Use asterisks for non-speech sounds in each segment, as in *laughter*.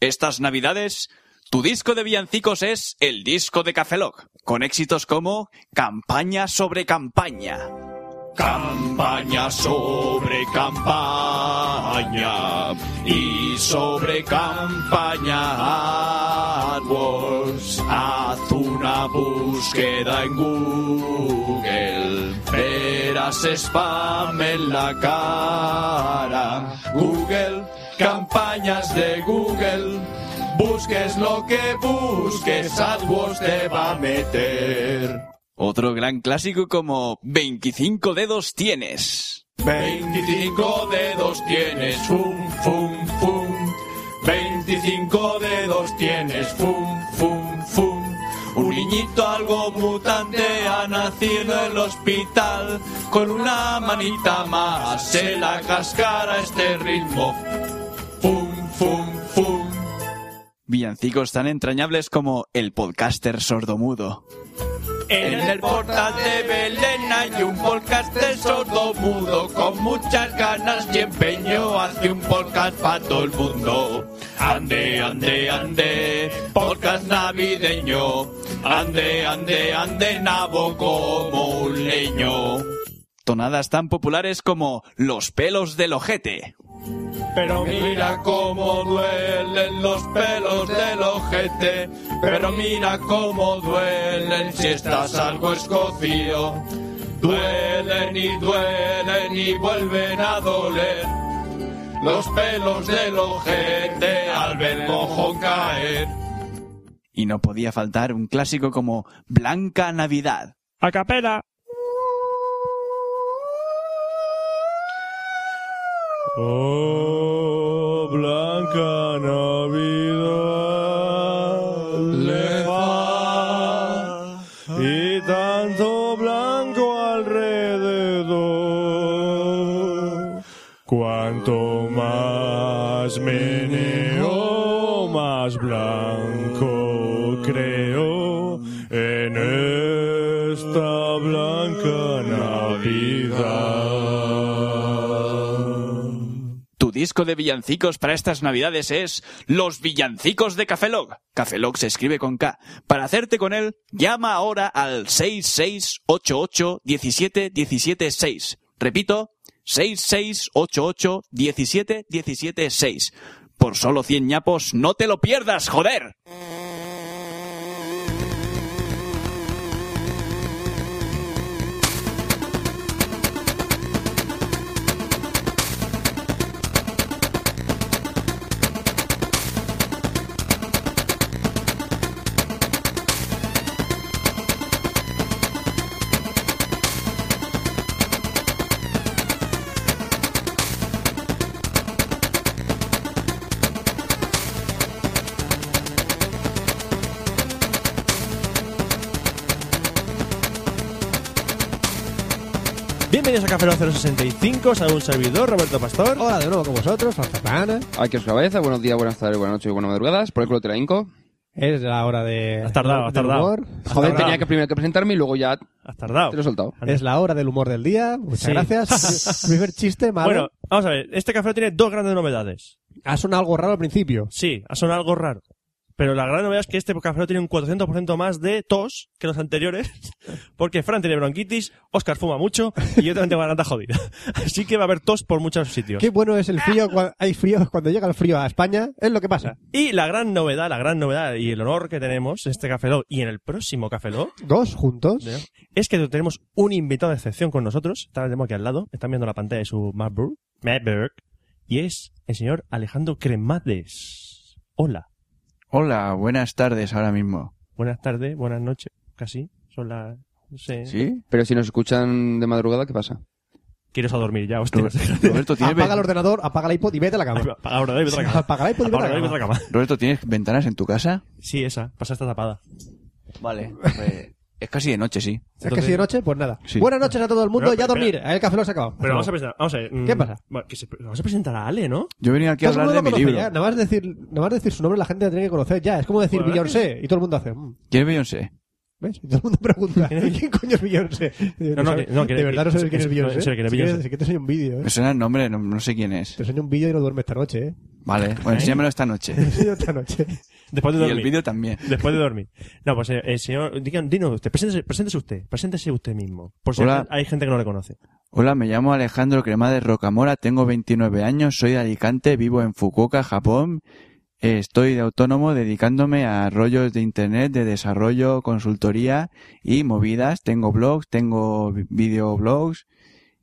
Estas navidades, tu disco de villancicos es el disco de Cafeloc, con éxitos como Campaña sobre campaña. Campaña sobre campaña y sobre campaña AdWords. Haz una búsqueda en Google, verás spam en la cara. Google, campañas de Google. Busques lo que busques, AdWords te va a meter. Otro gran clásico como 25 dedos tienes. 25 dedos tienes, fum, fum, fum. 25 dedos tienes, fum, fum, fum. Un niñito algo mutante ha nacido en el hospital. Con una manita más se la cascara este ritmo. Fum, fum, fum. Villancicos tan entrañables como El podcaster sordomudo. En el portal de Belén hay un podcast de sordo mudo con muchas ganas y empeño hace un podcast para todo el mundo. Ande, ande, ande, podcast navideño. Ande, ande, ande, nabo como un leño. Tonadas tan populares como Los pelos del ojete. Pero mira cómo duelen los pelos del ojete. Pero mira cómo duelen si estás algo escocido. Duelen y duelen y vuelven a doler. Los pelos del ojete al ver mojón caer. Y no podía faltar un clásico como Blanca Navidad. A capela. Oh, Blanca Navidad le va y tanto blanco alrededor. Cuanto más meneo, más blanco creo en esta Blanca Navidad. Tu disco de villancicos para estas navidades es Los Villancicos de Cafelog. Cafelog se escribe con K. Para hacerte con él, llama ahora al 6688 17 17 6. Repito, 6688 17 17 6. Por solo 100 ñapos, no te lo pierdas, joder. Bienvenidos a Café Lock 065, saludo un servidor, Roberto Pastor. Oh, Hola de nuevo con vosotros, Fafapana. Aquí os cabeza, buenos días, buenas tardes, buenas noches y buenas madrugadas. Por el culo te la hinco. Es la hora de. Has tardado, has del tardado. humor. Has Joder, tardado. tenía que primero que presentarme y luego ya te Has tardado. lo he soltado. Es la hora del humor del día. Muchas Sí. *laughs* gracias. Primer chiste malo. Bueno, vamos a ver, este café Lock tiene dos grandes novedades. ha sonado algo raro al principio. Sí, ha sonado algo raro. Pero la gran novedad es que este café Lock tiene un 400% más de tos que los anteriores, *laughs* porque Fran tiene bronquitis, Oscar fuma mucho y yo también tengo la garganta jodida. *laughs* Así que va a haber tos por muchos sitios. Qué bueno es el frío. cua- Hay frío cuando llega el frío a España. Es lo que pasa. Y la gran novedad, la gran novedad y el honor que tenemos en este Café Lock y en el próximo Café Lock Dos juntos. Ya. es que tenemos un invitado de excepción con nosotros. Está tenemos aquí al lado. Están viendo la pantalla de su MacBook. MacBook. Y es el señor Alejandro Cremades. Hola. Hola, buenas tardes ahora mismo. Buenas tardes, buenas noches. Casi. Son las... No sé. ¿Sí? Pero si nos escuchan de madrugada, ¿qué pasa? Quiero a dormir ya, hostias. *laughs* Roberto, Apaga el ordenador, apaga la iPod y vete a la Ay, cama. Apaga ahora, dale, vete a *laughs* la cama. Apaga la iPod y vete Apaga, a dale, la vete a cama. la cama. Roberto, ¿tienes ventanas en tu casa? Sí, esa. Pasa esta tapada. Vale. pues, es casi de noche, sí. Es que si de noche, pues nada. Sí. Buenas noches a todo el mundo. Pero, ya a pero, dormir. eh, El café lo se ha acabado. Pero vamos a presentar... Vamos a ver. mm, ¿Qué pasa? bueno, que se- vamos a presentar a Ale, ¿no? Yo venía aquí a Todo el hablar mundo de lo mi conoce libro. ya. Nada más, decir, nada más decir su nombre, la gente la tiene que conocer ya. Es como decir Bueno, Beyoncé y todo el mundo hace. mm. ¿Quién es Beyoncé? ¿Ves? Y todo el mundo *laughs* pregunta, ¿quién coño es Beyoncé? No, no, sabes- que- no, que- de verdad no sabes que- quién es en Beyoncé. serio, que no es Si quieres- Beyoncé. si que te enseño un vídeo, ¿eh? Me suena el nombre, no, no sé quién es. *laughs* Te enseño un vídeo y no duermes esta noche, ¿eh? Vale, bueno, enséñamelo esta *laughs* noche. Esta noche. Después Y de el dormir. vídeo también. Después de dormir. No, pues eh, eh, señor, digan, dinos usted, preséntese, preséntese usted, preséntese usted mismo. Por si Hola. hay gente que no le conoce. Hola, me llamo Alejandro Cremades Rocamora, tengo 29 años, soy de Alicante, vivo en Fukuoka, Japón. Eh, Estoy de autónomo dedicándome a rollos de internet, de desarrollo, consultoría y movidas. Tengo blogs, tengo vi- videoblogs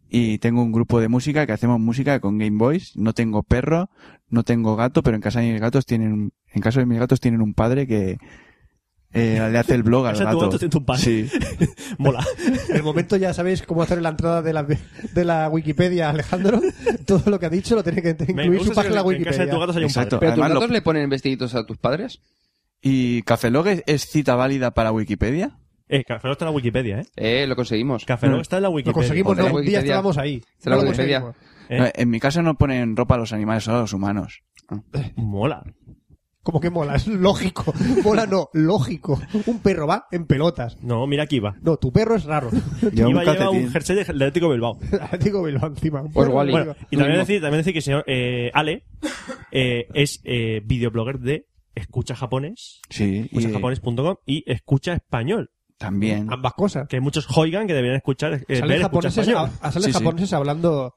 y tengo un grupo de música que hacemos música con Game Boys. No tengo perro, no tengo gato, pero en casa de mis gatos tienen, en casa de mis gatos tienen un padre que eh, le hace el blog *laughs* al Ese tu gato. gato tiene un padre. Sí. *laughs* Mola. En el momento ya sabéis cómo hacer la entrada de la, de la Wikipedia, Alejandro. *laughs* Todo lo que ha dicho lo tiene que Me incluir su gusta página que la en casa de Wikipedia. tu gato hay un Exacto. padre. ¿Pero tus Además, lo- gatos le ponen vestiditos a tus padres? ¿Y Cafelog es, es cita válida para Wikipedia? Eh, Café Lock está en la Wikipedia, ¿eh? Eh, lo conseguimos. Café Lock está en la Lo Wikipedia. conseguimos, Joder, no, un día Wikipedia. estábamos ahí. Se la No lo Wikipedia. conseguimos. ¿Eh? No, En mi casa no ponen ropa a los animales, solo a los humanos. Mola. Como que mola, es lógico. *laughs* Mola no, lógico. Un perro va en pelotas. No, mira aquí va. No, tu perro es raro. *laughs* Lleva Iba un a llevar un calcetín. jersey de Atlético Bilbao. Digo, lo encima. Un Pues perro, Wally. digo. Bueno, y Lo también mismo. decir, también decir que el señor eh, Ale eh, es eh, videoblogger de Escucha Japones, Sí, Pues y escuchajapones.com y Escucha Español. también. Ah. ambas cosas. Que hay muchos hoigan que deberían escuchar eh, Salen ver Escucha japoneses, Español. a- a- salen Sí, sí. japoneses hablando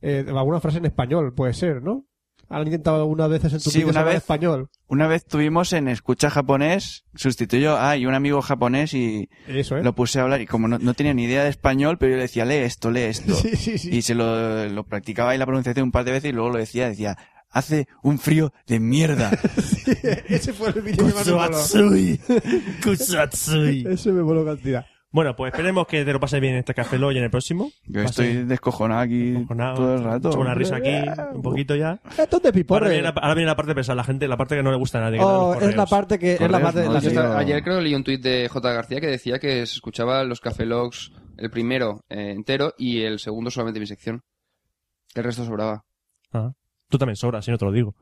eh, de alguna frase en español, puede ser, ¿no? ¿Han intentado algunas veces en tu Sí, vídeos una hablar vez. español? Una vez tuvimos en Escucha Japonés, sustituyo a un amigo japonés y Eso, ¿eh? lo puse a hablar y como no, no tenía ni idea de español, pero yo le decía, lee esto, lee *laughs* esto. *laughs* Sí, sí, sí. Y se lo, lo practicaba ahí la pronunciación un par de veces y luego lo decía, decía, hace un frío de *laughs* mierda. *laughs* Ese fue el vídeo que más me moló. Kutsuatsui. Kutsuatsui. Ese me voló cantidad. Bueno, pues esperemos que te lo pases bien en este café Lock y en el próximo. Yo Pasa estoy descojonado aquí descojonado, todo el rato. hecho una risa aquí, un poquito ya. Esto es de Ahora piporre. viene, la, ahora viene la parte pesada, la gente, la parte que no le gusta a nadie. que Oh, no de los es la correos. parte que es la Correos, parte de ¿no? la Yo Yo estaba- Sí, o- ayer creo que leí un tuit de J. García que decía que se escuchaba los Café Logs el primero eh, entero y el segundo solamente mi sección. El resto sobraba. Ah, tú también sobras, si no te lo digo.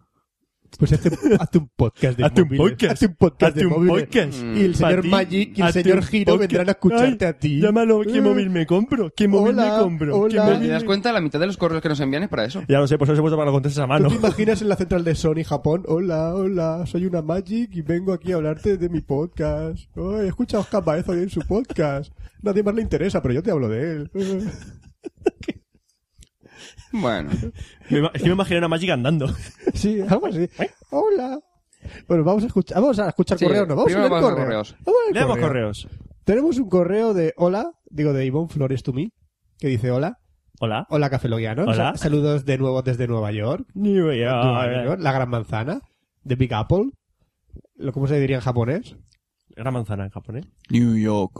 Pues hazte, hazte un podcast de Hazte un móviles. podcast. Hazte un podcast Hazte de un móviles. podcast. Y el Pa' señor ti, Magic y el hazte señor un Giro podcast. vendrán a escucharte Ay, a ti. Llámalo, ¿qué Eh. móvil me compro? ¿Qué móvil Hola, me compro? ¿Qué hola. Pero móvil ¿Te me- das cuenta? La mitad de los correos que nos envían es para *laughs* eso. Ya lo sé, pues eso se puso para que lo contestes a ¿Tú mano. te imaginas en la central de Sony Japón? Hola, hola, soy una Magic y vengo aquí a hablarte de mi podcast. Oh, escucha a Oscar Baez hoy en su podcast. Nadie más le interesa, pero yo te hablo de él. Bueno, Me ima- Es que me imaginé una Magic *laughs* andando. *laughs* Sí, algo así. Hola. Bueno, vamos a escuchar, vamos a escuchar Sí, correo, ¿no? Vamos a leer primero vamos a correo. correos. Vamos a leer Leamos correo. correos. Tenemos un correo de hola, digo de Ivonne Flores to me, que dice hola. Hola. Hola, Ah, eh. cafeloguianos. Hola. Sa- Saludos de nuevo desde Nueva York. New Nueva York. York, La Gran Manzana, de Big Apple. Lo- ¿Cómo se diría en japonés? Gran manzana en japonés. New York.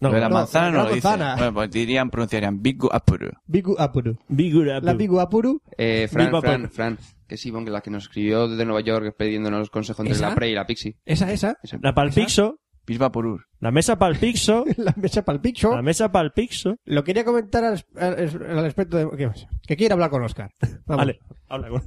No, Lo de la no, manzana no la lo dice. manzana. Bueno, pues dirían, pronunciarían Big Apple. Big Apuru. Bigura. La Big Apuru. eh, Fran, Big Apple. Fran, Fran, que es Ivonne, que la que nos escribió desde Nueva York pidiéndonos consejos entre ¿Esa? la Prey y la Pixie. Esa, esa. *laughs* Esa. La palpixo. Pisba Purur. La mesa palpixo. La mesa para el picho. La mesa palpixo. Lo quería comentar al, al- al aspecto de... ¿qué más? Que quiere hablar con Oscar. Vamos. Vale. Habla con...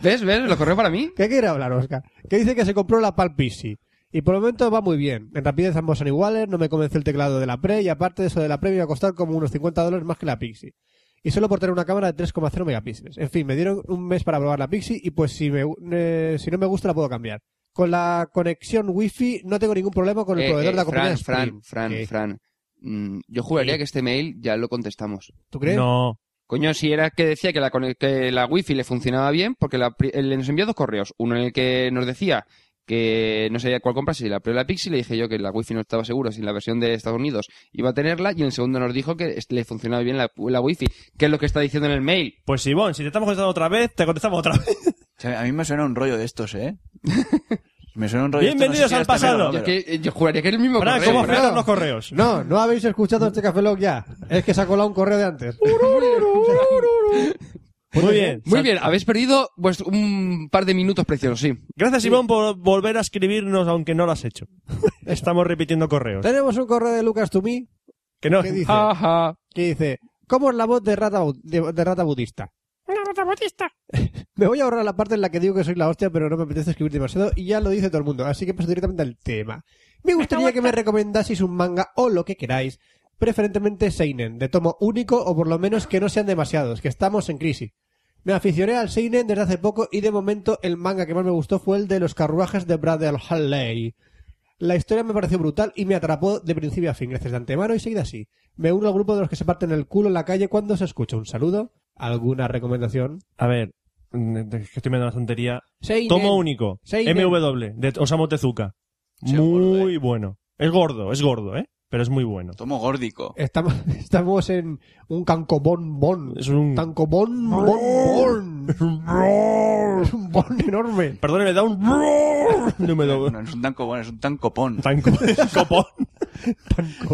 ¿Ves? ¿Ves? ¿Lo correo para mí? ¿Qué quiere hablar, Oscar? Que dice que se compró la Pal Pixie. Y por el momento va muy bien. En rapidez ambos son iguales, no me convence el teclado de la Pre y aparte eso de la Pre me iba a costar como unos 50 dólares más que la Pixie. Y solo por tener una cámara de 3,0 megapíxeles. En fin, me dieron un mes para probar la Pixie y pues si, me, eh, si no me gusta la puedo cambiar. Con la conexión wifi no tengo ningún problema con el Eh, proveedor de eh, la compañía Fran, Sprint. Fran, Fran, ¿Qué? Fran. Mm, yo juraría que este mail ya lo contestamos. ¿Tú crees? No. Coño, si era que decía que la, conex- que la wifi le funcionaba bien, porque la, pri- él nos envió dos correos. Uno en el que nos decía que no sabía cuál comprar, si la Pro o la Pixie, le dije yo que la wifi no estaba segura, si la versión de Estados Unidos iba a tenerla, y en el segundo nos dijo que est- le funcionaba bien la, la wifi, que es lo que está diciendo en el mail. Pues Ivonne, si te estamos contestando otra vez, te contestamos otra vez. O sea, a mí me suena un rollo de estos, *laughs* ¿eh? Me suena un rollo Bienvenidos de al estos. pasado. No sé si Yo, era este que- eh, yo juraría que era el mismo Fran, correo. ¿cómo Fran. frenan los correos? No, no habéis escuchado este Café Lock ya. Es que se ha colado un correo de antes. Muy bien. Muy bien, habéis perdido vuestro- un par de minutos preciosos, sí. Gracias, Ivonne, por volver a escribirnos, aunque no lo has hecho. Estamos repitiendo correos. Tenemos un correo de Lucas to me Que no, ¿Qué dice? Ajá. que dice, ¿cómo es la voz de rata, bu- de, de rata budista? Una rata budista. me voy a ahorrar la parte en la que digo que soy la hostia, pero no me apetece escribir demasiado y ya lo dice todo el mundo, así que paso directamente al tema. Me gustaría que me recomendaseis un manga o lo que queráis, preferentemente Seinen, de tomo único o por lo menos que no sean demasiados, que estamos en crisis. Me aficioné al Seinen desde hace poco y de momento el manga que más me gustó fue el de los carruajes de Brother Halley. La historia me pareció brutal y me atrapó de principio a fin. Gracias de antemano y seguid así. Me uno al grupo de los que se parten el culo en la calle cuando se escucha un saludo. ¿Alguna recomendación? A ver, mm, es que estoy viendo una tontería. Seinen. Tomo único. Seinen. MW, de Osamu Tezuka. Sí, Muy bueno. Es gordo, es gordo, ¿eh? Pero es muy bueno. Tomo górdico. Estamos, *laughs* estamos en un cancobón bon. Es un... Tancobón bon bon. Es un bon enorme. Perdón, me da un... No me No, da no es un tanco bueno, es un tan copón. Tan co- copón.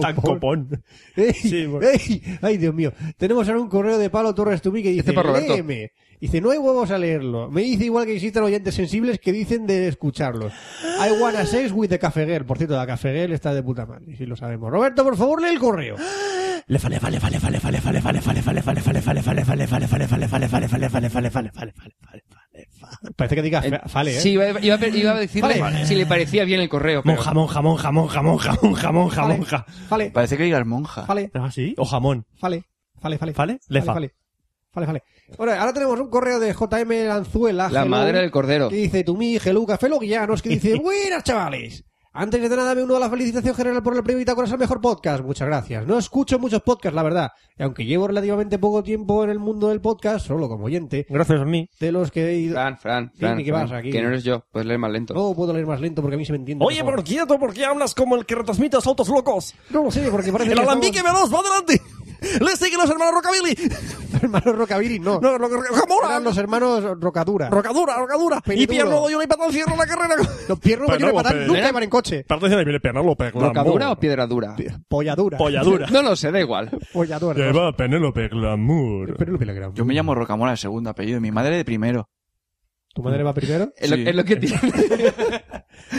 Tan copón. Ey, Sí, bueno. ey, ay, Dios mío. Tenemos ahora un correo de Pablo Torres Tubí que dice, Este para Roberto. léeme. Dice, no hay huevos a leerlo. Me dice igual que existen oyentes sensibles que dicen de escucharlos. I wanna sex with the Café Girl. Por cierto, la Café Girl está de puta madre, si lo sabemos. Roberto, por favor, lee el correo. Le vale, vale, vale, vale, vale, vale, vale, vale, vale, vale, vale, vale, vale, vale, vale, vale, vale, vale, vale, vale, vale, vale, vale, vale, vale, vale, vale. Parece que diga Eh, fa- fale, ¿eh? Sí, iba, iba a- iba a decirle Vale. si le parecía bien el correo. pero- Monja, monja, monja, monja, monja, monja, monja, Fale, monja. fale, Parece que digas monja. fale, ¿Ah, sí? O jamón. fale, fale, fale. ¿Fale? Lefa. Vale, vale, vale. Bueno, ahora tenemos un correo de JM Lanzuela. La hello, madre del cordero. Que dice, tu mi, Geluca, Felo Guillanos, *laughs* que dice, buenas chavales. Antes de nada me uno a la felicitación general por el premio Bitácoras al mejor podcast. Muchas gracias. No escucho muchos podcasts, la verdad. Y aunque llevo relativamente poco tiempo en el mundo del podcast, solo como oyente, Gracias a mí. de los que he ido... Fran, Fran, Sí, Fran, ¿qué Fran, pasa aquí? Oh, que no eres yo, puedes leer más lento. No puedo leer más lento porque a mí se me entiende. Oye, mejor. por quieto, ¿por qué hablas como el que retransmite los autos locos? No sé, porque parece El que alambique estamos- veloz, va adelante. Le siguen los hermanos Rockabilly. *laughs* hermanos Rockabilly, no. No, lo que Eran jamona. los hermanos Rocadura. Rocadura, rocadura. Y Peliduro. pierdo y una y patán cierra la carrera. Los piernos Pero mayores no, para pero- nunca iban en coche. Parte de la Penélope Glamour. ¿Rocadura o piedra dura? Polladura. Polladura. No lo sé, da igual. Polladura. Lleva Penélope Glamour. Penélope Legrand. Yo me llamo Rocamora de segundo apellido, mi madre de primero. ¿Tu madre va primero? Es, lo, Sí. es lo que tiene.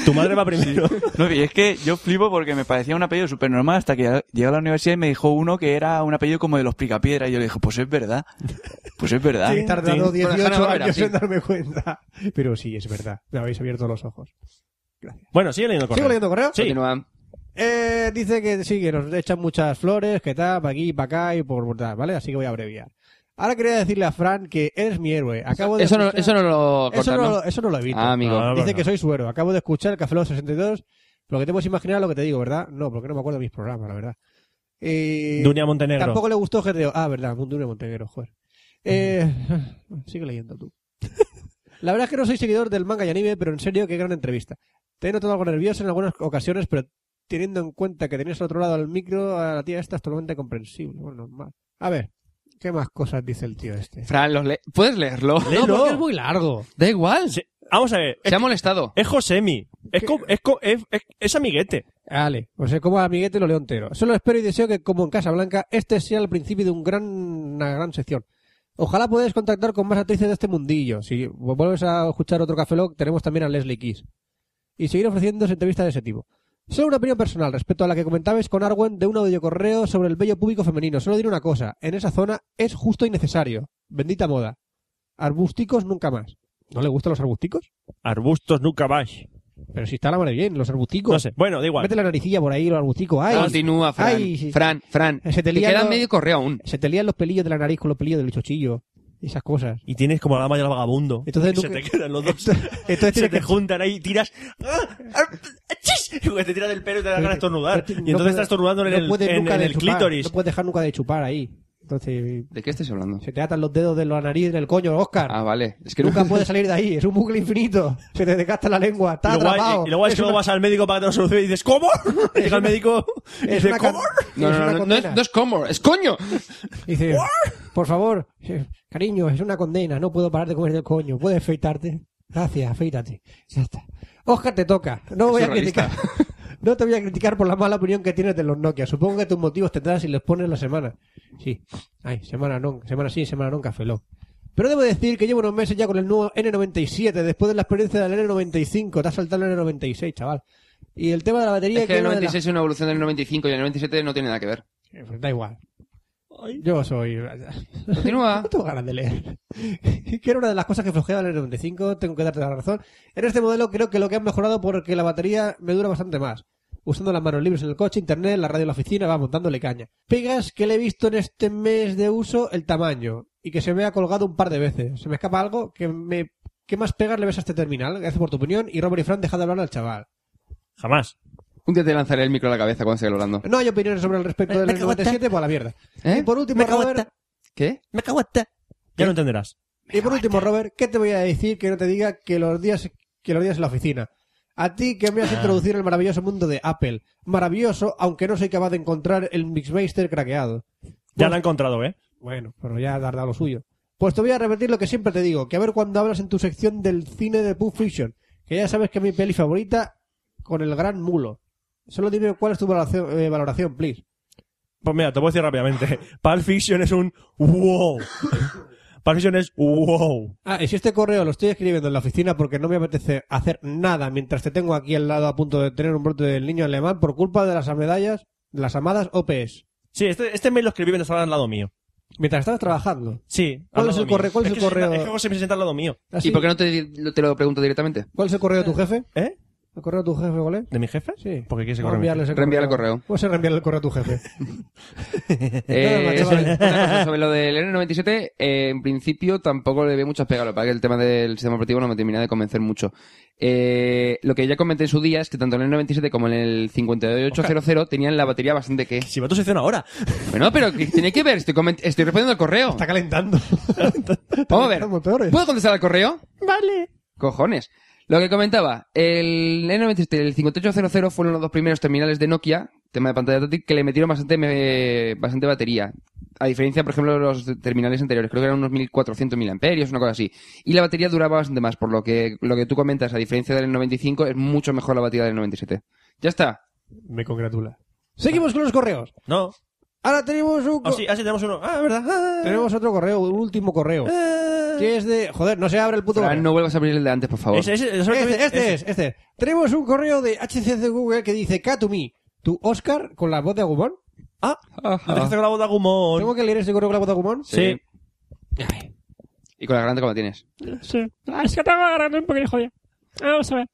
Tu madre va primero. No, y es que yo flipo porque me parecía un apellido súper normal hasta que ya- llegué a la universidad y me dijo uno que era un apellido como de los Picapiedra. Y yo le dije, pues es verdad. Pues es verdad. He tardado Bueno, 18 Hanna-Barbera, años sí. en darme cuenta. Pero sí, es verdad. Me habéis abierto los ojos. Bueno, sigue leyendo el ¿Sigo correo. leyendo correo? Sí. Continúa. Eh, dice que sí, que nos echan muchas flores, que tal, pa' aquí, pa' acá y por tal, ¿vale? Así que voy a abreviar. Ahora quería decirle a Fran que eres mi héroe. Acabo de Eso no, escuchar- eso no lo eso cortaron. no lo- eso no lo evito. Ah, amigo. Ah, Dice bueno. que soy suero. Acabo de escuchar el Café Lock 62. Lo que te puedes imaginar lo que te digo, ¿verdad? No, porque no me acuerdo de mis programas, la verdad. Eh, Dunia Montenegro. Tampoco le gustó GTO. Ah, verdad, Dunia Montenegro, joder. Eh, *laughs* sigue leyendo tú. *laughs* La verdad es que no soy seguidor del manga y anime, pero en serio, qué gran entrevista. Te he notado algo nervioso en algunas ocasiones, pero teniendo en cuenta que tenías al otro lado al micro, a la tía esta es totalmente comprensible. Bueno, normal. A ver, ¿qué más cosas dice el tío este? Fran, los le- ¿puedes leerlo? No, Léelo. porque es muy largo. Da igual. Sí. Vamos a ver. Se ha molestado. Es Josemi. Es, co- es, co- es, es, es amiguete. Vale, o sea, como amiguete lo leo entero. Solo espero y deseo que, como en Casa Blanca, este sea el principio de un gran, una gran sección. Ojalá podáis contactar con más actrices de este mundillo. Si vuelves a escuchar otro Café Lock, tenemos también a Leslie Kiss. Y seguir ofreciéndose entrevistas de ese tipo. Solo una opinión personal respecto a la que comentabais con Arwen de un audiocorreo sobre el bello público femenino. Solo diré una cosa. En esa zona es justo y necesario. Bendita moda. Arbusticos nunca más. ¿No le gustan los arbusticos? Arbustos nunca vas. Pero si está la madre bien, los arbusticos. No sé. Bueno, da igual. Mete la naricilla por ahí, los arbusticos. Ay, Continúa, Fran. Ay, sí. Fran, Fran. Se te te lía queda lo- medio correo aún. se te lían los pelillos de la nariz con los pelillos del chochillo y esas cosas. Y tienes como la dama y el vagabundo. Entonces se nunca- te quedan los dos. *laughs* Entonces *laughs* se tienes te que... juntan ahí y tiras. ¡Ah! ¡Ah! ¡Achis! Y te tiras del pelo y te da ganas de estornudar. Y No entonces puede- estás estornudando en no el, puedes en, nunca en de el chupar, clítoris. No puedes dejar nunca de chupar ahí. Entonces ¿De qué estás hablando? se te atan los dedos de la nariz en el coño, Oscar. Ah, vale. Es que que nunca nunca... puedes salir de ahí. Es un bucle infinito. Se te desgasta la lengua. Está Y lo guay, atrapado. y lo guay es que una- luego vas al médico para que te lo solucione y dices, ¿cómo? *laughs* Y Llega el médico y es dice, una con- ¿cómo? *laughs* No, es una no, no, no, no es, condena. no es como, es coño. Dice, por favor, eh, cariño, es una condena, no puedo parar de comer del coño. ¿Puedes afeitarte? Gracias, afeítate. Ya está. Oscar, te toca. No voy a surrealista. criticar. *laughs* No te voy a criticar por la mala opinión que tienes de los Nokia. Supongo que tus motivos tendrás si los pones la semana. Sí. Ay, semana no, semana sí, semana no, café Lock. Pero debo decir que llevo unos meses ya con el nuevo N97, después de la experiencia del N95. Te has saltado el N96, chaval. Y el tema de la batería Es que el es lo de la- Eh, 96 es una evolución del 95 y el 97 no tiene nada que ver. pues Da igual. Yo soy... Continúa. No tengo ganas de leer. *laughs* que era una de las cosas que flojeaba en el 95, tengo que darte la razón. En este modelo creo que lo que han mejorado porque la batería me dura bastante más. Usando las manos libres en el coche, internet, la radio en la oficina, vamos, dándole caña. Pegas que le he visto en este mes de uso, el tamaño. y que se me ha colgado un par de veces. Se me escapa algo que me... ¿Qué más pegas le ves a este terminal? Gracias por tu opinión. Y Robert y Fran, deja de hablar al chaval. Jamás. Un día te lanzaré el micro a la cabeza cuando siga hablando. No hay opiniones sobre el respecto Me- del Eh, me cago en 97, pues a la mierda. Y ¿Eh? por último, Me cago en Robert, ¿Qué? Me cago en te. Ya lo entenderás. y por último, Robert, ¿qué te voy a decir que no te diga que los días, que los días en la oficina? A ti que me has introducido en el maravilloso mundo de Apple. Maravilloso, aunque no soy capaz de encontrar el Mixmaster craqueado. Ya lo ha encontrado, ¿eh? Bueno, pero ya has dado lo suyo. Pues te voy a repetir lo que siempre te digo, que a ver cuando hablas en tu sección del cine de Pulp Fiction, que ya sabes que es mi peli favorita con el gran mulo. Solo dime cuál es tu valoración, eh, valoración please. Pues mira, te puedo decir rápidamente. *laughs* Pulp Fiction es un wow. *laughs* Pulp Fiction es wow. Ah, y si este correo lo estoy escribiendo en la oficina porque no me apetece hacer nada mientras te tengo aquí al lado a punto de tener un brote del niño alemán por culpa de las medallas, de las amadas OPS. Sí, este, este mail lo escribí mientras estaba al lado mío. Mientras estabas trabajando. Sí. ¿Cuál al es lado el mío. correo? ¿Cuál es que el se sienta- correo? Es que José se sienta al lado mío. ¿Ah, ¿Y sí? por qué no te, lo- te lo *laughs* pregunto directamente? ¿Cuál es el correo de tu jefe? ¿Eh? ¿El correo de tu jefe, cuál es? ¿De mi jefe? Sí. Porque qué se correo. Vamos a mío? enviarles el Reenviar el correo. Pues reenviarle el correo a tu *laughs* jefe. Eh, Nada más, eso- chavales. una cosa sobre lo del N97, eh, en principio tampoco le veo muchas pegas. Lo que pasa es que el tema del sistema operativo no me termina de convencer mucho. Eh, lo que ya comenté en su día es que tanto en el N97 como en el 5800 tenían la batería bastante que. Si va a tu sección ahora. Bueno, pero ¿qué tiene que ver? Estoy, coment- estoy respondiendo al correo. Está calentando. *laughs* Vamos a ver. Estamos peores. ¿Puedo contestar al correo? Vale. Cojones. Lo que comentaba, el N97 y el 5800 fueron los dos primeros terminales de Nokia, tema de pantalla táctil, que le metieron bastante, me- bastante batería. A diferencia, por ejemplo, de los terminales anteriores, creo que eran unos 1400 miliamperios, una cosa así. Y la batería duraba bastante más, por lo que lo que tú comentas, a diferencia del N95, es mucho mejor la batería del N97. Ya está. Me congratula. Seguimos con los correos. No. Ahora tenemos Oh, un... Ah, sí, ah, sí, tenemos uno. Ah, verdad. Ah. Tenemos otro correo, un último correo. Ah. Que es de... Joder, no se abre el puto Fran, correo. no vuelvas a abrir el de antes, por favor. Ese, ese, ese- Este, ese. este es, este. Tenemos un correo de HCC Google que dice K to me. ¿Tu Oscar con la voz de Agumon? Ah, Ajá. lo dejaste con la voz de Agumon. ¿Tengo que leer este correo con la voz de Agumon? Sí. *laughs* Y con la grande como la tienes. Sí. Ah, Es que tengo agarrando un poquito jodida. Vamos a ver.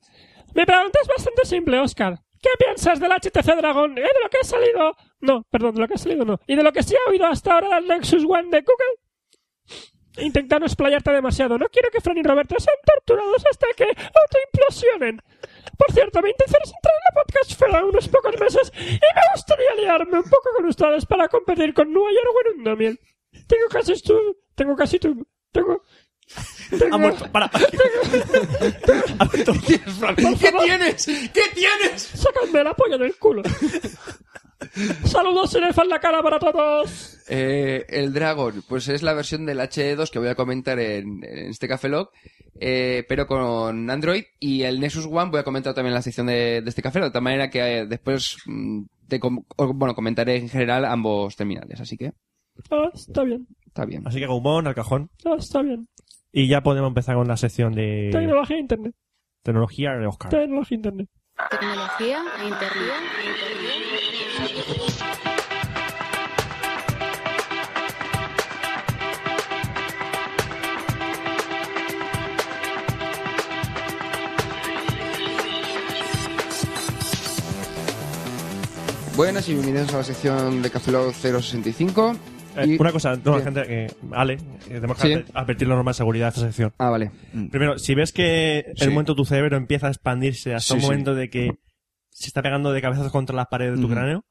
Mi pregunta es bastante simple, Oscar. ¿Qué piensas del HTC Dragon? ¿Eh? ¿De lo que ha salido? No, perdón, de lo que ha salido no. ¿Y de lo que se ha oído hasta ahora del Nexus One de Google? Intenta no explayarte demasiado. No quiero que Fran y Roberto sean torturados hasta que autoimplosionen. Por cierto, me interesas entrar en la podcastfera unos pocos meses y me gustaría liarme un poco con ustedes para competir con Nueva York o en un domain. Tengo casi tu... Tengo casi tu... Tengo... tengo- Ha muerto. Para. ¿Qué tienes? ¿Qué tienes? Sácame la polla del culo. Saludos, Cinefan en la cara para todos. Eh, el Dragon, pues es la versión del HE2 que voy a comentar en, en este Café Log, eh, pero con Android y el Nexus One voy a comentar también en la sección de, de este Café Log, de tal manera que eh, después mm, te com- o, bueno, comentaré en general ambos terminales, así que Ah, está bien. está bien. Así que Agumon al cajón. Ah, está bien. Y ya podemos empezar con la sección de Tecnología e internet. tecnología de Oscar. Tecnología e internet. Tecnología e internet. Buenas y bienvenidos a la sección de Café Log 065. Eh, Y- una cosa, no, Sí. gente, eh, Ale, eh, tenemos que Sí. adver- advertir la norma de seguridad de esta sección. Ah, vale. Primero, si ves que Sí. el momento tu cerebro empieza a expandirse hasta Sí, un sí. momento de que se está pegando de cabezas contra las paredes de tu Ujú. cráneo,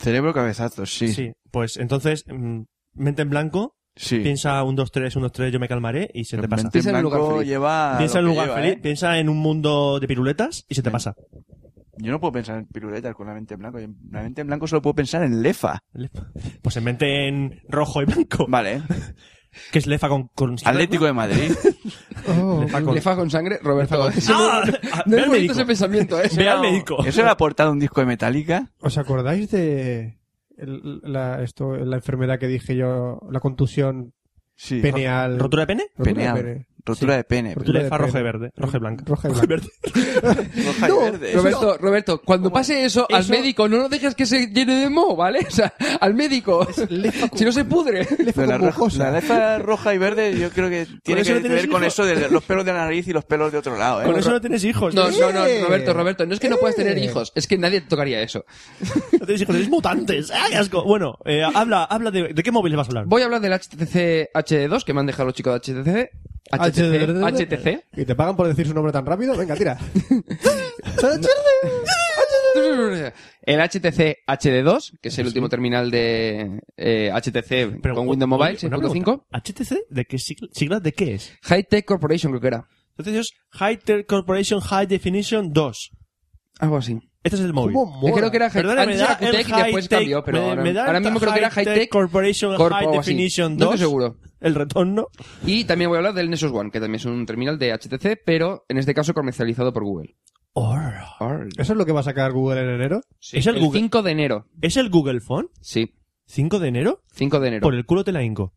Cerebro cabezazos, sí. Sí. pues entonces, mm, mente en blanco, piensa un, dos, tres, un, dos, tres, yo me calmaré y se te pasa. Mente Piensa en en un lugar blanco feliz. lleva. a Piensa en lo un que lugar lleva, feliz, ¿eh? piensa en un mundo de piruletas y se te Sí. pasa. Yo no puedo pensar en piruletas con la mente en blanco. Yo- La mente en blanco solo puedo pensar en lefa. Pues en mente en rojo y blanco, Vale. que es lefa con... con Atlético de Madrid. Lefa con- Lefa con sangre, Roberto. *laughs* Eso ¡Ah! no- Ah, No ve es al bonito médico. ese pensamiento, *laughs* ¿eh? Ve al médico. ¿Eso era portada de un disco de Metallica? ¿Os acordáis de el- la, esto, la enfermedad que dije yo? La contusión Sí. peneal. ¿Rotura de pene? Rotura de Peneal. pene. Rotura de pene. pero- Rotura Rotura de de roja pene. y verde. Roja y blanca. Roja y Roja y blanca. verde. Roja y No, verde. Robert- Eso- Roberto, Roberto, cuando pase eso, al Eso- médico no lo dejes que se llene de moho, ¿vale? O sea, al médico. Si no se pudre. pero la, roja, mucosa. la letra roja y verde yo creo que tiene eso que no tienes ver con hijo. eso de los pelos de la nariz y los pelos de otro lado. ¿eh? Con eso no tienes hijos. No, ¿eh? no, no, Eh. Roberto, Roberto, no es que no puedas tener Eh. hijos, es que nadie tocaría eso. No tienes hijos, eres mutantes. ¡Ah, qué asco! Bueno, eh, habla, habla de, ¿de qué móviles vas a hablar? Voy a hablar del HTC HD2 que me han dejado los chicos de HTC. HTC. HTC. ¿Y te pagan por decir su nombre tan rápido? *laughs* Venga, tira. El HTC HD2, que es el último terminal de eh, HTC Pero, con o- Windows Mobile oye, una pregunta. 6.5. ¿HTC? ¿De qué sigla, siglas de qué es? High Tech Corporation creo que era. Entonces es High Tech Corporation High Definition 2. Algo así. Este es el móvil. ¿Cómo mola? Creo que era High Perdona, me antes era da el Qtech E y High después Tech- cambió, pero me- ahora, me da el ahora mismo creo que era High High Tech Tech Corporation Corp High o así. Definition No 2. estoy seguro. El retorno. Y también voy a hablar del Nexus One, que también es un terminal de HTC, pero en este caso comercializado por Google. Orra. ¿Eso es lo que va a sacar Google en enero? Sí, ¿Es el Google? 5 de enero. ¿Es el Google Phone? Sí, ¿5 de enero? 5 de enero. Por el culo te la inco.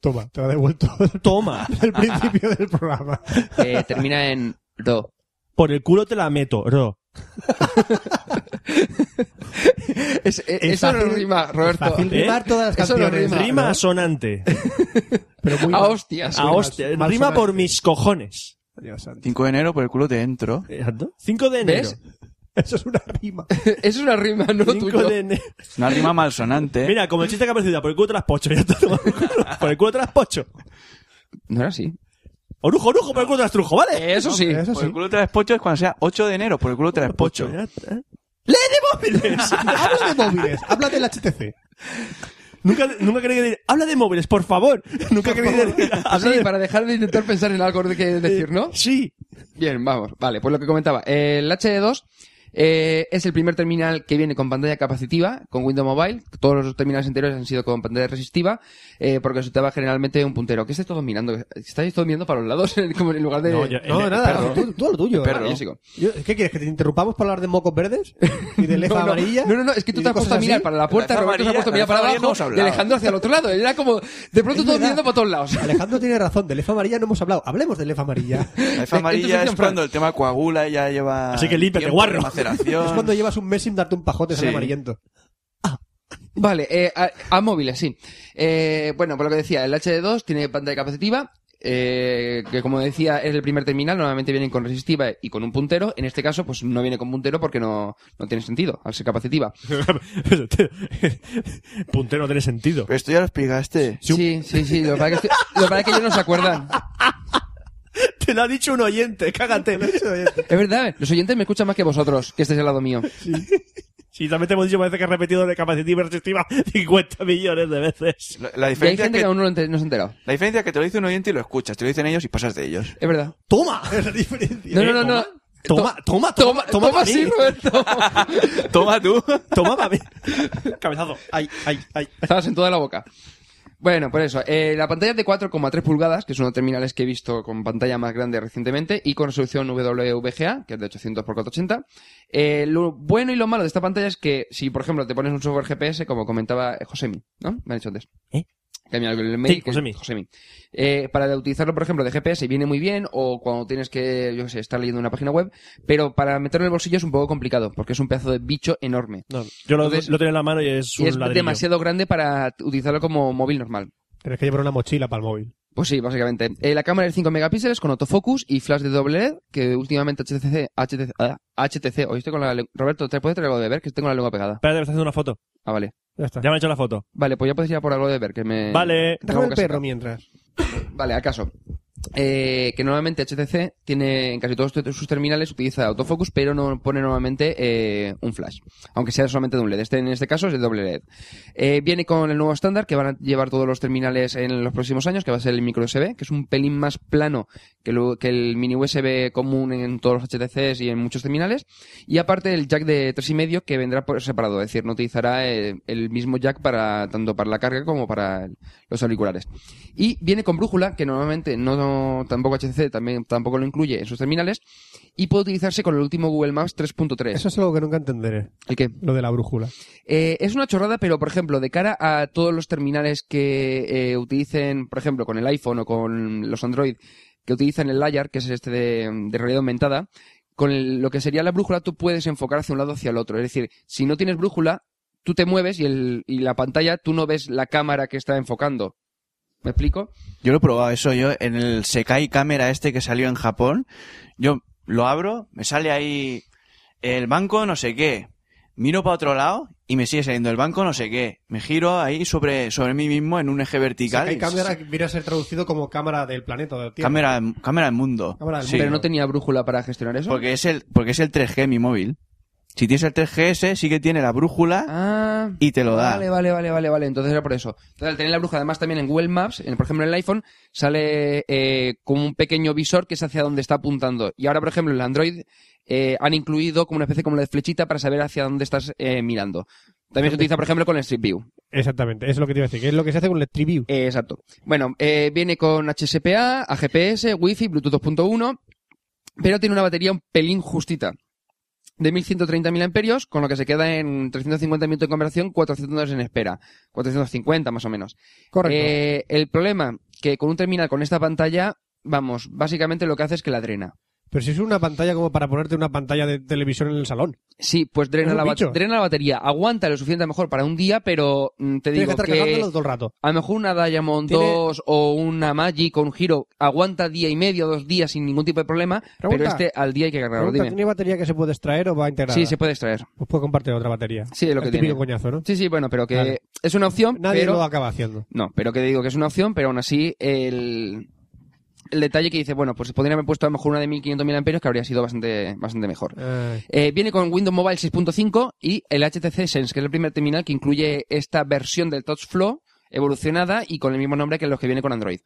Toma, te lo ha devuelto *laughs* Toma. al principio del programa. Eh, termina en do. Por el culo te la meto, ro. *laughs* Es- eh, eso fácil- no rima, Roberto. Fácil ¿Eh? rimar todas las Eso no canciones. rima. Rima ¿no? *laughs* sonante. Pero muy A mal. hostias. A mal- hostia. mal Rima por sonante. mis cojones. Dios santo. 5 de enero por el culo te entro. Exacto. 5 de enero. *laughs* ¿Ves? Eso es una rima. Eso *laughs* es una rima, no *laughs* lo 5 tuyo. ¿Eh? de enero. Una rima malsonante. Mira, como el chiste que ha aparecido, por el culo te las pocho. Ya está, toma por el culo. por el culo te las pocho. No era así. Orujo, orujo, por el culo te las trujo, ¿vale? Eh, Eso sí. Eso por sí. el culo te las pocho es cuando sea 8 de enero. Por el culo te las pocho. Ya está. ¿eh? ¡Lee de móviles! Habla de móviles, habla del HTC. nunca, nunca quería decir, habla de móviles, por favor. *laughs* Nunca quería decir, habla Sí, de- para dejar de intentar pensar en algo de que decir, ¿no? Sí. Bien, vamos. Vale, pues lo que comentaba. El HD2 eh, es el primer terminal que viene con pantalla capacitiva, con Windows Mobile. Todos los terminales anteriores han sido con pantalla resistiva, eh, porque resultaba generalmente un puntero. ¿Qué estáis todos mirando? ¿Estáis todos mirando para los lados *laughs* en, como en lugar de...? No, yo- Eh, No, El- nada, perro. tú, tú a lo tuyo. Vale, yo sigo. Yo- ¿Qué quieres? ¿Que te interrumpamos para hablar de mocos verdes? ¿Y de lefa *laughs* No, no, amarilla? No, no, no, es que tú ¿Y te de has puesto cosas a mirar así? para la puerta, La Roberto se ha amarilla- puesto a mirar la para amarilla no abajo hemos y hablado. Alejandro hacia el otro lado. Era como, de pronto Es todos verdad. mirando para todos lados. Alejandro tiene razón, de lefa amarilla no hemos hablado. Hablemos de lefa amarilla. La F amarilla Entonces, es cuando el tema coagula y ya lleva. Así que límpiate, tiempo guarro. de maceración. Es cuando llevas un mes sin darte un pajote, sale Sí. amarillento. Vale, eh, a, a móviles, sí. Eh, bueno, por lo que decía, el HD2 tiene pantalla capacitiva, eh, que como decía es el primer terminal, normalmente vienen con resistiva y con un puntero. En este caso, pues no viene con puntero porque no, no tiene sentido, al ser capacitiva. *laughs* Puntero no tiene sentido. Pero esto ya lo este. explicaste. Sí, sí, sí, lo que pasa es que, lo que, pasa es que ellos no se acuerdan. Te lo ha dicho un oyente, cágate. Es verdad, los oyentes me escuchan más que vosotros, que estáis al lado mío. Sí, también te hemos dicho, parece que has repetido de capacitiva y resistiva 50 millones de veces. La, la Y hay diferencia es gente que, que, aún no, lo ente- no se ha enterado. la diferencia es que te lo dice un oyente y lo escuchas. Te lo dicen ellos y pasas de ellos. Es verdad. *laughs* ¡Toma! No, no, no, no. Eh, Toma, toma, toma, Toma, toma, pa' mí. sí, Roberto. Toma tú. *laughs* Toma pa' mí. Cabezazo. Ay, ay, ay. Estabas en toda la boca. Bueno, por eso. eh, la pantalla es de 4,3 pulgadas, que es uno de los terminales que he visto con pantalla más grande recientemente, y con resolución WVGA, que es de 800x480. Eh, lo bueno y lo malo de esta pantalla es que, si por ejemplo te pones un software GPS, como comentaba eh, Josemi, ¿no? Me han dicho antes. ¿Eh? Que mira, el Sí, mail, que- Josemi. Josemi. Eh, para utilizarlo, por ejemplo, de GPS viene muy bien, o cuando tienes que, yo qué sé, estar leyendo una página web, pero para meterlo en el bolsillo es un poco complicado, porque es un pedazo de bicho enorme. No, yo lo, Entonces- lo tengo en la mano y es un Y es ladrillo. demasiado grande para utilizarlo como móvil normal. Tienes que llevar una mochila para el móvil. Pues sí, básicamente. Eh, la cámara es 5 megapíxeles con autofocus y flash de doble LED, que últimamente HTC, HTC, ah, HTC, oíste con la le- Roberto, ¿te puedes traer algo de ver? Que tengo la lengua pegada. Espérate, me estás haciendo una foto. Ah, vale. Ya está. Ya me han hecho la foto. Vale, pues ya puedes ir a por algo de ver, que me... Vale. que tengo Déjame el que perro mientras. sacar. Vale, acaso. Eh, que normalmente HTC tiene, en casi todos sus terminales utiliza autofocus, pero no pone normalmente eh, un flash. Aunque sea solamente de un LED. Este, en este caso es de doble LED. Eh, viene con el nuevo estándar que van a llevar todos los terminales en los próximos años, que va a ser el micro USB, que es un pelín más plano que, lo- que el mini USB común en todos los HTCs y en muchos terminales. Y aparte el jack de 3,5 que vendrá por separado, es decir, no utilizará eh, el mismo jack para tanto para la carga como para el- los auriculares. Y viene con brújula, que normalmente no tampoco HTC también, tampoco lo incluye en sus terminales, y puede utilizarse con el último Google Maps 3.3. Eso es algo que nunca entenderé, ¿El qué? lo de la brújula. Eh, es una chorrada, pero por ejemplo, de cara a todos los terminales que eh, utilicen, por ejemplo, con el iPhone o con los Android, que utilizan el LiDAR, que es este de, de realidad aumentada, con el- lo que sería la brújula tú puedes enfocar hacia un lado o hacia el otro. Es decir, si no tienes brújula, tú te mueves y, el, y la pantalla tú no ves la cámara que está enfocando. ¿Me explico? Yo lo he probado eso yo en el Sekai Camera este que salió en Japón. Yo lo abro, me sale ahí el banco no sé qué. Miro para otro lado y me sigue saliendo el banco no sé qué. Me giro ahí sobre, sobre mí mismo en un eje vertical. Sakai y- cámara que viene a ser traducido como cámara del planeta. Del tiempo. cámara, cámara del mundo. Cámara del Sí. mundo. Pero no tenía brújula para gestionar eso. Porque es el, porque es el 3G mi móvil. Si tienes el 3GS sí que tiene la brújula Ah, y te lo da. Vale, vale, vale, vale, vale. Entonces era por eso. Entonces, al tener la bruja, además también en Google Maps, en- por ejemplo en el iPhone, sale eh, como un pequeño visor que es hacia dónde está apuntando. Y ahora, por ejemplo, en el Android eh, han incluido como una especie como la de flechita para saber hacia dónde estás eh, mirando. *laughs* También se utiliza, por ejemplo, con el Street View. Exactamente, eso es lo que te iba a decir, que es lo que se hace con el Tree View. Eh, exacto. Bueno, eh, viene con HSPA, a GPS, Wi-Fi, Bluetooth 2.1, pero tiene una batería un pelín justita. De 1130 mil amperios, con lo que se queda en 350 minutos de conversación, 400 en espera. 450 más o menos. Correcto. Eh, el problema, que con un terminal con esta pantalla, vamos, básicamente lo que hace es que la drena. Pero si es una pantalla como para ponerte una pantalla de televisión en el salón. Sí, pues drena, Es un la, ba- bicho. drena la batería. Aguanta lo suficiente a lo mejor para un día, pero mm, Tienes te que digo estar cargándolo todo el rato. A lo mejor una Diamond Tiene- 2 o una Magic o un Giro aguanta día y medio, dos días sin ningún tipo de problema, Pregunta. pero este al día hay que cargarlo. Pregunta, Dime. ¿Tiene batería que se puede extraer o va integrada? Sí, se puede extraer. Pues puede compartir otra batería. Sí, es lo El que típico tiene. coñazo, ¿no? Sí, sí, bueno, pero que Claro. es una opción, Nadie pero... lo acaba haciendo. No, pero que digo que es una opción, pero aún así el, el detalle que dice, bueno, pues podría haber puesto a lo mejor una de 1500.000 amperios que habría sido bastante, bastante mejor. Ay. Eh, viene con Windows Mobile 6.5 y el HTC Sense, que es el primer terminal que incluye esta versión del Touch Flow evolucionada y con el mismo nombre que los que viene con Android.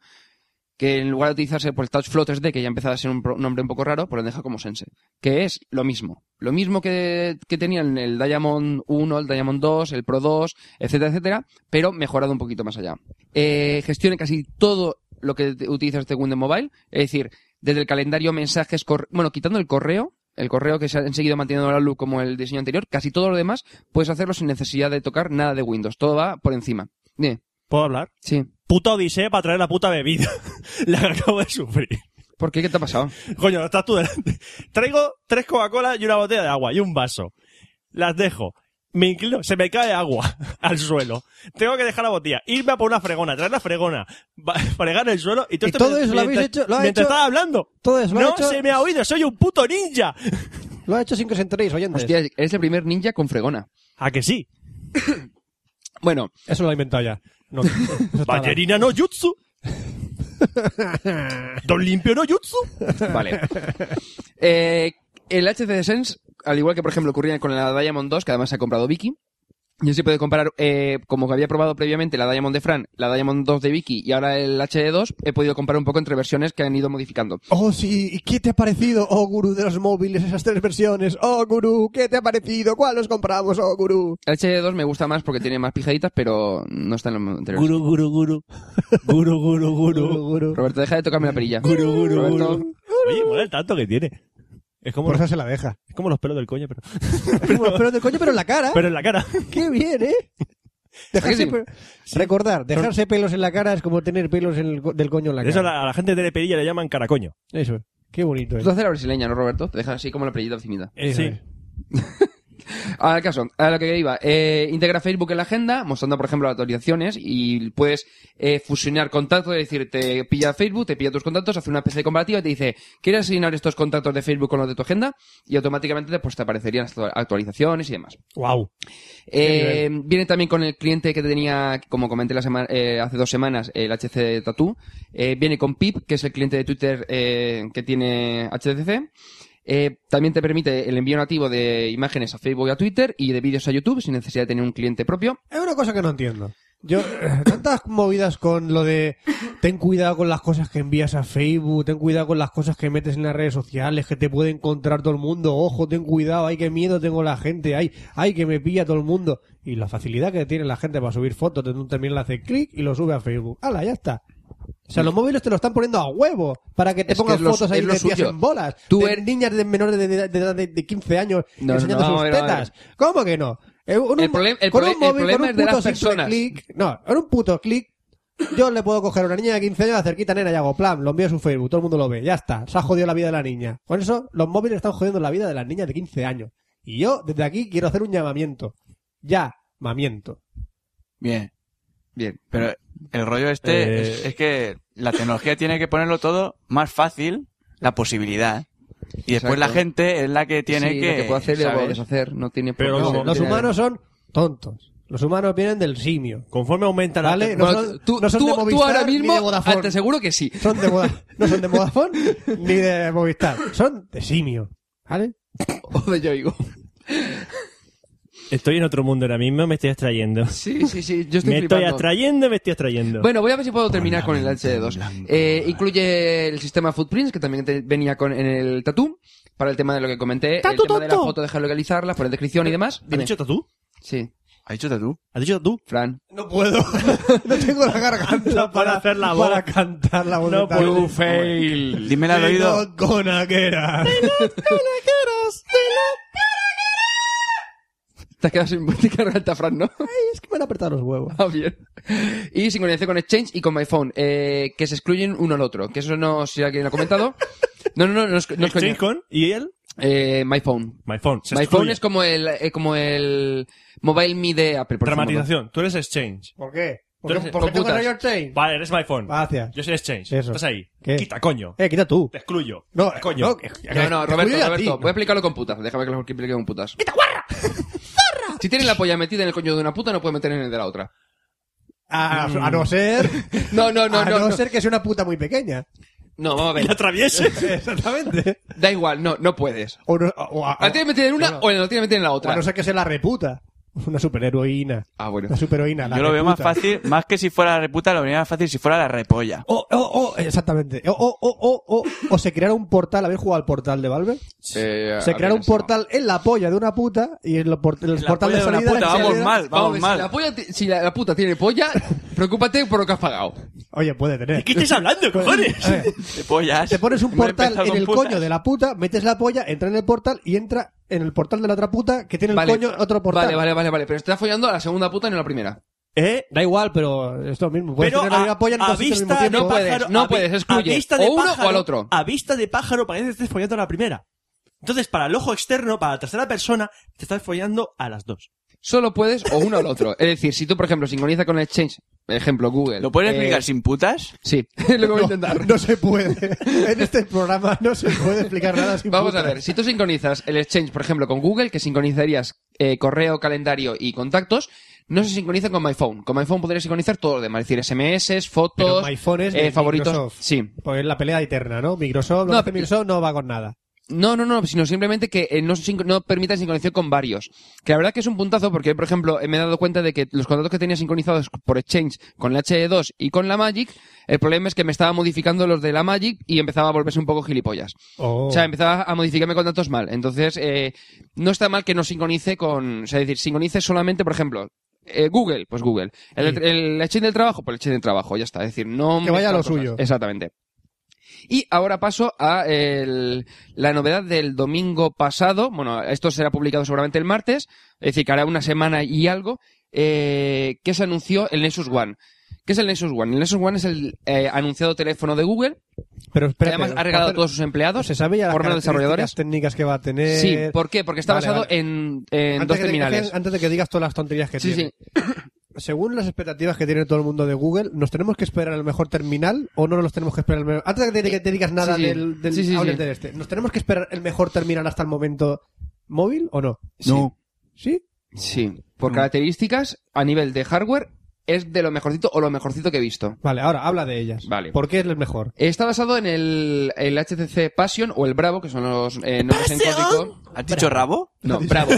Que en lugar de utilizarse por el Touch Flow 3D, que ya empezaba a ser un pro- nombre un poco raro, pues lo deja como Sense. Que es lo mismo. Lo mismo que, que tenían el Diamond 1, el Diamond 2, el Pro 2, etcétera, etcétera, pero mejorado un poquito más allá. Eh, gestiona casi todo lo que te- utiliza este Windows Mobile. Es decir, desde el calendario, mensajes, corre- bueno, quitando el correo, el correo que se han seguido manteniendo la luz como el diseño anterior, casi todo lo demás puedes hacerlo sin necesidad de tocar nada de Windows. Todo va por encima. Bien, ¿Puedo hablar? sí. Puta odisea para traer la puta bebida. *laughs* la que acabo de sufrir. ¿Por qué? ¿Qué te ha pasado? Coño, estás tú delante. Traigo tres Coca-Cola y una botella de agua y un vaso. Las dejo. Me inclino, se me cae agua *laughs* al suelo. Tengo que dejar la botella, irme a por una fregona, traer la fregona, va- *laughs* fregar el suelo y todo, ¿Y esto todo mientras- eso lo habéis mientras- hecho- lo ha mientras hecho- estaba hablando. Todo eso lo no ha hecho- se me ha oído, soy un puto ninja. Lo ha hecho sin que os enteréis, oyentes. Hostia, eres el primer ninja con fregona. ¿A que sí? Bueno, Eso lo ha inventado ya. No, eso está- Ballerina no jutsu. Don limpio no jutsu. Vale. Eh, el HTC Sense, al igual que por ejemplo ocurría con la Diamond 2, que además se ha comprado Vicky, yo sí puedo comparar, eh, como que había probado previamente la Diamond de Fran, la Diamond 2 de Vicky y ahora el HD2, he podido comparar un poco entre versiones que han ido modificando. Oh, sí, ¿y qué te ha parecido, oh gurú de los móviles, esas tres versiones? Oh, gurú, ¿qué te ha parecido? ¿Cuál os compramos, oh gurú? El HD2 me gusta más porque tiene más pijaditas, pero no está en los anteriores. Guru, guru, guru. Guru, guru, Gurú, guru. gurú. Roberto, deja de tocarme la perilla. Guru, guru, Roberto, guru. Oye, mola el tanto que tiene. Es como, Por los, eso se la deja. es como los pelos del coño, pero, Pero, pero de coño, pero en la cara. pero en la cara. Qué bien, ¿eh? Dejarse ¿A que sí? pe- Recordar, dejarse pelos en la cara es como tener pelos en el co- del coño en la cara. Eso a la, a la gente de Perilla le llaman caracoño. Eso es. Qué bonito ¿eh? es. Tú haces la brasileña, ¿no, Roberto? Te dejas así como la perillita encimita. Eso sí. es. Al caso, a lo que iba. Eh, integra Facebook en la agenda, mostrando, por ejemplo, las actualizaciones y puedes eh, fusionar contactos, es decir, te pilla Facebook, te pilla tus contactos, hace una especie de comparativa y te dice, ¿quieres asignar estos contactos de Facebook con los de tu agenda? Y automáticamente pues, te aparecerían las actualizaciones y demás. Wow. Eh, viene también con el cliente que tenía, como comenté la semana, eh, hace dos semanas, el HC Tattoo. Eh, viene con PIP, que es el cliente de Twitter eh, que tiene HTC. Eh, también te permite el envío nativo de imágenes a Facebook y a Twitter y de vídeos a YouTube sin necesidad de tener un cliente propio. Es una cosa que no entiendo. Yo, eh, tantas movidas con lo de ten cuidado con las cosas que envías a Facebook, ten cuidado con las cosas que metes en las redes sociales, que te puede encontrar todo el mundo, ojo, ten cuidado, ay, qué miedo tengo la gente, ay, ay, que me pilla todo el mundo. Y la facilidad que tiene la gente para subir fotos, te un terminal, hace clic y lo sube a Facebook. ¡Hala, ya está! O sea, los móviles te lo están poniendo a huevo para que te Es que pongas es lo- fotos ahí es lo de tías suyo. en bolas. Tú de eres- niñas de menores de, de- de- de- de 15 años No, enseñando no, sus no, no, no. tetas. ¿Cómo que no? Eh, un- El problem- el con problem- un móvil, el problema con un es de las puto simple personas. clic, no, con un puto clic Yo le puedo coger a una niña de 15 años, la cerquita nena y hago plan, lo envío a su Facebook, todo el mundo lo ve, ya está, se ha jodido la vida de la niña. Con eso, los móviles están jodiendo la vida de las niñas de 15 años. Y yo, desde aquí, quiero hacer un llamamiento. Ya, mamiento. Bien. Bien. Pero el rollo este Eh. es, es que la tecnología tiene que ponerlo todo más fácil, la posibilidad. Y después Exacto. la gente es la que tiene Sí, que. lo puede hacer y lo puede ¿sabes? deshacer. No tiene Pero por qué como ser- Los tiene- humanos son tontos. Los humanos vienen del simio. Conforme aumenta la... Vale, eh, no Bueno, son- tú, no son tú- de tú Movistar ahora ni mismo, de Vodafone. ah, te aseguro que sí. *laughs* Son de Voda- no son de Vodafone ni de Movistar. Son de simio. ¿Vale? O de Yoigo. Estoy en otro mundo ahora mismo, me estoy extrayendo. Sí, sí, sí. Yo estoy Me estoy flipando. atrayendo, me estoy extrayendo. Bueno, voy a ver si puedo terminar con el HD2. Eh, incluye el sistema Footprints, que también te- venía con, en el Tattoo, para el tema de lo que comenté, el Tatu, tema de la tonto. foto, dejar localizarla, poner descripción y demás. ¿Has Dime. dicho tú? Sí, ¿Ha dicho tú? ¿Has dicho tú? Fran. *laughs* No puedo. *laughs* no tengo la garganta No puedo para hacer la voz. Para cantar la voz. No de tal- puedo. fail. Dímela al De oído. los conaqueras. Te has quedado sin te garganta, Fran, ¿no? *laughs* Ay, es que me han apretado los huevos. Ah, bien. Y sincronización con Exchange y con MyPhone, eh, que se excluyen uno al otro. Que eso no, si alguien lo *laughs* ha comentado. No, no, no, no es, no es Exchange coña. con y él, Eh, MyPhone. my phone. Se MyPhone excluye. es como el, eh, como el Mobile Me de Apple, por ejemplo. Dramatización. Tú eres Exchange. ¿Por qué? Tú ¿Por qué, eres- por qué tengo computas. el Royal Chain? Vale, eres my phone. Gracias. Yo soy Exchange. Eso. Estás ahí. ¿Qué? Quita, coño. Eh, quita tú. Te excluyo. *laughs* No, coño. no, que- No, no, te Roberto, excluyo yo a Roberto, pues- ti. voy a explicarlo con putas. Déjame que lo explique con putas. ¡Quita guarra! *laughs* ¡Zorra! Si tienes la polla metida en el coño de una puta, no puedes meter en el de la otra. A, a no ser. No, no, no, a Ah, no. no, No, ser que sea una puta muy pequeña. No, vamos a Y la ver. atravieses. Exactamente. Da igual, no, no puedes. O no, o a- La tienes metida en una o la tienes metida en la o a otra. no ser que sea la reputa. Una superheroína. Ah, bueno. La superheroína. la Yo lo veo más reputa. fácil, más que si fuera la reputa, lo vería más fácil si fuera la repolla. Oh, oh, oh, exactamente. Oh, oh, oh, oh, oh. O se creara un portal. ¿Habéis jugado al portal de Valve? Eh, a se creara ver, un eso no. portal en la polla de una puta y en lo por- el La portal polla de de una salida. puta, en vamos salida- mal. Vamos, a ver, mal. Si la, polla ti- si la- la puta tiene *laughs* polla, preocúpate por lo que has pagado. Oye, puede tener. ¿De qué estás hablando, cojones? A ver, Repollas. te pones un Hemos portal empezado en con el putas. coño de la puta, metes la polla, entra en el portal y entra en el portal de la otra puta que tiene el Vale. coño otro portal. Vale, vale, vale, vale. Pero estás follando a la segunda puta y no a la primera. ¿Eh? Da igual, pero es lo mismo. Puedes Pero tener la misma polla en a dos sitios al mismo vista de tiempo. no puedes, pájaro- no a vi- puedes, excluye. a vista de O uno pájaro- o al otro. A vista de pájaro parece que estés follando a la primera. Entonces, para el ojo externo, para la tercera persona, te estás follando a las dos. Solo puedes o uno al otro. Es decir, si tú, por ejemplo, sincronizas con el Exchange, ejemplo, Google. ¿Lo puedes eh, explicar sin putas? Sí, *laughs* es lo que voy a intentar. No, no se puede. *laughs* En este programa no se puede explicar nada sin Vamos a putas. ver, si tú sincronizas el Exchange, por ejemplo, con Google, que sincronizarías eh, correo, calendario y contactos, no se sincroniza con MyPhone. Con MyPhone podrías sincronizar todo lo demás, es decir, SMS, Pero fotos, MyPhone es de eh, favoritos. Microsoft. Sí. Porque es la pelea eterna, ¿no? Microsoft, lo No, que hace pero- Microsoft no va con nada. No, no, no, sino simplemente que eh, no, sin- no permita sincronización con varios. Que la verdad que es un puntazo porque, por ejemplo, eh, me he dado cuenta de que los contratos que tenía sincronizados por Exchange con la HE2 y con la Magic, el problema es que me estaba modificando los de la Magic y empezaba a volverse un poco gilipollas. Oh. O sea, empezaba a modificarme contratos mal. Entonces, eh, no está mal que no sincronice con... O sea, es decir, sincronice solamente, por ejemplo... eh, Google, pues Google. El, el exchange del trabajo, pues el exchange del trabajo, ya está. Es decir, no. Que vaya mezclar lo cosas. suyo. Exactamente. Y ahora paso a el- la novedad del domingo pasado. Bueno, esto será publicado seguramente el martes, es decir, que hará una semana y algo, eh, que se anunció el Nexus One. ¿Qué es el Nexus One? El Nexus One es el eh, anunciado teléfono de Google, pero que espérate, además ha regalado a Apple- todos sus empleados, ¿Se sabe ya las por menos características desarrolladores. técnicas que va a tener? Sí, ¿por qué? Porque está Eh, Vale, basado vale. en, en Antes dos que- terminales. antes de que digas todas las tonterías que Sí, tiene. sí. Según las expectativas que tiene todo el mundo de Google, ¿nos tenemos que esperar el mejor terminal o no nos tenemos que esperar el mejor? Antes de que te, que te digas nada Sí, sí. del, del Sí, sí, outlet sí. del este, ¿nos tenemos que esperar el mejor terminal hasta el momento móvil o no? No. ¿Sí? Mm. Sí. Por características, a nivel de hardware, es de lo mejorcito o lo mejorcito que he visto. Vale, ahora habla de ellas. Vale. ¿Por qué es el mejor? Está basado en el, el HTC Passion o el Bravo, que son los eh, nombres en código. ¿Has dicho rabo? No, Bravo.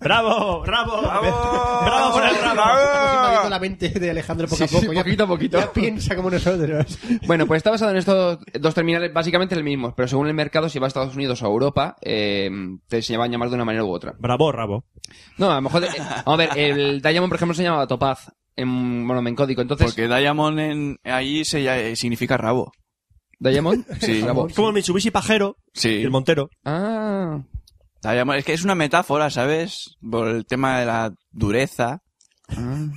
¡Bravo! ¡Bravo! ¡Bravo! por el rabo! Estamos invadiendo la mente de Alejandro poco Sí, a sí, poco. ya, poquito a poquito. ya piensa como nosotros. Bueno, pues está basado en estos dos terminales básicamente el mismo, pero según el mercado, si va a Estados Unidos o a Europa, eh, te se van a llamar de una manera u otra. Bravo, rabo. No, a lo mejor... eh, vamos a ver, el Diamond, por ejemplo, se llamaba Topaz, en, bueno, en código. Entonces, Porque Diamond en, ahí se, ya- eh, significa rabo. ¿Diamond? Sí. Bravo. Es como el Mitsubishi pajero y Sí. el Montero. Ah, Diamond- Es que es una metáfora, ¿sabes? Por el tema de la dureza. Tienes,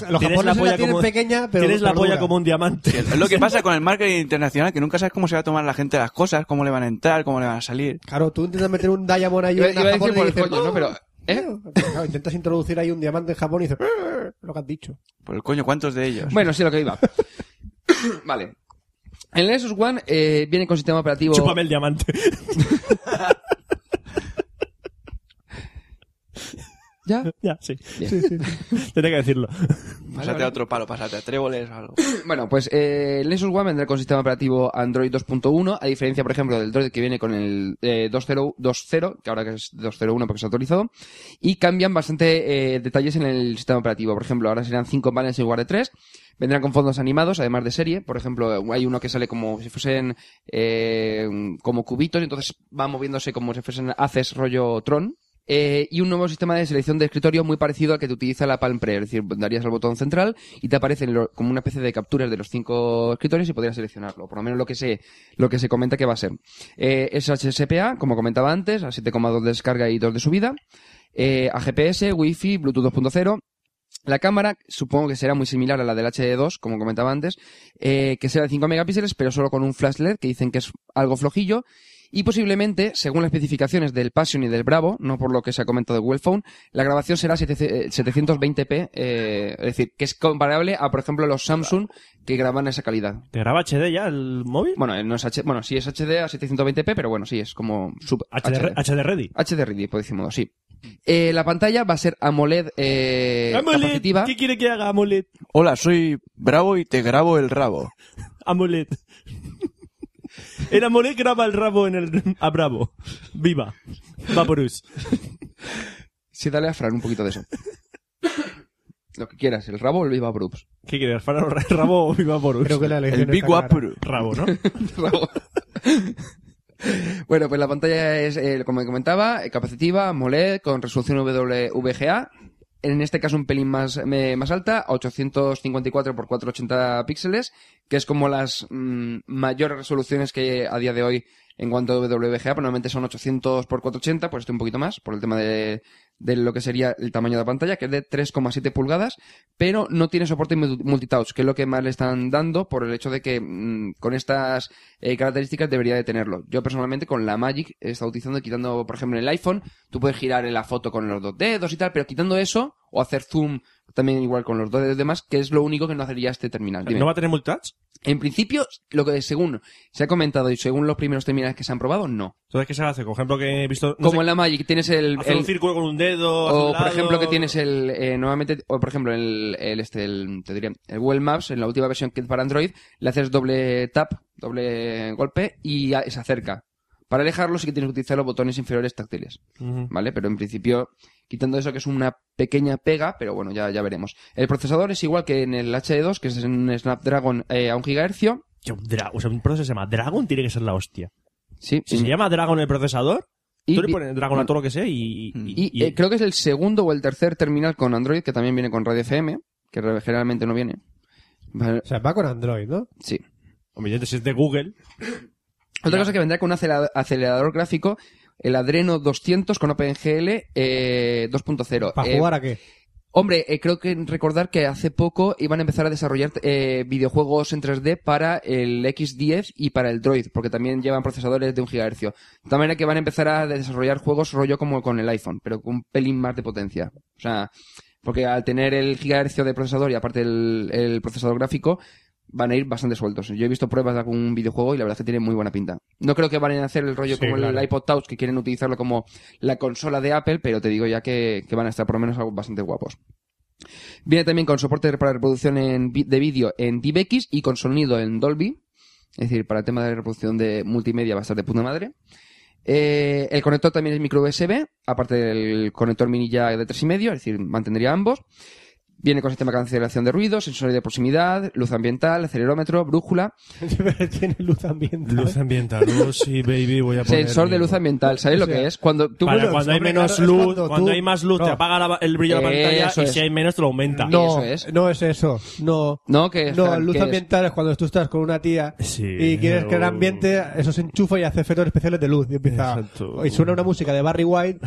Los- los tienes la japoneses polla la tienen como, pequeña, pero tienes la perdura. polla como un diamante. Es lo que pasa con el marketing internacional, que nunca sabes cómo se va a tomar la gente las cosas, cómo le van a entrar, cómo le van a salir. Claro, tú intentas meter un diamond ahí Iba- en iba a decir Japón por y el dices, coño, ¿no? Pero, ¿eh? tío". Claro, intentas introducir ahí un diamante en Japón y dices, "Brr", lo que has dicho. Por el Pues, coño, ¿cuántos de ellos? Bueno, sí, lo que iba. *coughs* vale. El Nexus One eh, viene con sistema operativo. Chúpame el diamante. ¿Ya? ya, sí. Bien. Sí, sí, *laughs* sí. Tenía que decirlo. pásate a otro palo, pásate a tréboles o algo. Bueno, pues eh, el Nexus One vendrá con sistema operativo Android 2.1, a diferencia, por ejemplo, del Droid que viene con el eh, 2.0, 2.0, que ahora que es 2.01 porque se ha actualizado, y cambian bastante eh, detalles en el sistema operativo. Por ejemplo, ahora serán 5 paneles en lugar de 3, vendrán con fondos animados, además de serie. Por ejemplo, hay uno que sale como si fuesen eh, como cubitos, y entonces va moviéndose como si fuesen haces rollo Tron, eh, y un nuevo sistema de selección de escritorio muy parecido al que te utiliza la Palm Pre. Es decir, darías al botón central y te aparecen lo- como una especie de capturas de los cinco escritorios y podrías seleccionarlo. Por lo menos lo que se, lo que se comenta que va a ser. Eh, es HSPA, como comentaba antes, a 7,2 de descarga y 2 de subida. Eh, a GPS, Wi-Fi, Bluetooth 2.0. La cámara supongo que será muy similar a la del HD2, como comentaba antes, eh, que será de 5 megapíxeles, pero solo con un flash LED, que dicen que es algo flojillo, y posiblemente, según las especificaciones del Passion y del Bravo, no por lo que se ha comentado de Google Phone, la grabación será 7- eh, 720p, eh, es decir, que es comparable a, por ejemplo, los Samsung que graban a esa calidad. ¿Te graba HD ya el móvil? Bueno, eh, no es H bueno, sí es HD a 720p, pero bueno, sí, es como sub HD, re- HD Ready. HD Ready, por decir modo, sí. Eh, la pantalla va a ser AMOLED, eh, AMOLED. capacitiva. ¿Qué quiere que haga AMOLED? Hola, soy Bravo y te grabo el rabo. *laughs* AMOLED. El AMOLED graba el rabo en el... A Bravo. Viva. Vaporus. Sí, dale a Fran un poquito de eso. lo que quieras, el rabo o el Viva Broops. ¿Qué quieres? ¿Fran o rabo o Viva Vaporus? Creo que la elección El Big está clara. Wapuru. Rabo, ¿no? Rabo. *laughs* bueno, pues la pantalla es, eh, como comentaba, eh, capacitiva, AMOLED, con resolución WVGA. En este caso un pelín más, me- más alta, 854 x 480 píxeles, que es como las mm, mayores resoluciones que a día de hoy en cuanto a WVGA, pues normalmente son 800 x 480, pues estoy un poquito más, por el tema de, de lo que sería el tamaño de la pantalla, que es de 3,7 pulgadas, pero no tiene soporte multi- multitouch, que es lo que más le están dando por el hecho de que mm, con estas eh, características debería de tenerlo. Yo personalmente con la Magic he estado utilizando, quitando, por ejemplo, en el iPhone, tú puedes girar en la foto con los dos dedos y tal, pero quitando eso, o hacer zoom también igual con los dos dedos y demás, que es lo único que no hacería este terminal. *laughs* Dime. ¿No va a tener multitouch? En principio, lo que según se ha comentado y según los primeros terminales que se han probado, no. Entonces, ¿qué se hace? Por ejemplo, que he visto... no Como sé, en la Magic tienes el, hacer el- un círculo con un dedo... hacia o un por lado. ejemplo que tienes el eh, nuevamente o por ejemplo el, el este el, te diría el Google Maps en la última versión que para Android le haces doble tap doble golpe y ya se acerca para alejarlo sí que tienes que utilizar los botones inferiores táctiles Ujú. vale pero en principio quitando eso que es una pequeña pega pero bueno ya ya veremos el procesador es igual que en el HD2 que es un Snapdragon eh, a un gigahercio Que un dra- O sea, un proceso se llama Dragon, tiene que ser la hostia. sí Si se llama Dragon el procesador, Y tú le vi- pones Dragon a todo lo que sea y... Y, eh, creo que es el segundo o el tercer terminal con Android que también viene con Radio FM, que re- generalmente no viene. Vale, O sea, va con Android, ¿no? sí. Hombre, ya te- si es de Google... Otra cosa que vendrá con un acela- acelerador gráfico, el Adreno 200 con OpenGL eh, 2.0. ¿Para Eh, jugar a qué? Hombre, eh, creo que recordar que hace poco iban a empezar a desarrollar eh, videojuegos en 3D para el X10 y para el Droid, porque también llevan procesadores de un gigahercio. De tal manera que van a empezar a desarrollar juegos rollo como con el iPhone, pero con un pelín más de potencia. O sea, porque al tener el gigahercio de procesador y aparte el, el procesador gráfico, van a ir bastante sueltos. Yo he visto pruebas de algún videojuego y la verdad es que tiene muy buena pinta. No creo que van a hacer el rollo Sí, como el claro. iPod Touch, que quieren utilizarlo como la consola de Apple, pero te digo ya que, que van a estar por lo menos algo bastante guapos. Viene también con soporte para reproducción en vi- de vídeo en DivX y con sonido en Dolby. Es decir, para el tema de reproducción de multimedia va a estar de puta madre. Eh, el conector también es micro USB, aparte del conector mini jack de 3,5, es decir, mantendría ambos. Viene con sistema de cancelación de ruidos, sensores de proximidad, luz ambiental, acelerómetro, brújula, Tiene luz ambiental. Luz ambiental, oh, sí, baby, voy a poner... sensor mi- de luz ambiental, ¿sabes O lo que sea, es? Cuando tú Para Bueno, cuando hay hombre, menos claro, es luz, cuando cuando, tú- hay más luz, te no. apaga la- el brillo de la pantalla Eh, Eso y es. si hay menos te lo aumenta. No, Eso es. no es eso. No. No, que es, No, Fran, luz ¿qué es? ambiental es cuando tú estás con una tía Sí. y quieres crear ambiente, eso se enchufa y hace efectos especiales de luz. Y empieza. Exacto. Y suena una música de Barry White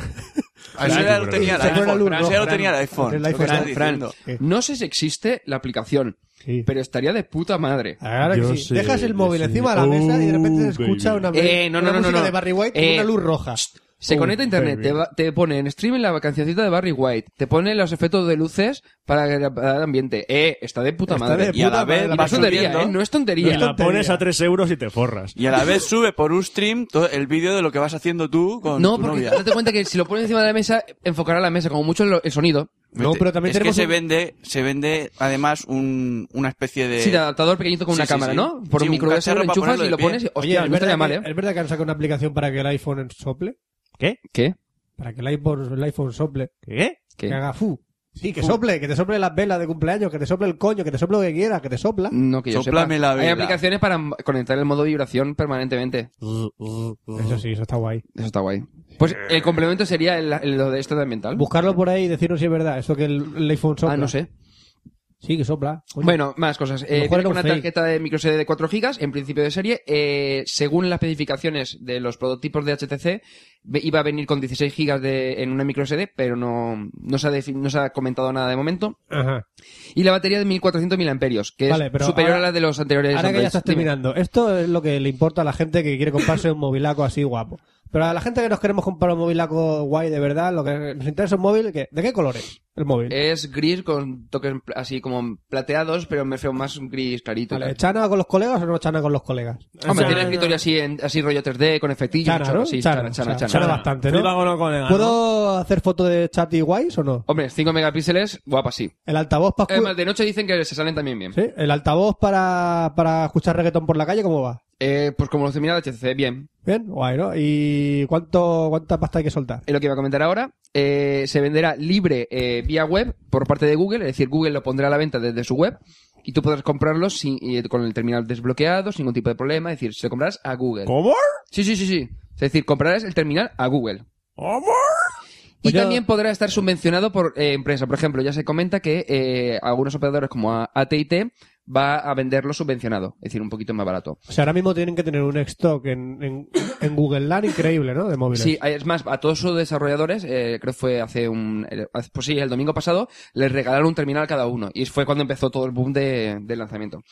Francia ya lo Claro. tenía el Se fue la iPhone. luz, Francia ¿no? ya lo tenía el iPhone. El lo que iPhone. estás Fran, Eh, Fran, diciendo. ¿Qué? No sé si existe la aplicación, Sí. pero estaría de puta madre. Claro que Yo sí. sé, Dejas el yo móvil sé. encima de la mesa y de repente se Oh, escucha baby. una, Eh, no, no, una no, no, música no. de Barry White con Eh, una luz roja. Se Oh, conecta a internet, baby. te, va- te pone en streaming la cancioncita de Barry White, te pone los efectos de luces para, para dar ambiente. Eh, está de puta Está madre. de Y a puta la madre, vez la No va es tontería, subiendo. ¿eh? No es Y tontería. la pones a 3 euros y te forras. Y a la vez sube por un stream todo el vídeo de lo que vas haciendo tú con No, tu porque novia. date cuenta que si lo pones encima de la mesa, enfocará la mesa, como mucho el, el sonido. No, pero también es que tenemos se un- vende, se vende además un, una especie de... Sí, de adaptador pequeñito con Eh, Sí, una sí, cámara, sí. ¿no? Por Sí, un un micro USB lo cacharro para enchufas ponerlo y de lo pie. pones. y- Oye, Hostia, ¿es no estaría verdad, mal, que, ¿eh? ¿es verdad que han sacado una aplicación para que el iPhone sople? ¿Qué? Para que el iPhone, el iPhone sople. ¿Qué? ¿Qué? Que haga fu. Sí, que sople, que te sople las velas de cumpleaños, que te sople el coño, que te sople lo que quieras, que te sopla. No, que yo Sóplame sepa. la Hay vela. aplicaciones para m- conectar el modo vibración permanentemente. Eso sí, eso está guay. Eso está guay. Pues el complemento sería el, el- lo de esto de ambiental. Buscarlo por ahí y decirnos si es verdad, eso que el, el iPhone sopla. Ah, no sé. Sí, que sopla. Oye, Bueno, más cosas. mejor Eh, viene era con un una fake. tarjeta de micro SD de 4 GB, en principio de serie. Eh, según las especificaciones de los prototipos de HTC, ve- iba a venir con 16 GB de, en una micro SD, pero no, no, se ha defin- no se ha comentado nada de momento. Ajá. Y la batería de 1400 miliamperios, que Vale, es pero superior ahora- a la de los anteriores. Ahora que ya Androids. estás Dime. terminando, esto es lo que le importa a la gente que quiere comprarse un movilaco así guapo. Pero a la gente que nos queremos comprar un movilaco guay de verdad, lo que nos interesa es un móvil, que, ¿de qué color es el móvil? Es gris con toques pl- así como plateados, pero me feo más gris clarito. Vale, claro. ¿Chana con los colegas o no chana con los colegas? Hombre, Chana. tiene escritorio así, en, así rollo 3D, con efectillos. Chana, chorro, ¿no? sí, Chana, chana, chana, chana. chana. Chana bastante, ¿no? Flipa con lo colega, Ah, ¿no? ¿Puedo hacer foto de chat y guays o no? Hombre, 5 megapíxeles, guapa, sí. El altavoz para Además, Eh, de noche dicen que se salen también bien. ¿Sí? ¿El altavoz para, para escuchar reggaetón por la calle cómo va? Eh, pues como lo termina el HTC, bien. ¿Bien? Guay, ¿no? ¿Y cuánto, cuánta pasta hay que soltar? Es lo que iba a comentar ahora. Eh, se venderá libre eh, vía web por parte de Google, es decir, Google lo pondrá a la venta desde su web y tú podrás comprarlo sin, y eh, con el terminal desbloqueado, sin ningún tipo de problema. Es decir, se lo comprarás a Google. ¿Cómo? Sí, sí, sí, sí. Es decir, comprarás el terminal a Google. ¿Cómo? Y Pues yo- también podrá estar subvencionado por eh, empresa. Por ejemplo, ya se comenta que eh, algunos operadores como a- AT&T va a venderlo subvencionado, es decir, un poquito más barato. O sea, ahora mismo tienen que tener un stock en, en, en Google Land increíble, ¿no? De móviles. Sí, es más, a todos sus desarrolladores, eh, creo que fue hace un... el- hace- Pues sí, el domingo pasado, les regalaron un terminal cada uno. Y fue cuando empezó todo el boom de, del lanzamiento.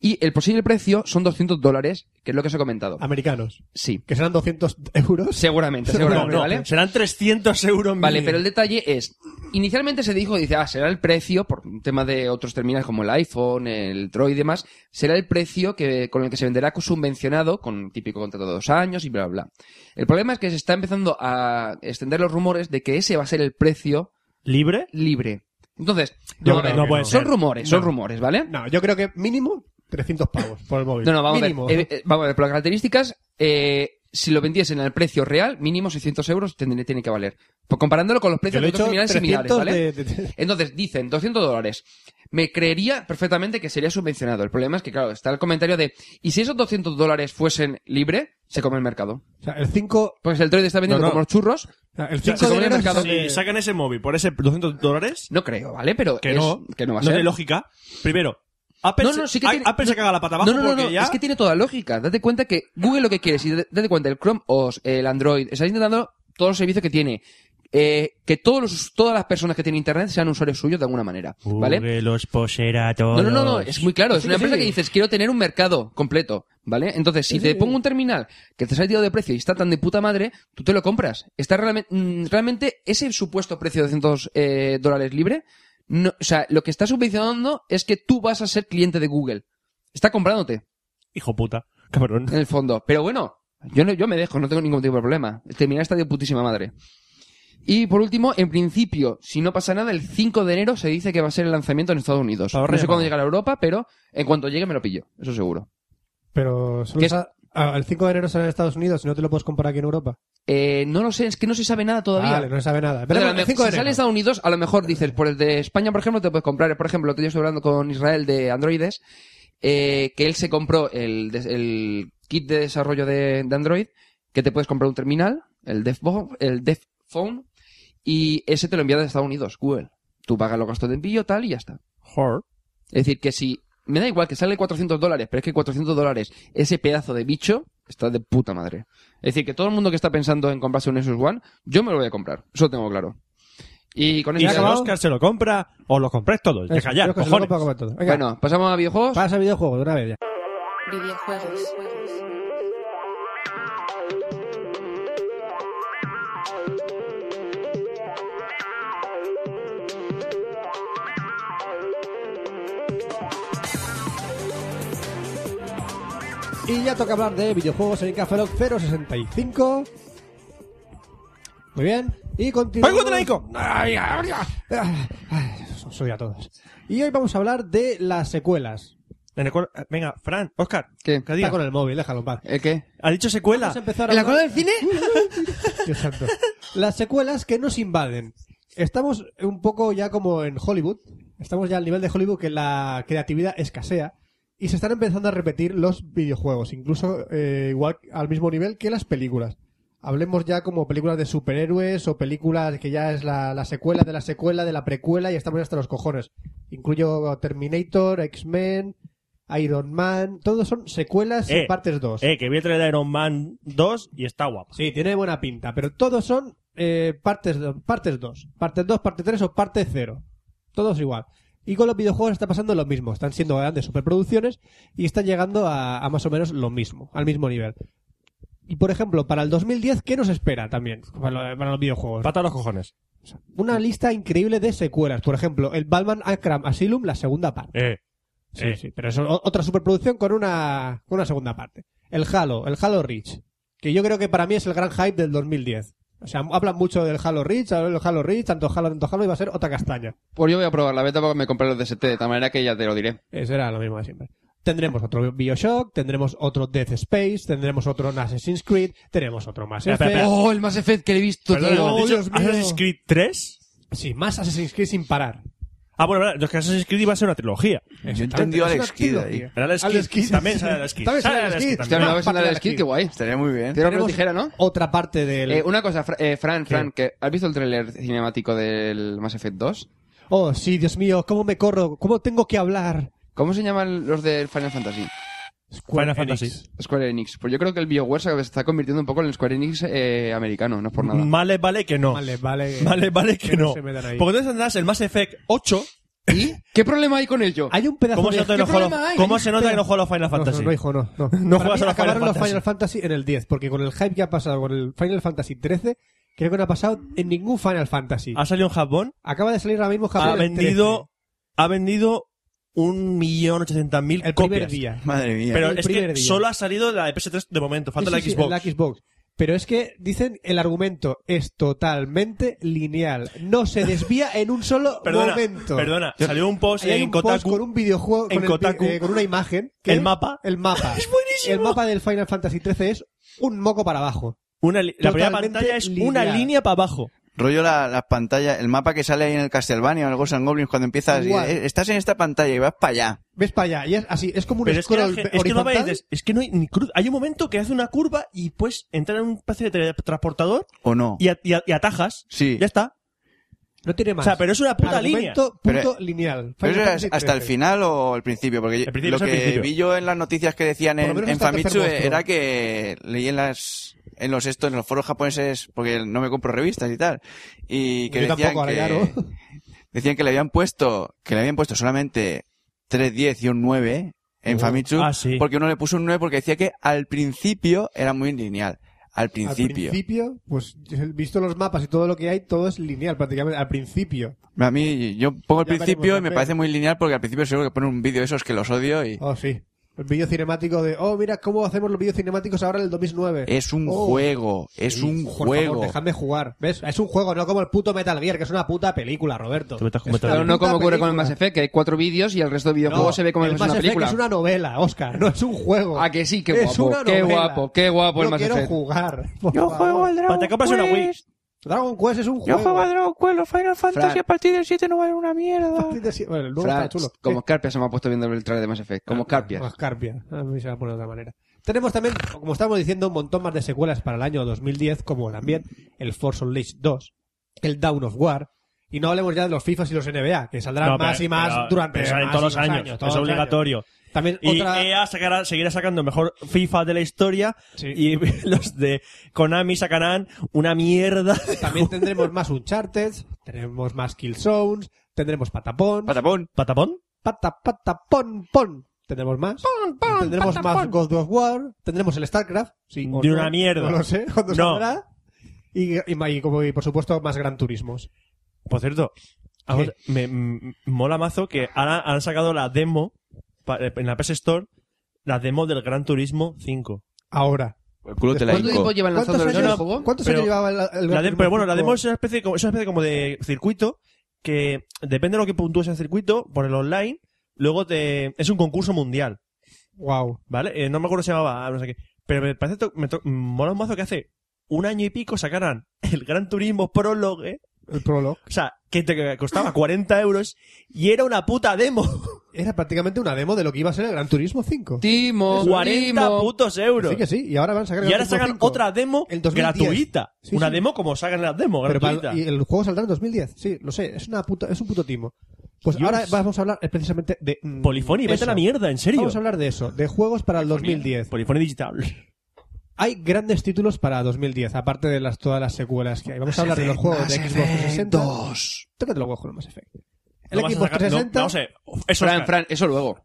Y el posible precio son 200 dólares, que es lo que os he comentado. Ah. Americanos. Sí. Que serán 200 euros. Seguramente, No, seguramente, no, ¿vale? serán 300 euros Vale, mínimo. pero el detalle es, inicialmente se dijo, dice, ah, será el precio, por un tema de otros terminales como el iPhone, el Droid y demás, será el precio que, con el que se venderá subvencionado, con un típico contrato de dos años y bla, bla, bla. El problema es que se está empezando a extender los rumores de que ese va a ser el precio ¿Libre? libre. Entonces, Yo no, creo no, que no. son ser. rumores, son No. rumores, ¿vale? No, yo creo que mínimo 300 pavos por el móvil. No, no, vamos mínimo. a ver. Eh, eh, vamos a ver, por las características, eh, si lo vendiesen al precio real, mínimo 600 euros tendría, tiene que valer. Pues comparándolo con los Yo precios lo de he otros hecho terminales 300 similares, de- ¿vale? de- de- Entonces dicen 200 dólares. Me creería perfectamente que sería subvencionado. El problema es que, claro, está el comentario de, ¿y si esos 200 dólares fuesen libre? Se come el mercado. o sea, el 5... Pues el droid está vendiendo No, no. como los churros. o sea, El sea, 5 se de come el enero mercado. sale- Si sacan ese móvil por ese 200 dólares, No creo, ¿vale? Pero que es- no, que no va a tiene ser. lógico. Primero, Apple, No, se- no, sí que a- tiene- Apple se caga la pata abajo no, no, no, porque no, ya... es que tiene toda lógica. Date cuenta que Google lo que quiere, si date cuenta, el Chrome OS, el Android, está intentando todos los servicios que tiene. eh, que todos los- todas las personas que tienen internet sean usuarios suyos de alguna manera, ¿vale? los poseerá No, no, no, no, es muy claro. Es Sí, una sí, empresa sí. que dices, quiero tener un mercado completo, ¿vale? Entonces, si Sí, te sí. pongo un terminal que te ha tirado de precio y está tan de puta madre, tú te lo compras. Está realmente, mm, realmente ese supuesto precio de 200 eh, dólares libre, no, o sea, lo que está subvencionando es que tú vas a ser cliente de Google. Está comprándote, Hijo puta, cabrón. en el fondo. Pero bueno, yo, no, yo me dejo, no tengo ningún tipo de problema. El terminal está de putísima madre. Y por último, en principio, si no pasa nada, el 5 de enero se dice que va a ser el lanzamiento en Estados Unidos. Ahorra No sé llamada. cuándo llegará a Europa, pero en cuanto llegue me lo pillo, eso seguro. Pero solo ¿Qué? sa- ah, el 5 de enero sale en Estados Unidos y no te lo puedes comprar aquí en Europa. Eh, no lo sé, es que no se sabe nada todavía. Vale, no se sabe nada. Pero Pero a lo el mejor- 5 de si sale enero. Estados Unidos, a lo mejor dices, por el de España, por ejemplo, te puedes comprar, por ejemplo, que yo estoy hablando con Israel de Androides, eh, que él se compró el, des- el kit de desarrollo de, de Android, que te puedes comprar un terminal, el DevBo- el DevPhone, y ese te lo envía de Estados Unidos, Google. Tú pagas los gastos de envío, tal, y ya está. Es decir, que si me da igual que sale 400 dólares, pero es que 400 dólares, ese pedazo de bicho, Está de puta madre. Es decir, que todo el mundo que está pensando en comprarse un Nexus One, yo me lo voy a comprar. Eso lo tengo claro. Y con Y esto si ya- acabado? Oscar se lo compra, o lo compréis todos. Deja ya, Yo que se lo cojones. compro a comer todo. Venga, Bueno, pasamos a videojuegos. pasa videojuego de una vez ya. Videojuegos. Y ya toca hablar de videojuegos en el Café Lock 065. Muy bien. Y continuamos. ¡Vengo de Naico! ¡Ay, ay, ay! Ah, ah, Os odio a todos. Y hoy vamos a hablar de las secuelas. En el cual- eh, Venga, Fran, Oscar. ¿Qué? ¿qué Está digas? con el móvil, déjalo en paz. ¿El qué? ¿Ha dicho secuela? Vamos a empezar ¿En la hablar- cola del *laughs* cine? Dios santo. Las secuelas que nos invaden. Estamos un poco ya como en Hollywood. Estamos ya al nivel de Hollywood que la creatividad escasea. Y se están empezando a repetir los videojuegos, incluso eh, igual al mismo nivel que las películas. Hablemos ya como películas de superhéroes o películas que ya es la, la secuela de la secuela, de la precuela y estamos hasta los cojones. Incluyo Terminator, X-Men, Iron Man, todos son secuelas y Eh, partes 2. Eh, que vi el trailer de Iron Man 2 y está guapo. Sí, tiene buena pinta, pero todos son eh, partes 2, partes 2, partes 2, parte 3 o parte 0. Todos igual. Y con los videojuegos está pasando lo mismo. Están siendo grandes superproducciones y están llegando a, a más o menos lo mismo, al mismo nivel. Y por ejemplo, para el 2010, ¿qué nos espera también para, lo- para los videojuegos? Pata a los cojones. Una lista increíble de secuelas. Por ejemplo, el Batman Akram Asylum, la segunda parte. Eh, Sí, eh. sí, pero es o- otra superproducción con una, con una segunda parte. El Halo, el Halo Reach, que yo creo que para mí es el gran hype del 2010. O sea, hablan mucho del Halo Reach, el Halo Reach, tanto Halo, tanto Halo, y va a ser otra castaña. Pues yo voy a probar la beta porque me compré los DST, de tal manera que ya te lo diré. Eso era lo mismo de siempre. Tendremos otro Bioshock, tendremos otro Death Space, tendremos otro Assassin's Creed, tenemos otro más. Espera, espera, ¡Oh, el Mass Effect que le he visto, Perdón, tío! Oh, ¿has dicho Dios mío. Assassin's Creed 3? Sí, más Assassin's Creed sin parar. Ah, bueno, verdad, los que Assassin's Creed iba a ser una trilogía. Yo entendí a Es una Alex Kidd ahí. trilogía. Era Alex Alex Kidd. Kidd. También sale Alex Kidd. También sale Sale Alex Alex Kidd. Kidd también. Hostia, una Una versión de parte de Alex Kidd, Alex qué guay. Estaría muy bien. Tiene una Tenemos- tijera, ¿no? Otra parte del... Eh, una cosa, Fra- eh, Fran, Fran, que ¿has visto el tráiler cinemático del Mass Effect 2? Oh, sí, Dios mío, cómo me corro, cómo tengo que hablar. ¿Cómo se llaman los del Final Fantasy? Final Fantasy. Square Enix. Pues yo creo que el BioWare se está convirtiendo un poco en el Square Enix eh, americano, no es por nada. Vale, vale que no. Vale, *laughs* vale. Vale, vale que Que no no. se me dan ahí. Porque entonces tendrás el Mass Effect 8. ¿Y qué problema hay con ello? Hay un pedazo ¿Cómo de... se nota que no ¿Qué juego problema hay? ¿Cómo Hay se un nota que pedazo- no juego a los Final No, Fantasy? No, no, hijo, no. No, No Para juegas mí a los acabaron Final los Fantasy. Final Fantasy en el 10, porque con el hype que ha pasado con el Final Fantasy 13, creo que no ha pasado en ningún Final Fantasy. Ha salido en Japón. Acaba de salir ahora mismo Japón Ah, Ha el 13, vendido, ha vendido un millón ochocientas mil el copias. primer día. Madre mía. Pero El es primer que día. solo ha salido la de PS3 de momento. Falta Sí, sí, sí, la Xbox. la Xbox. Pero es que dicen el argumento es totalmente lineal, no se desvía en un solo Perdona, momento. perdona. Salió un post Ahí hay Eh, en un post Kotaku. con un videojuego en con, el vi- Kotaku. eh, con una imagen que- El mapa. el mapa *laughs* Es buenísimo. el mapa del Final Fantasy 13 es un moco para abajo Una li- la primera Totalmente pantalla es una lineal. línea para abajo. Rollo la- las pantallas, el mapa que sale ahí en el Castlevania o el Ghost and Goblins cuando empiezas. y, Igual. eh, estás en esta pantalla y vas para allá. ves para allá y es así es como un Pero es que, la scroll gen- es que no horizontal veis, es- es que no hay ni cruz. Hay un momento que hace una curva y pues entrar en un espacio de tele- transportador ¿O no? y, a- y a- y atajas. Sí. Ya está. no tiene más O sea, pero es una puta línea. argumento Pero- punto lineal ¿Pero Final eso era Fantasy hasta el 13. final o el principio? Porque yo- El principio, lo es el que principio. vi yo en las noticias que decían Por lo en, menos en hasta el tercer Famitsu monstruo. era que leí en las en los estos, en los foros japoneses, porque no me compro revistas y tal, y que Yo decían tampoco, ahora que, ya no. *laughs* decían que le habían puesto, que le habían puesto solamente 3, 10 y un 9 en Oh. Famitsu, Ah, sí. porque uno le puso un 9 porque decía que al principio era muy lineal. Al al principio. principio pues visto los mapas y todo lo que hay todo es lineal prácticamente al principio A mí, yo pongo el Ya veremos, principio y me Pepe. parece muy lineal porque al principio seguro que ponen un vídeo de esos que los odio y oh sí el vídeo cinemático de oh mira cómo hacemos los vídeos cinemáticos ahora en el 2009 es un Oh. juego, es Sí, un por juego. Favor, dejadme jugar. ¿Ves? Es un juego, no como el puto Metal Gear, que es una puta película, Roberto. Tú me estás Es una comentando. Claro, no puta como ocurre con el película. Mass Effect, que hay cuatro vídeos y el resto de videojuegos No, se ve como el si fuese Mass una Effect película. Es una novela, Oscar, no es un juego. Ah, que sí, qué Es guapo, una qué novela. guapo, qué guapo el Yo Mass quiero Effect. jugar. por favor. Para te compras una Wii. Dragon Quest es un juego. Yo juego a Dragon Fran, Quest. Bueno, el nuevo Fran, está chulo. como Carpia se me ha puesto viendo el trailer de Mass Effect. Ah, Como Carpia. Más Carpia. A mí se va a poner de otra manera. Tenemos también, como estamos diciendo, un montón más de secuelas para el año 2010, como también el Force Unleashed 2, el Dawn of War, Y no hablemos ya de los FIFAs y los NBA, que saldrán No, más pero- y más pero- durante pero salen más todos los y más años, todos es los años. obligatorio. También Y E otra... EA sacará- seguirá sacando el mejor FIFA de la historia Sí. y *laughs* los de Konami sacarán una mierda. También tendremos más Uncharted, tendremos más Killzones, tendremos Patapón, Patapón. ¿Patapón? pata pata pon pon. Tendremos más. tendremos más God of War, tendremos el StarCraft, sí, o De una mierda. No lo sé, cuando No. saldrá. Y, y, y como, y, por supuesto más Gran Turismos. Por cierto, ahora me m- mola mazo que ahora han sacado la demo pa- en la PS Store, la demo del Gran Turismo 5. Ahora. El culo te la ¿Cuánto Nico. hinco. tiempo llevan ¿Cuántos lanzando el años, no, no, juego? ¿cuántos pero- años llevaba el, el La Gran de- Turismo pero bueno, la cinco? demo es una especie como, es una especie como de circuito que depende de lo que puntúes en el circuito por el online, luego te es un concurso mundial, Wow. ¿vale? Eh, no me acuerdo si se llamaba, no sé qué. Pero me parece to- me to- mola un mazo que hace un año y pico sacaran *laughs* el Gran Turismo Prologue, El prólogo. o sea, que te *laughs* costaba 40 euros y era una puta demo. Era prácticamente una demo de lo que iba a ser el Gran Turismo *laughs* 5. Timo, 40 Timo. putos euros. Sí que sí, y ahora van a sacar el Y ahora Gran Turismo sacan 5. otra demo El 2010. gratuita. Sí, una sí. demo como sacan las demos, Pero para- gratuita. y el juego saldrá en 2010. Sí, lo sé, es una puta, es un puto timo. Pues Dios. ahora vamos a hablar eh, precisamente de mm, Polifoni, vete eso. a la mierda, en serio. Vamos a hablar de eso, de juegos para el 2010. Polifoni digital. Hay grandes títulos para 2010, aparte de las, todas las secuelas que hay. Vamos a hablar de los juegos de Xbox 360. Tócate los huevos con el Mass Effect. El No vas a Xbox sacar- 360 No, no sé. Eso Fran, Oscar. Fran, eso luego.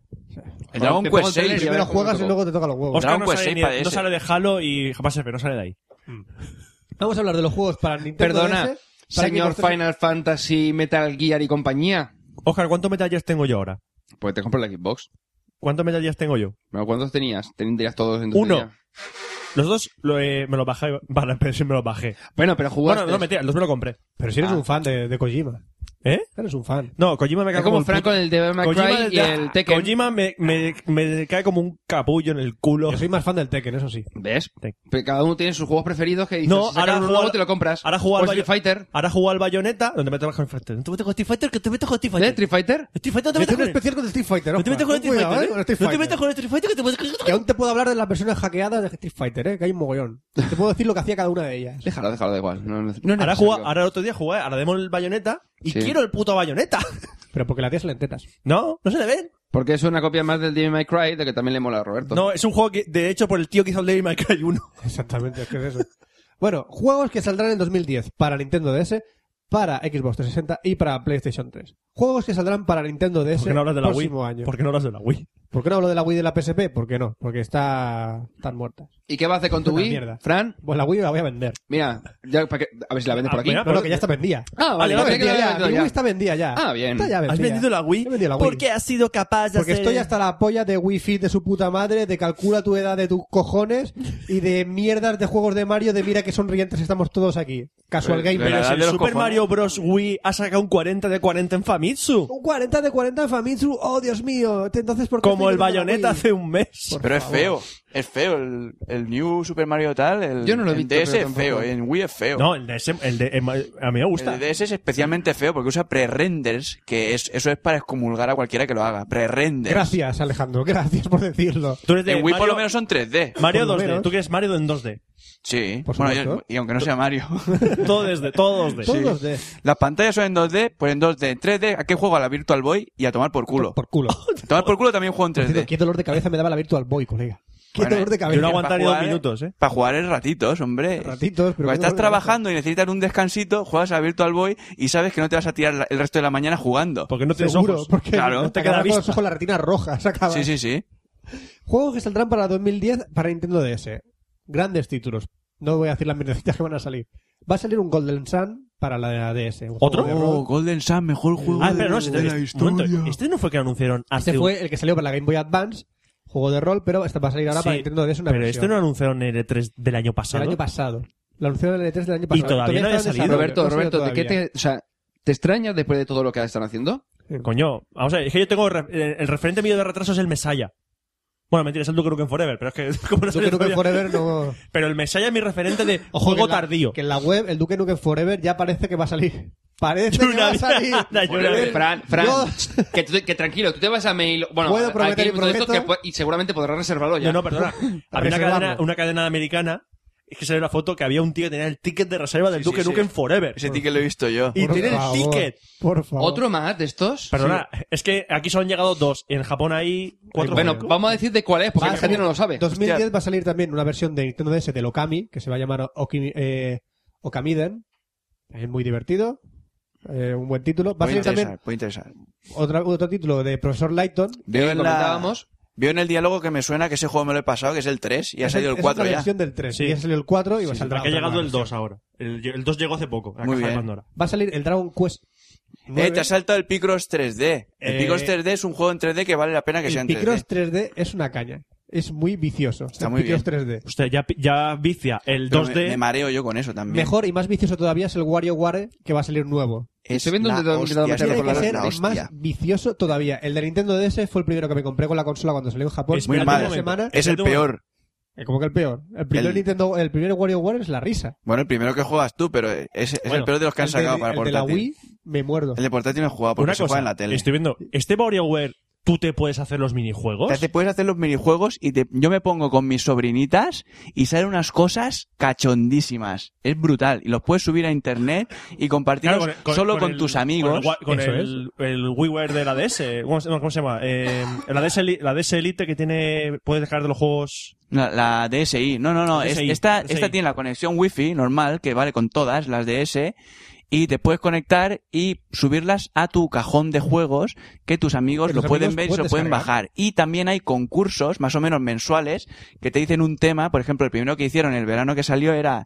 El Dragon Te pongo Quest el trailer 6. y a ver primero cómo juegas te y luego te toca los huevos. Oscar Dragon no, pues Quest sale, seis ni- para no DS. sale de Halo y jamás Effect, no sale de ahí. Vamos a hablar de los juegos para Nintendo Perdona, DS, para señor Xbox 360. Final Fantasy, Metal Gear y compañía. Oscar, ¿cuántos Metal Gears tengo yo ahora? Pues te compro la Xbox. ¿Cuántos Metal Gears tengo yo? Bueno, ¿Cuántos tenías? Tenías todos en Uno. Los dos lo, eh, me los bajé. *laughs* Vale, pero sí me los bajé. Bueno, pero jugaste. Bueno, no, mentira, los me lo compré. Pero si eres Ah. un fan de, de Kojima. ¿Eh? Eres un fan. No, Kojima me cae es como el Fran puto- con el Devil May Kojima, Cry el y de- el Tekken. Kojima me, me, me cae como un capullo en el culo. Yo soy más fan del Tekken, eso sí. ¿Ves? Tekken. Pero cada uno tiene sus juegos preferidos que dices, No, si sacan ahora uno jugar- nuevo te lo compras. ahora jugar O Street Bayo- Fighter. Ahora jugar al bayoneta, donde metes con Street Fighter. No te metas con Street Fighter, que te metas con Street ¿Eh? Fighter. ¿Street Fighter? Street Fighter, no Yo te metas con tengo un especial con el Street Fighter. No te Oscar. metas con Street Cuidado, Fighter. eh, ¿eh? con el Street No te Fighter. metas con Street Fighter, que te metas Que aún te puedo hablar de las versiones hackeadas de Street Fighter, ¿eh? que hay un mogollón. Te puedo decir lo que hacía cada una de ellas. Déjalo, déjalo, da igual. No, no, no es Ahora, necesario. juega, ahora el otro día jugué a la demo del bayoneta y Sí. quiero el puto bayoneta. Pero porque la tía se le enteras. No, no se le ven. Porque es una copia más del Devil May Cry de que también le mola a Roberto. No, es un juego que, de hecho, por el tío que hizo el Devil May Cry 1. Exactamente, es que es eso. bueno, juegos que saldrán en 2010 para Nintendo DS, para Xbox 360 y para PlayStation 3. Juegos que saldrán para Nintendo DS ¿Por qué no hablas de la Wii? próximo año. ¿Por qué no hablas de la Wii? ¿Por qué no hablo de la Wii y de la PSP? ¿Por qué no? Porque está están muertas. ¿Y qué vas a hacer con tu Una Wii? mierda. Fran, Pues la Wii la voy a vender. mira, ya para que- a ver si la vendes por Ah, aquí. mira, No, no, que ya está vendida. Ah, vale, Ah, Está vale, vendida que la ya. había vendido Mi ya. Wii está vendida ya. Ah, bien. Está ya vendida. ¿Has vendido la Wii? He vendido la Wii. ¿Por qué has sido capaz de Porque hacer...? estoy hasta la polla de Wii Fit, de su puta madre, de calcula tu edad de tus cojones y de mierdas de juegos de Mario de mira que sonrientes estamos todos aquí. Casual Pero- Gamer. pero- Pero si de el los Super cojones. Mario Bros. Wii ha sacado un 40 de 40 en Famitsu. Un 40 de 40 en Famitsu, oh Dios mío. Entonces, ¿por qué Como estoy el vendiendo bayoneta la Wii? hace un mes. Por Pero es favor. feo. Es feo. El, el New Super Mario tal. El, Yo no lo he en visto, DS pero es tampoco. feo. En Wii es feo. No, el de, ese- el de el- a mí me gusta. El DS es especialmente feo porque usa pre-renders, que es, eso es para excomulgar a cualquiera que lo haga. Pre-renders. Gracias, Alejandro, gracias por decirlo. Tú eres de En Wii por Mario- lo menos son 3D. Mario por lo 2D. menos. Tú quieres Mario en 2D. Sí. Por Bueno, supuesto. y y aunque no sea Mario. *laughs* Todo desde, todo 2D. Todos los de... Las pantallas son en 2D, pues en 2D. En 3D, ¿a qué juego? A la Virtual Boy y a tomar por *laughs* culo. Por *laughs* culo. A tomar por culo también juego en *laughs* Tío, 3D. Qué dolor de cabeza me daba la Virtual Boy, colega. Qué Bueno, dolor de Yo no cabeza. Para aguantaría dos jugar, minutos, ¿eh? Para jugar es ratitos, hombre. Ratitos, Cuando pero qué dolor Pues estás de trabajando y necesitas un descansito, juegas a Virtual Boy y sabes que no te vas a tirar la- el resto de la mañana jugando. Pues Porque no tienes Seguro, ojos. porque Claro. te Te queda quedas con vista. los ojos la retina roja, se acaba. Sí, sí, sí. Juegos que saldrán para 2010 para Nintendo DS. Grandes títulos. No voy a decir las mierdecitas que van a salir. Va a salir un Golden Sun para la DS. un juego ¿Otro? de Oh, rol. Golden Sun, mejor juego Ah, espera, no, de, si de la te- un historia. momento, Este no fue que anunciaron hace Este fue el que salió para la Game Boy Advance. Juego de rol, pero esta va a salir ahora Sí, para Nintendo DS una Pero versión. este no anunciaron en el E3 del año pasado. El año pasado. La anunciaron en el E3 del año pasado. todavía no había está en salido. desarrollo, Roberto, no ha salido Roberto, ¿de qué todavía. te, o sea, te extrañas después de todo lo que están haciendo? Coño, vamos a ver, es que yo tengo re- eh, el referente mío de retraso es el Mesaya. Bueno, mentira, es el Duke Nukem Forever, pero es que *laughs* como no Duke salió Nukem todavía- *laughs* Forever no... Pero el Mesaya es mi referente de Ojo, que juego en la- tardío. Que en la web, el Duke Nukem Forever ya parece que va a salir. Parece que va *laughs* a salir. mierda, yo una mierda. Fran, Fran, Yo- que, tú- que tranquilo, tú te vas a mail, bueno, Puedo a- a prometer y Game Productos prometo. que pu- y seguramente podrás reservarlo ya. No, no, perdona. Había una Reservarlo. cadena, una cadena americana Es que se ve la foto que había un tío que tenía el ticket de reserva del Sí, sí, Duque sí. Nukem Forever. Ese ticket lo he visto yo. Y Por tiene el favor, ticket. Por favor. ¿Otro más de estos? Perdona, es que aquí solo han llegado dos. En Japón hay cuatro. Bueno, juegos. vamos a decir de cuál es, porque Ah, la gente sí. no lo sabe. 2010 va a salir también una versión de Nintendo DS del Okami, que se va a llamar Okami- eh, Okamiden. Es muy divertido. Eh, un buen título. Va a Puede salir interesar, también puede interesar. otra- otro título de Profesor Lighton. Que Veo en, la, comentábamos. veo en el diálogo que me suena que ese juego me lo he pasado, que es el 3, y ha Es salido el es 4 otra ya. versión del 3. Sí. Y ya salió el 4 y va a Pues Saldrá salir que ha llegado el 2 ahora. El, el 2 llegó hace poco. La Muy caja de bien. Pandora. Va a salir el Dragon Quest. Eh, 9. te ha saltado el Picross 3D. El Eh, Picross 3D es un juego en 3D que vale la pena que sea el en Picross 3D. 3D es una caña. Es muy vicioso. Está el muy Pues Picross 3D. Usted ya, pi- ya vicia el Pero 2D. Me, me mareo yo con eso también. Mejor y más vicioso todavía es el WarioWare que va a salir nuevo. Es Pues Estoy viendo la dónde- dónde hostia, meter este la Tiene juego que es ser la hostia. más vicioso todavía. El de Nintendo DS fue el primero que me compré con la consola cuando salió en Japón. Es muy La mal. primera semana, Es el Espérate un peor. eh, como que el peor. El primer El- Nintendo, el primer WarioWare es la risa. Bueno, el primero que juegas tú, pero es, es el Bueno, peor de los que han El de- sacado para el de la portátil. Wii me muerdo. El de portátil no he jugado porque Una se juega cosa, en la tele. estoy viendo. ¿Este WarioWare tú te puedes hacer los minijuegos? Te hace- puedes hacer los minijuegos y te- yo me pongo con mis sobrinitas y salen unas cosas cachondísimas. Es brutal. Y los puedes subir a internet y compartirlos Claro, solo con, el- tus amigos. Con el, wa- con Eso el, el WiiWare de la DS. ¿Cómo, se- no, ¿cómo se llama? Eh, la, DS, Eli- la DS Elite que tiene. Puedes dejar de los juegos. No, la DSi. No, no, no. es- DSi, esta, DSi. esta tiene la conexión wifi normal que vale con todas las DS. Y te puedes conectar y subirlas a tu cajón de juegos que tus amigos Que lo los pueden amigos ver y se pueden lo pueden descargar. bajar. Y también hay concursos, más o menos mensuales, que te dicen un tema. Por ejemplo, el primero que hicieron el verano que salió era,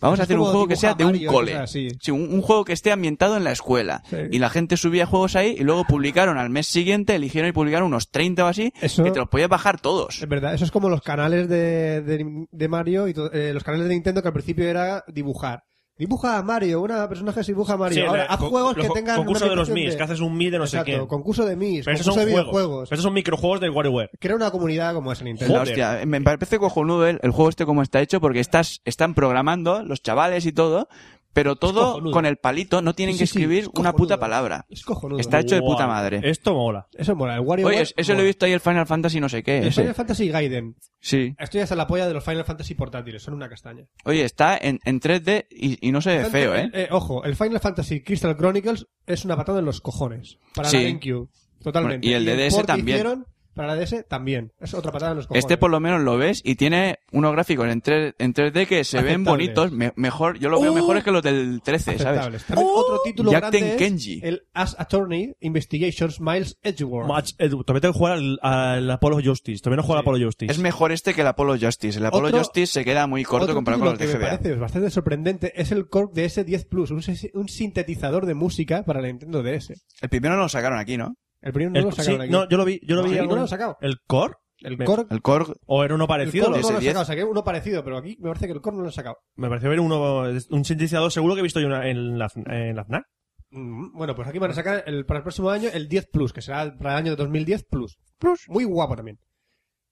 vamos Eso a es hacer un como juego que dibuja sea de un Mario, cole. cosas así. Sí, un, un juego que esté ambientado en la escuela. Sí. Y la gente subía juegos ahí y luego publicaron al mes siguiente, eligieron y publicaron unos 30 o así, Eso- que te los podías bajar todos. Es verdad, eso es como los canales de, de- de Mario y to- eh, los canales de Nintendo que al principio era dibujar. Dibuja a Mario, una personaje se dibuja a Mario. Sí, el- Ahora, haz con- juegos los que co- tengan. Concurso una de los ambientación Mis, que haces un Mis de no Exacto, sé qué. concurso de Mis, Pero esos concurso son de juegos. videojuegos. Pero esos son microjuegos del WarioWare. Crea una comunidad como es Nintendo. La Joder. hostia, me parece cojonudo el, el juego este como está hecho porque estás, están programando los chavales y todo, pero todo cojonudo. con el palito, no tienen Sí, que sí, sí, escribir es una cojonudo. puta palabra. Es cojonudo. Está hecho de Guau, puta madre. Esto mola. Eso mola, el WarioWare. Oye, es- eso lo he mola. visto ahí el Final Fantasy no sé qué. El ese. Final Fantasy Gaiden. Sí. Estoy hasta la polla de los Final Fantasy portátiles, son una castaña. Oye, está en, en 3D y, y no *laughs* se ve feo, ¿eh? Ojo, el Final Fantasy Crystal Chronicles es una patada en los cojones. Para Sí. la GameCube, totalmente. Bueno, y el DDS port que también. hicieron para la DS también. Es otra patada en los cojones. Este por lo menos lo ves y tiene unos gráficos en, 3, en 3D que se ven Aceptables. bonitos, me- mejor, yo lo veo Oh. mejores que los del 13, ¿sabes? Oh, Aceptables. También otro título Jack grande es Tenkenji. el As Attorney Investigations Miles Edgeworth. Match, eh, también tengo que jugar al, al Apollo Justice. Todavía no juego al Apollo Justice. Es mejor este que el Apollo Justice. El Apollo Otro- Justice se queda muy corto Otro comparado con título los de que me GBA. parece bastante sorprendente es el Korg DS10 Plus, un, ses- un sintetizador de música para la Nintendo DS. El primero no lo sacaron aquí, ¿no? El primero no El- lo sacaron sí, aquí. no, yo lo vi. Yo lo No, vi aquí no algún- lo han sacado. ¿El Core? el Me- Korg, El Korg ¿O era uno el parecido? Korg no lo han DS10. sacado, o sea, que uno parecido, pero aquí me parece que el Korg no lo han sacado. Me pareció ver uno, un sintetizador seguro que he visto yo una- en la, en la FNAC. Mm, Bueno, pues aquí van a sacar el, para el próximo año el 10 Plus, que será el- para el año 2010 Plus. Plus. Muy guapo también.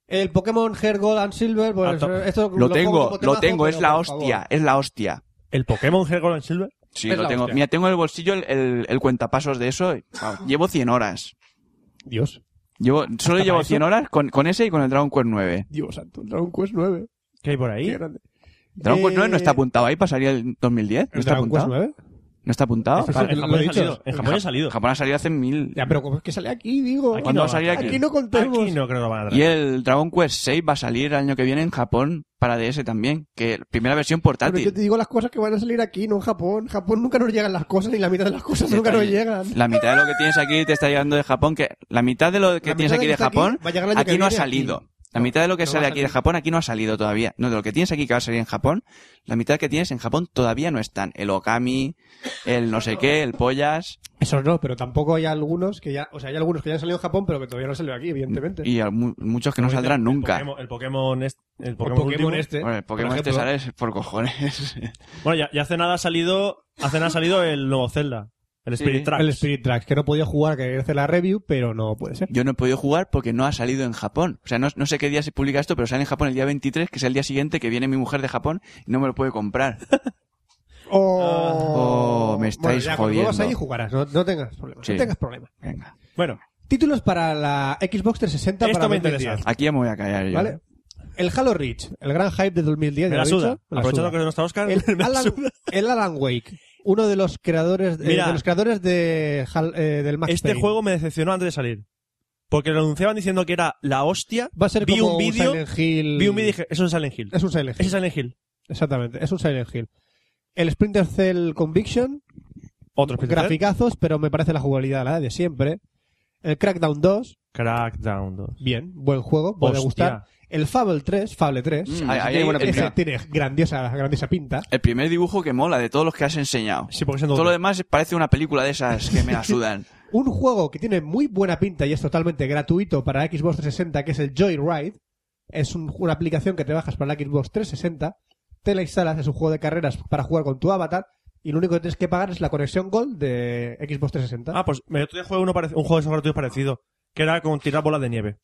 El Pokémon Hair Gold and Silver, pues, Ah, to- esto Lo pongo tengo, como lo temazo, tengo, es pero la por favor. hostia, es la hostia. ¿El Pokémon Heart Gold and Silver? Sí, Es lo la tengo. hostia. Mira, tengo en el bolsillo el, el- el cuentapasos de eso. y, *laughs* wow, llevo 100 horas. Dios, Llevo, solo para llevo eso? 100 horas con, con ese y con el Dragon Quest 9. Dios santo, Dragon Quest 9. ¿Qué hay por ahí? Qué grande. Dragon Quest 9 no está Eh, apuntado ahí, pasaría el 2010. No ¿El está Dragon Quest apuntado. 9? No está apuntado. Este Ah, en lo Japón ya he ha dicho. salido. En Japón ya ha salido. Japón ha salido hace mil. Ya, pero como es que sale aquí, digo. Aquí ¿Cuándo no va a salir va a aquí? Aquí no contemos. Aquí no creo que lo van a traer. Y el Dragon Quest 6 va a salir el año que viene en Japón para DS también, que primera versión Pero yo portátil. te digo las cosas que van a salir aquí, no en Japón. En Japón nunca nos llegan las cosas, ni la mitad de las cosas nunca nos llegan. La mitad de lo que tienes aquí te está llegando de Japón, que la mitad de lo que La tienes mitad aquí de de lo que está Japón, aquí va a llegar el año aquí que no ha viene aquí. salido. La No, mitad de lo que no sale va a aquí de salir. Japón, aquí no ha salido todavía. No, de lo que tienes aquí que va a salir en Japón, la mitad que tienes en Japón todavía no están. El Okami, el no sé qué, el Pollas Eso no, pero tampoco hay algunos que ya. O sea, hay algunos que ya han salido en Japón, pero que todavía no han salido aquí, evidentemente. y al- mu- muchos que no saldrán nunca. El Pokémon, el Pokémon, est- el Por Pokémon último. este. Bueno, el por Pokémon este ejemplo. sale por cojones. *laughs* Bueno, ya, ya hace nada ha salido, hace nada ha salido el nuevo Zelda, el Sí. Spirit Track. El Spirit Tracks, que no podía jugar, que quería hacer la review, pero no puede ser. Yo no he podido jugar porque no ha salido en Japón. O sea, no, no sé qué día se publica esto, pero sale en Japón el día 23, que es el día siguiente que viene mi mujer de Japón y no me lo puede *laughs* comprar. Oh, Oh, me estáis bueno, jodiendo. ya, Cuando vuelvas ahí jugarás, no, no tengas problemas. Sí. No tengas problemas. Venga. Bueno, Títulos para la Xbox 360 Esto para me 2010, interesa. Aquí ya me voy a callar yo. ¿eh? ¿Vale? el Halo Reach, el gran hype de 2010. Me la ya lo he dicho, suda. me la Aprovechando suda. que no está Oscar, *laughs* me el, la Alan, suda. el Alan Wake, uno de los creadores eh, Mira. de los creadores de Hal- eh, del Max Este Payne. juego me decepcionó antes de salir. Porque lo anunciaban diciendo que era la hostia. va a ser vi como un vídeo- Silent Hill. Vi un vídeo y dije, eso es Silent Hill. Es un Silent Ese Hill, es Silent Hill. exactamente, es un Silent Hill. El Splinter Cell Conviction, Otro Splinter Cell. graficazos, pero me parece la jugabilidad la de siempre. El Crackdown 2, Crackdown 2. bien, buen juego, puede Hostia. gustar. El Fable 3, Fable 3, Mm, ahí- ahí- tiene buena ahí- ese pinta. tiene grandiosa, grandiosa pinta. El primer dibujo que mola de todos los que has enseñado. Sí, porque siendo Todo lo demás parece una película de esas que *laughs* me la sudan. Un juego que tiene muy buena pinta y es totalmente gratuito para Xbox 360, que es el Joyride. Es un- una aplicación que te bajas para la Xbox 360, te la instalas, es un juego de carreras para jugar con tu avatar, y lo único que tienes que pagar es la conexión Gold de Xbox 360. Ah, pues me otro día jugué uno parec- un juego de esos gratuitos parecido. Que era con tirar bolas de nieve.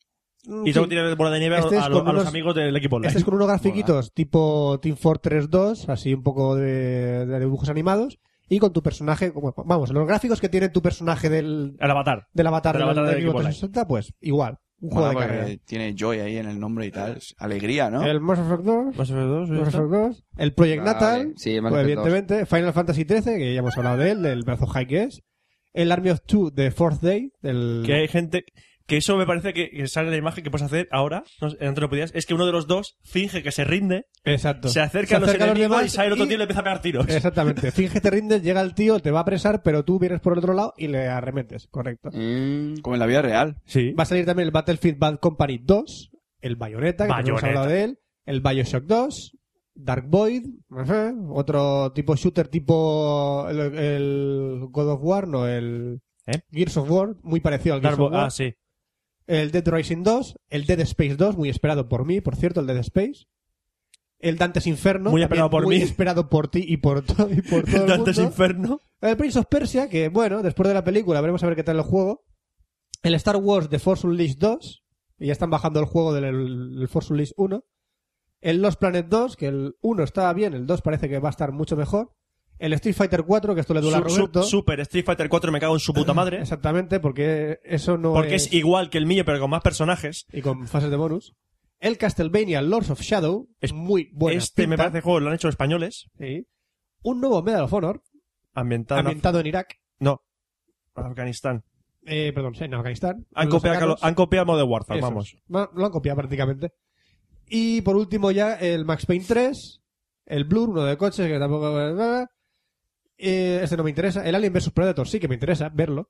Mm, Y tengo sí. que tirar bolas de nieve a- Este es a, los- con a los unos- amigos del equipo online. Este es con unos grafiquitos tipo Team Fortress 2, así un poco de, de dibujos animados, y con tu personaje, como- vamos, los gráficos que tiene tu personaje del, *laughs* El avatar. del avatar Del del, avatar del del Xbox equipo online. 360, pues igual, un juego Mola de porque carrera. tiene joy ahí en el nombre y tal. Es Alegría, ¿no? El Mass Effect 2, Mass Effect 2, Mass ¿está? Effect 2, el Project Vale, Natal, sí, Mass pues, Effect 2. evidentemente, Final Fantasy XIII, que ya hemos hablado de él, del brazo high que es, el Army of Two de Fourth Day, del... Que hay gente. Que eso me parece que, que sale en la imagen que puedes hacer ahora. No sé, antes no podías. Es que uno de los dos finge que se rinde. Exacto. Se acerca, a los enemigos y sale el otro tío y le empieza a pegar tiros. Exactamente. Finge que te rindes, llega el tío, te va a apresar, pero tú vienes por el otro lado y le arremetes. Correcto. Mm, Como en la vida real. Sí. Va a salir también el Battlefield Bad Company 2, el Bayonetta, que también hemos Bayonetta. hablado de él, el Bioshock 2, Dark Void, ajá, otro tipo shooter tipo el, el God of War, no, el ¿Eh? Gears of War, muy parecido al Gears Darbo- of War, ah, sí. el Dead Rising 2, el Dead Space 2, muy esperado por mí, por cierto, el Dead Space. El Dantes Inferno. Muy también esperado por mí. Muy esperado por ti y por, todo y por todo *laughs* el Dantes mundo. Inferno. El Prince of Persia, que bueno, después de la película veremos a ver qué tal el juego. El Star Wars The Force Unleashed 2, y ya están bajando el juego del el Force Unleashed 1. El Lost Planet 2, que el 1 estaba bien, el 2 parece que va a estar mucho mejor. El Street Fighter 4, que esto le duele a Su- su- Roberto. super Street Fighter 4 me cago en su puta madre. *laughs* Exactamente, porque eso no Porque es igual que el mío, pero con más personajes. Y con fases de bonus. El Castlevania Lords of Shadow, Es- es muy bueno. este me parece juego, lo han hecho españoles. Un nuevo Medal of Honor, Ambientado, en Af- ambientado en Irak. Afganistán. Eh, perdón, en Afganistán. Han Los copiado, afganos. han copiado Modern Warfare, Eso vamos. es. No, lo han copiado prácticamente. Y por último ya el Max Payne 3, el Blur, uno de coches que tampoco... Eh, este no me interesa. El Alien vs Predator sí que me interesa verlo.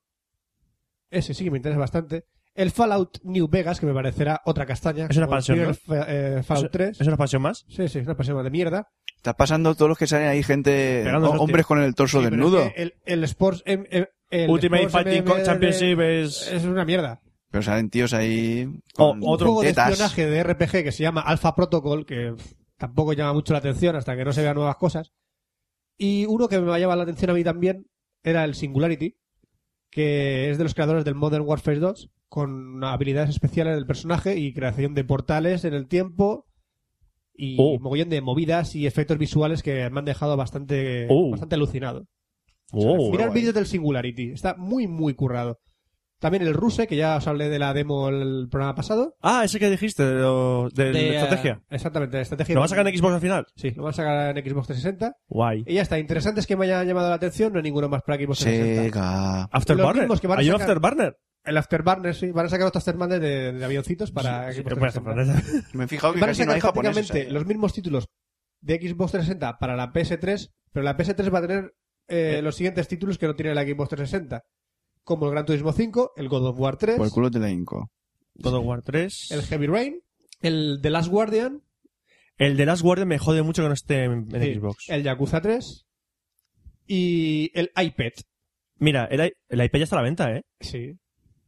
Ese sí que me interesa bastante. El Fallout New Vegas, que me parecerá otra castaña. Es una como el expansión, primer Fa- eh, Fallout 3. ¿Es una expansión más? Sí, sí, es una pasión de mierda. Estás pasando todos los que salen ahí, gente. Pegándose, ho- hombres con el torso Sí, pero desnudo. es que eh, El, el Sports... M- M- el Ultimate Sports Fighting MMA Championship es... Es una mierda. Pero salen tíos ahí. O- con otro juego tetas. de espionaje de RPG que se llama Alpha Protocol, que pff, tampoco llama mucho la atención hasta que no se vean nuevas cosas. Y uno que me llamaba la atención a mí también era el Singularity, que es de los creadores del Modern Warfare 2, con habilidades especiales del personaje y creación de portales en el tiempo y Oh. mogollón de movidas y efectos visuales que me han dejado bastante, Oh. bastante alucinado. Oh. Mirad vídeos del Singularity, está muy, muy currado. También el Ruse, que ya os hablé de la demo el programa pasado. Ah, ese que dijiste, de, lo- de la De, estrategia. eh, exactamente, de estrategia. ¿Lo va a sacar en Xbox al final? Sí, lo van a sacar en Xbox 360. Guay. Y ya está. Interesantes que me hayan llamado la atención, no hay ninguno más para Xbox 360. Sega. Afterburner. mismos que van a Hay un sacar- Afterburner. El Afterburner, sí. Van a sacar otros Afterburner de, de avioncitos para Sí, Xbox pues, 360. Me he fijado que Van a casi no hay sacar japoneses. prácticamente ahí. los mismos títulos de Xbox 360 para la PS3, pero la PS3 va a tener eh, los siguientes títulos que no tiene la Xbox 360. Como el Gran Turismo 5, el God of War 3, Por el culo te la hinco. *laughs* God of War 3. el Heavy Rain, el The Last Guardian, El de Last Guardian me jode mucho que no esté en, en Sí, Xbox. el Yakuza 3 y el iPad. Mira, el, i- el iPad ya está a la venta, ¿eh? Sí.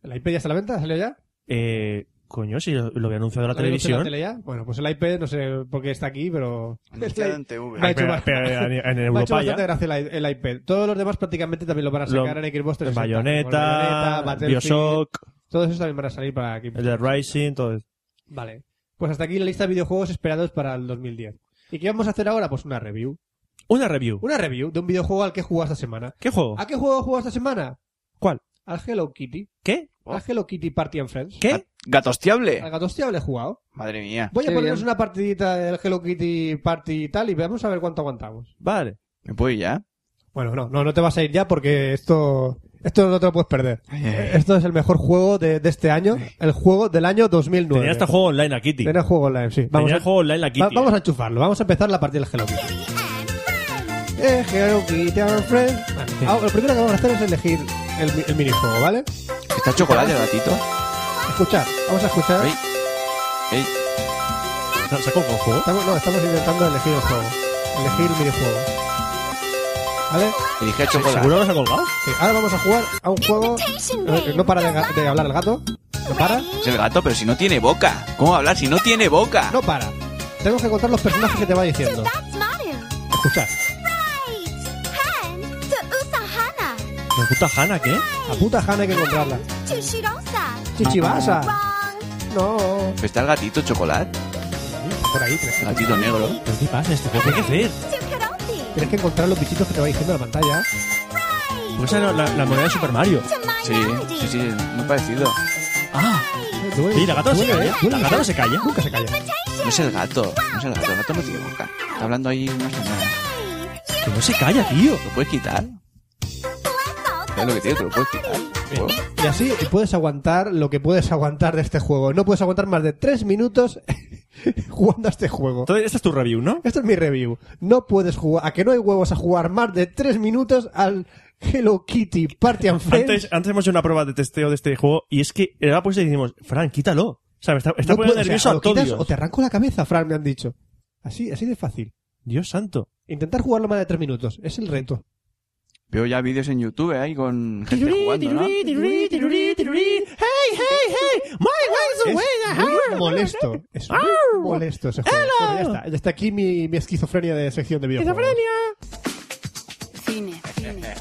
¿El iPad ya está a la venta? ¿Salió ya? Eh, coño, si lo, lo había anunciado en la ¿Lo habéis visto en televisión. la tele ya? Bueno, pues el iPad no sé por qué está aquí, pero... *laughs* Anunciado en TV. Me ha hecho Pero- bastante- *laughs* pero eh, en, en me ha hecho Europa ya. bastante gracia el, i- el iPad. Todos los demás prácticamente también lo van a Lo- sacar en Xbox 360. Como el Bayonetta, Bayonetta, Battlefield, Bioshock, Todos esos también van a salir para aquí. el de Rising, todo eso. Vale. Pues hasta aquí la lista de videojuegos esperados para el 2010. ¿Y qué vamos a hacer ahora? Pues una review. Una review. Una review de un videojuego al que he jugado esta semana. ¿Qué juego? ¿A qué juego he jugado esta semana? Oh. ¿Cuál? Al Hello Kitty. ¿Qué? Al Hello Kitty Party and Friends. ¿Qué? ¿Gatostiable? Al Gatostia le he jugado. Madre mía. Voy a Qué poneros bien. una partidita del Hello Kitty Party y tal y vamos a ver cuánto aguantamos. Vale. ¿Me puedo ir ya? Bueno, no, no, no te vas a ir ya porque esto, esto no te lo puedes perder. Esto es el mejor juego de, de este año, el juego del año 2009. Tenía hasta juego online a Kitty. Tenía juego online, sí. Vamos Tenía a, juego online la Kitty. va- vamos a enchufarlo, vamos a empezar la partida del Hello Kitty. Eh, Hello Kitty and Friends. Vale, ah, lo primero que vamos a hacer es elegir el, mi- el minijuego, ¿vale? ¿Está chocolate, gatito? Escuchar, vamos a escuchar. Ey. Ey. ¿Se ha colgado el juego? Estamos, no, estamos intentando elegir el juego. Elegir el minijuego. ¿Vale? Y dije chocolate. ¿Seguro que se ha colgado? Sí, ahora vamos a jugar a un juego. eh, No para de, ga- de hablar el gato. No para. Es el gato, pero si no tiene boca. ¿Cómo va a hablar si no tiene boca? No para. Tenemos que contar los personajes que te va diciendo. Escuchad. ¿Me gusta Hannah, qué? A puta Hannah hay que encontrarla. Chichibasa. No. Pero Está el gatito chocolate. Por ahí, tienes El que, gatito negro. ¿Pero qué pasa este juego? ¿Qué hay que hacer? tienes que encontrar los bichitos que te va diciendo la pantalla. Pues esa es la, la moneda de Super Mario. Sí, sí, sí, muy parecido. Duele, Sí, la gata no se duele, calla. Ah. ¿eh? Duele. La gata no se calla. Nunca se calla. No es el gato, no es el gato, el gato no tiene boca. Está hablando ahí una señora. Que no se calla, tío. ¿Lo puedes quitar? Es lo que tiene, te lo puedes quitar. Bueno, Y así puedes aguantar lo que puedes aguantar de este juego. No puedes aguantar más de tres minutos *laughs* jugando a este juego. Entonces, esta es tu review, ¿no? Esto es mi review. No puedes jugar, a que no hay huevos a jugar más de tres minutos al Hello Kitty Party and Friends. Antes, antes hemos hecho una prueba de testeo de este juego y es que era la puesta y decimos, Fran, quítalo. O sea, me está, está No poniendo puedes, o sea, nervioso o a lo todo quitas Dios. o te arranco la cabeza, Fran, me han dicho. Así, así de fácil. Dios santo. Intentar jugarlo más de tres minutos. Es el reto. Veo ya vídeos en YouTube eh, ahí con gente jugando, ¿no? tirurí, tirurí, tirurí. ¡Hey, hey, hey! ¡My Es legs are wet! muy molesto. Es muy molesto ese juego. Bueno, ya está. Ya está aquí mi, mi esquizofrenia de sección de videojuegos. Cine, cine.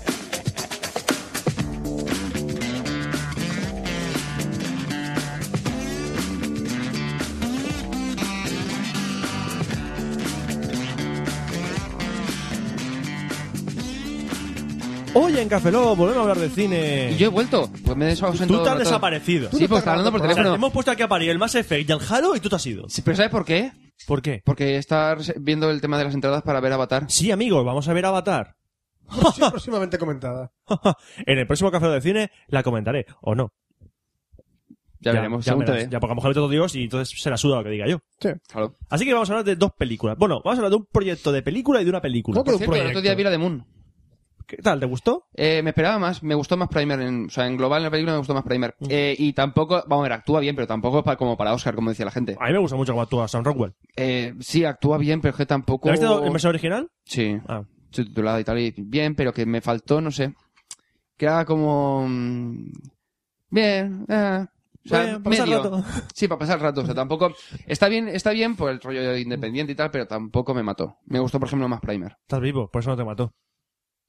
Hoy en Café Lock volvemos a hablar de cine. Y yo he vuelto. Pues me he desabusado Tú todo te el has rato. desaparecido. Sí, pues está hablando por O sea, teléfono. hemos puesto aquí a parir el Mass Effect y el Halo y tú te has ido. Sí, Pero ¿sabes por qué? ¿Por qué? Porque está rese- viendo el tema de las entradas para ver Avatar. Sí, amigos, vamos a ver Avatar. *laughs* Sí, próximamente comentada. en el próximo Café Lock de Cine la comentaré, o no. Ya, veremos. Ya, según te verás. dé. Ya, porque a lo mejor todo Dios y entonces se la suda lo que diga yo. Claro. Así que vamos a hablar de dos películas. Bueno, vamos a hablar de un proyecto de película y de una película. ¿Cómo que Por un cierto, el otro proyecto? día vi la de Moon. ¿Qué tal? ¿Te gustó? Eh, me esperaba más, me gustó más Primer, en, o sea, en global en la película me gustó más Primer. Eh, y tampoco, vamos a ver, actúa bien, pero tampoco es pa- como para Oscar, como decía la gente. A mí me gusta mucho cómo actúa Sam Rockwell. Eh, sí, actúa bien, pero es que tampoco... ¿La viste en versión original? Sí, Ah. subtitulada y tal, y bien, pero que me faltó, no sé, que era como... mm, Bien, ah, o sea, Bueno, Eh, pasa el medio. rato. Sí, para pasar el rato, o sea, tampoco... Está bien, está bien por el rollo independiente y tal, pero tampoco me mató. Me gustó, por ejemplo, más Primer. Estás vivo, por eso no te mató.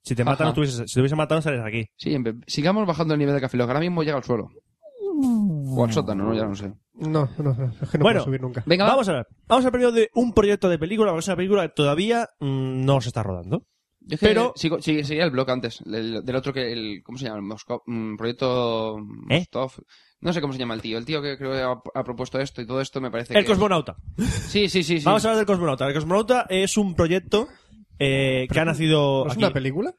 Si te matan, Ajá. no estuvieses- si te hubiesen matado, no estarías aquí. Sí, empe- sigamos bajando el nivel de café, lo que ahora mismo llega al suelo. O al sótano, ¿no? Ya no sé. No, no, no. Es que no Bueno. puedo subir nunca. Venga, va. Vamos a ver. Vamos al periodo de un proyecto de película, porque es una película que todavía mm, no se está rodando. Yo es que Pero- sigo- sí, seguía el blog antes, el- del otro que, el, ¿cómo se llama? El Mosco- mm, proyecto ¿Eh? Mostov. No sé cómo se llama el tío. El tío que creo que ha, ha propuesto esto y todo esto me parece El que... cosmonauta. Sí, sí, sí. sí. Vamos a hablar del cosmonauta. El cosmonauta es un proyecto eh, que ha nacido ¿No es aquí. una película?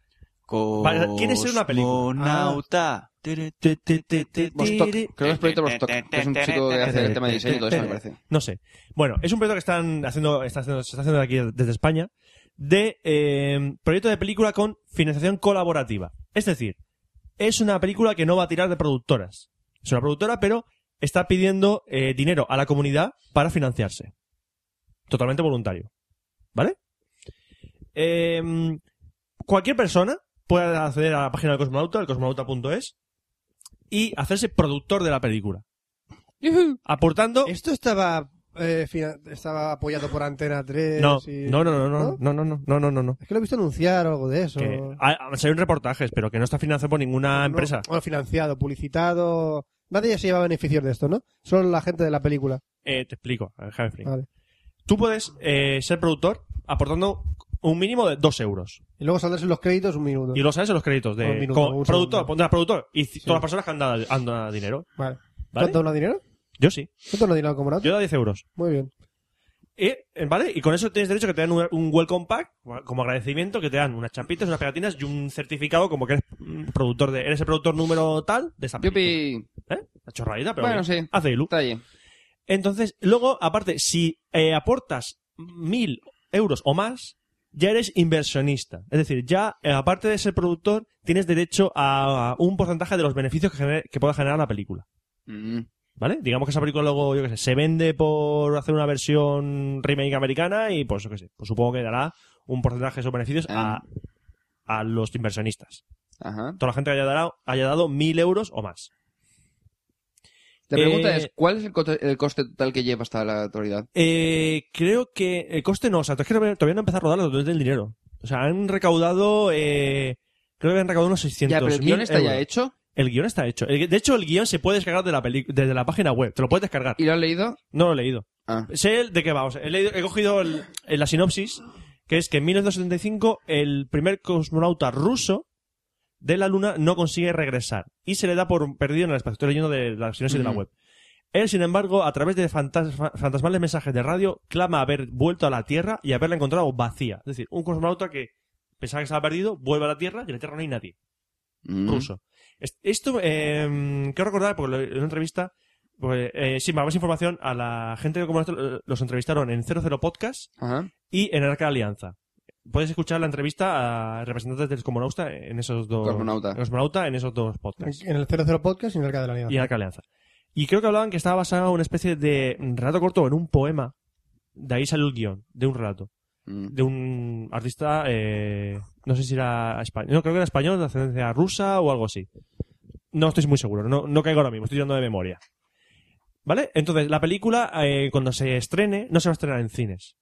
Vale, ¿quiere ser una película? Ah. Cosmonauta. Te, te, te, te, Vostok. tiri. Creo que es proyecto Vostok, que es un chico que hace el tema de diseño y todo eso, me parece. No sé. Bueno, es un proyecto que están haciendo, está haciendo, se está haciendo aquí desde España, de eh, proyecto de película con financiación colaborativa. Es decir, es una película que no va a tirar de productoras. Es una productora, pero está pidiendo eh, dinero a la comunidad para financiarse. Totalmente voluntario. ¿Vale? Eh, cualquier persona puede acceder a la página del cosmonauta, el cosmonauta.es, y hacerse productor de la película. Aportando Esto estaba, eh, fina- estaba apoyado por Antena 3. No, y- no, no, no, no, no, no, no, no, no, Eh, no. Es que lo he visto anunciar o algo de eso. Que ha- ha salido en reportajes, pero que no está financiado por ninguna empresa. Bueno, financiado, publicitado. Nadie se lleva beneficios de esto, ¿no? Solo la gente de la película. Ah. Eh, te explico, a ver, Javi Fring. Vale. Tú puedes eh, ser productor aportando un mínimo de 2 euros. Y luego saldrás en los créditos un minuto. Y lo sabes en los créditos de Un minuto, como un productor, segundo. pondrás productor y c- todas las personas que han dado, han dado dinero. Vale. ¿Vale? ¿Cuánto da dinero? Yo sí. ¿Cuánto da dinero como Yo he dado 10 euros. Muy bien. Eh, eh, ¿Vale? Y con eso tienes derecho a que te den un, un welcome pack como agradecimiento, que te dan unas champitas, unas pegatinas y un certificado como que eres mm, productor de. Eres el productor número tal de esa película. Yupi. ¿Eh? La chorradita, pero. Bueno, bien. sí. Hace ilu. Está bien. Entonces, luego, aparte, si eh, aportas mil euros o más, ya eres inversionista. Es decir, ya, eh, aparte de ser productor, tienes derecho a un porcentaje de los beneficios que, gener- que pueda generar la película. Mm. ¿Vale? Digamos que esa película luego, yo qué sé, se vende por hacer una versión remake americana y pues yo qué sé, pues supongo que dará un porcentaje de esos beneficios a, a los inversionistas. Ajá. Toda la gente que haya dado, haya dado mil euros o más. La pregunta Eh, es, ¿cuál es el coste, el coste total que lleva hasta la actualidad? Eh, creo que el coste no, o sea, es que todavía todavía no empezó a rodar todavía del dinero. O sea, han recaudado, eh, creo que han recaudado unos 600 Ya, pero el guión está ya hecho. El guión está hecho. El- de hecho, el guión se puede descargar de la peli- desde la página web. Te lo puedes descargar. ¿Y lo has leído? No lo he leído. Ah. Sé el de qué va. o sea, he, leído- he cogido el- el- la sinopsis, que es que en 1975 el primer cosmonauta ruso de la Luna no consigue regresar y se le da por perdido en el espacio. Estoy leyendo de la sinopsis de la Ujú. web. Él, sin embargo, a través de fantas- fantasmales mensajes de radio, clama haber vuelto a la Tierra y haberla encontrado vacía. Es decir, un cosmonauta que pensaba que estaba perdido, vuelve a la Tierra y en la Tierra no hay nadie Mm. ruso. Es- Esto, eh, quiero recordar, porque lo- en una entrevista, pues, eh, sí, más información a la gente que como nosotros, eh, los entrevistaron en 00 Podcast Mm. Ajá. y en Arca Alianza. Puedes escuchar la entrevista a representantes del Cosmonauta en esos dos. Cosmonauta. Cosmonauta en esos dos podcasts. En el 00 Podcast y en el Arca de la Unidad. Y en Arca Alianza. Y creo que hablaban que estaba basada en una especie de relato corto en un poema. De ahí salió el guión, de un relato. Mm. De un artista, eh, no sé si era español, no, creo que era español, de ascendencia rusa o algo así. No estoy muy seguro, no, no caigo ahora mismo, estoy tirando de memoria. ¿Vale? Entonces, la película, eh, cuando se estrene, no se va a estrenar en cines.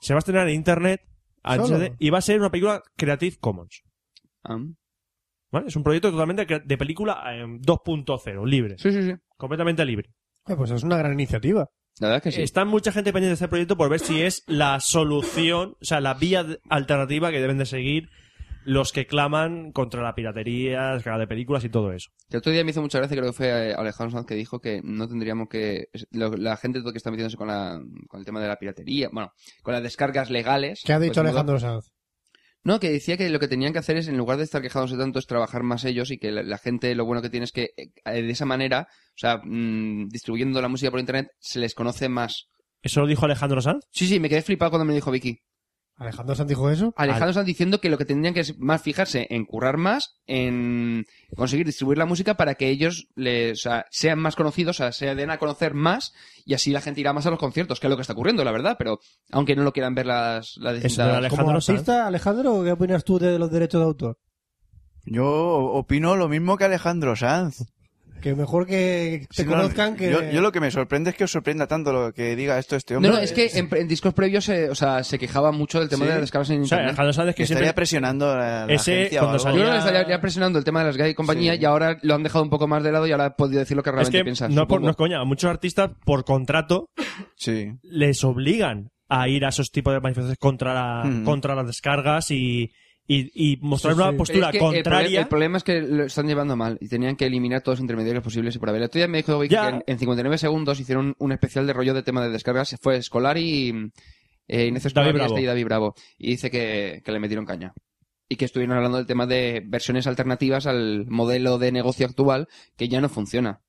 Se va a estrenar en internet, Solo. HD, y va a ser una película Creative Commons. Ah. ¿Vale? Es un proyecto totalmente crea- de película eh, 2.0, libre, Sí, sí, sí. completamente libre. Eh, Pues es una gran iniciativa. La verdad es que sí. Está mucha gente pendiente de este proyecto por ver si es la solución, o sea, la vía de- alternativa que deben de seguir los que claman contra la piratería, descarga de películas y todo eso. El otro día me hizo mucha gracia, creo que fue eh, Alejandro Sanz que dijo que no tendríamos que... lo- la gente que está metiéndose con, la, con el tema de la piratería, bueno, con las descargas legales... ¿Qué ha pues, dicho no- Alejandro Sanz? No, que decía que lo que tenían que hacer es, en lugar de estar quejándose tanto, es trabajar más ellos y que la, la gente, lo bueno que tiene es que eh, de esa manera, o sea, mm, distribuyendo la música por internet, se les conoce más. ¿Eso lo dijo Alejandro Sanz? Sí, sí, me quedé flipado cuando me dijo Vicky. ¿Alejandro Sanz dijo eso? Alejandro están diciendo que lo que tendrían que es más fijarse en currar más, en conseguir distribuir la música para que ellos les, o sea, sean más conocidos, o sea, se den a conocer más y así la gente irá más a los conciertos, que es lo que está ocurriendo, la verdad, pero aunque no lo quieran ver las, las distintas- de Alejandro ¿Como Sanz. artista, Alejandro, qué opinas tú de los derechos de autor? Yo opino lo mismo que Alejandro Sanz. Que mejor que te Sí, no, conozcan que... yo, yo lo que me sorprende es que os sorprenda tanto lo que diga esto este No, hombre. no, es que en, en discos previos se, o sea, se quejaba mucho del tema Sí. de las descargas en O sea, internet. Alejandro Sanz es Que que estaría siempre... presionando a la, la Ese, agencia o cuando algo. Yo creo que salía- le estaría estaría presionando el tema de las gay y compañía Sí. y ahora lo han dejado un poco más de lado y ahora he podido decir lo que Es realmente que piensas. no, es por- supongo. no es coña, a muchos artistas por contrato Sí. les obligan a ir a esos tipos de manifestaciones contra, la- Mm. contra las descargas y, y- y mostrar Sí, una sí. Pero postura es que el proble- contraria. El, problema es que lo están llevando mal y tenían que eliminar todos los intermediarios posibles y por haber. El otro día me dijo Vicky Ya. que en, en 59 segundos hicieron un especial de rollo de tema de descargas. Fue Escolar y eh, Inés Escolar David y Bravo. este y David Bravo. Y dice que, que le metieron caña. Y que estuvieron hablando del tema de versiones alternativas al modelo de negocio actual que ya no funciona.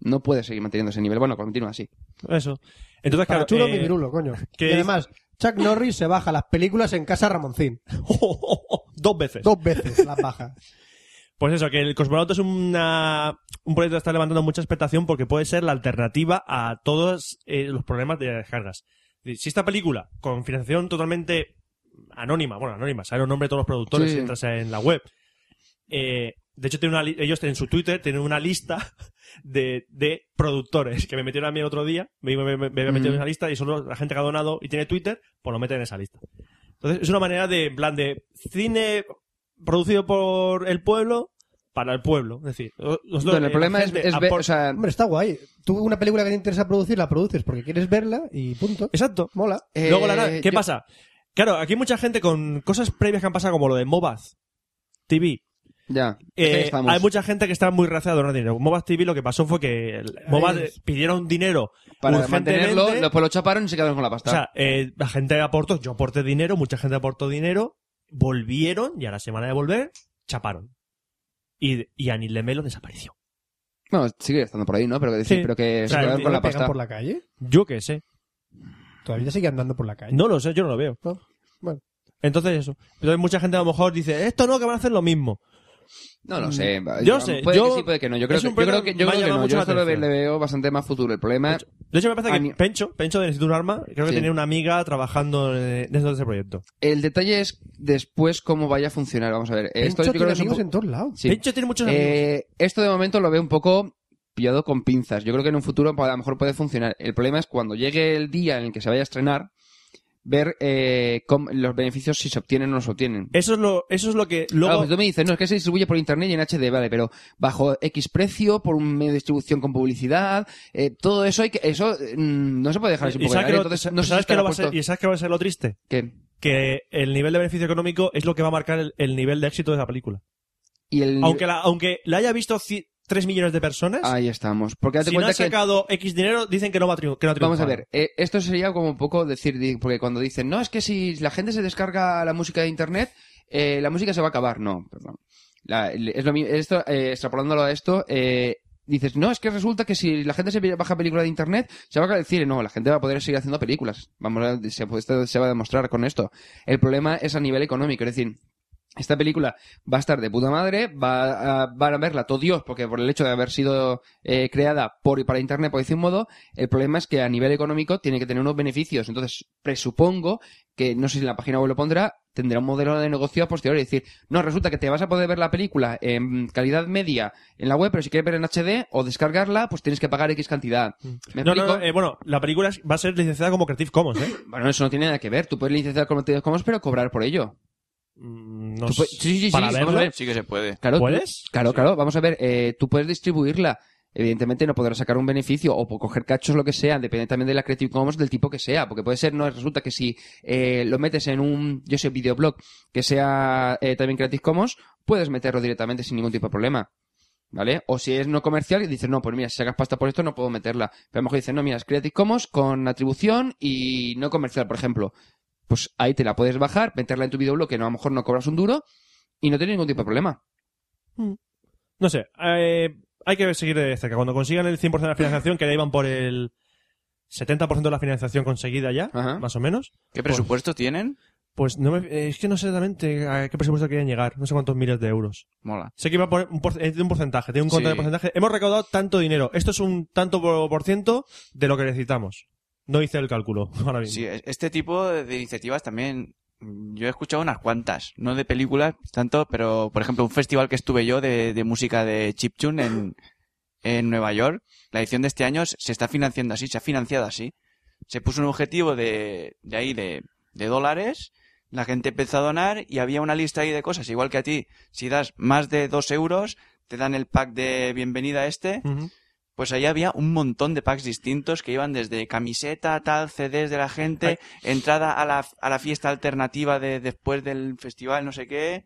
No puede seguir manteniendo ese nivel. Bueno, continúa así. Eso. Entonces, claro, chulo eh, mi virulo, coño. ¿qué Y dice? además, Chuck Norris se baja las películas en casa Ramoncín. *laughs* dos veces. Dos veces las baja. Pues eso, que el Cosmonauta es una, un proyecto que está levantando mucha expectación porque puede ser la alternativa a todos eh, los problemas de descargas. Si esta película, con financiación totalmente anónima, bueno, anónima, sale el nombre de todos los productores Sí. si entras en la web. eh, de hecho, tiene una li- ellos en su Twitter tienen una lista *laughs* de, de productores que me metieron a mí el otro día, me, me, me- me había metido Mm. en esa lista y solo la gente que ha donado y tiene Twitter, pues lo meten en esa lista. Entonces, es una manera de, en plan, de cine producido por el pueblo para el pueblo. Es decir, los eh, Bueno, el problema es, es ver, o sea, Hombre, está guay. Tú una película que te interesa producir, la produces porque quieres verla y punto. Exacto. Mola. eh, Luego, la, ¿qué yo- pasa? Claro, aquí hay mucha gente con cosas previas que han pasado, como lo de Mobaz TV. Ya. Eh, ahí estamos. hay mucha gente que está muy raciada de donar dinero. Mobaz TV lo que pasó fue que el- Mobaz eh, pidieron dinero Para urgentemente. mantenerlo, después lo chaparon y se quedaron con la pasta. O sea, eh, la gente aportó, yo aporté dinero, mucha gente aportó dinero, volvieron y a la semana de volver, chaparon. Y, y Anil de Melo desapareció. bueno, sigue estando por ahí, ¿no? Pero que, Sí. sí, pero que O se sea, quedaron el- con ¿No la pegan pasta. por la calle? Yo qué sé. Todavía sigue andando por la calle. No lo sé, yo no lo veo. No, bueno. Entonces eso. Entonces mucha gente a lo mejor dice, esto no, que van a hacer lo mismo. No lo sé. Mm. Yo sé, Puede yo- que sí, puede que no. Yo creo es que, un yo creo problema que, que yo me ha creo que llamado no. mucho Yo la esto lo ve- le atención. veo bastante más futuro. El problema. De hecho me parece que Ani- Pencho, Pencho de Necesito un Arma, creo que Sí. tenía una amiga trabajando eh, dentro de ese proyecto. El detalle es después cómo vaya a funcionar. Vamos a ver. Pencho Esto yo creo tiene que es un amigos po- en todos lados. Sí. Pencho tiene muchos amigos. Eh, esto de momento lo veo un poco pillado con pinzas. Yo creo que en un futuro pues, a lo mejor puede funcionar. El problema es cuando llegue el día en el que se vaya a estrenar, ver eh, cómo- los beneficios si se obtienen o no se obtienen. Eso es lo, eso es lo que Claro, luego... pues tú me dices, no, es que se distribuye por internet y en HD, vale, pero bajo X precio, por un medio de distribución con publicidad, eh, todo eso hay que, eso eh, mm, no se puede dejar así un y poco en sabes el que lo- aire, entonces no sé sabes si que lo estará va a ser- puesto- y sabes que va a ser lo triste. ¿Qué? que el nivel de beneficio económico es lo que va a marcar el, el nivel de éxito de la película. Y el- Aunque la, aunque la haya visto 3 millones de personas, Ahí estamos. Porque date si no Ah, cuenta ha que sacado X dinero, dicen que no va a, triun- que no ha triunfado. Vamos a ver, eh, esto sería como un poco decir, di- porque cuando dicen, no, es que si la gente se descarga la música de internet, eh, la música se va a acabar. No, perdón. La- es lo mi- esto, eh, extrapolándolo a esto, eh, dices, no, es que resulta que si la gente se baja película de internet, se va a acabar. Decir, no, la gente va a poder seguir haciendo películas. Vamos a- se, esto se va a demostrar con esto. El problema es a nivel económico, es decir, esta película va a estar de puta madre, va a, van a verla todo Dios, porque por el hecho de haber sido eh, creada por y para Internet, por decir un modo, el problema es que a nivel económico tiene que tener unos beneficios. Entonces, presupongo que, no sé si en la página web lo pondrá, tendrá un modelo de negocio a posteriori. Es decir, no, resulta que te vas a poder ver la película en calidad media en la web, pero si quieres ver en HD o descargarla, pues tienes que pagar X cantidad. ¿Me No, no, explico? no, eh, bueno, la película es- va a ser licenciada como Creative Commons, ¿eh? Bueno, eso no tiene nada que ver. Tú puedes licenciar como te Commons, pero cobrar por ello. Mm, No Tú sé. puedes- sí, sí, sí, para sí, verlo, vamos a ver. Sí que se puede. Claro, tú- ¿Puedes? Claro, claro, vamos a ver, eh, tú puedes distribuirla. Evidentemente no podrás sacar un beneficio o por coger cachos lo que sea, depende también de la Creative Commons del tipo que sea, porque puede ser, no, resulta que si eh, lo metes en un, yo sé, videoblog que sea eh, también Creative Commons, puedes meterlo directamente sin ningún tipo de problema, ¿vale? O si es no comercial y dices, no, pues mira, si sacas pasta por esto no puedo meterla, pero a lo mejor dices, no, mira, es Creative Commons con atribución y no comercial, por ejemplo, pues ahí te la puedes bajar, meterla en tu videoblog que no, a lo mejor no cobras un duro y no tiene ningún tipo de problema. No sé. eh, hay que seguir de cerca. Cuando consigan el 100% de la financiación, que ya iban por el 70% de la financiación conseguida ya, Ajá. más o menos, ¿Qué presupuesto tienen? pues no me- eh, es que no sé exactamente a qué presupuesto querían llegar. No sé cuántos miles de euros. Mola. Sé que iba a poner un, por- eh, tiene un porcentaje, tiene un control Sí. de porcentaje. Hemos recaudado tanto dinero. Esto es un tanto por, por ciento de lo que necesitamos. No hice el cálculo *laughs* ahora mismo. Sí, es- este tipo de iniciativas también mm, yo he escuchado unas cuantas, no de películas tanto, pero por ejemplo un festival que estuve yo de, de música de chiptune en, en Nueva York, la edición de este año se se está financiando así, se ha financiado así. Se puso un objetivo de, de ahí de, de dólares, la gente empezó a donar y había una lista ahí de cosas, igual que a ti, si das más de dos euros te dan el pack de bienvenida este Ujú. pues ahí había un montón de packs distintos que iban desde camiseta, tal, CDs de la gente, entrada a la, a la fiesta alternativa de después del festival, no sé qué,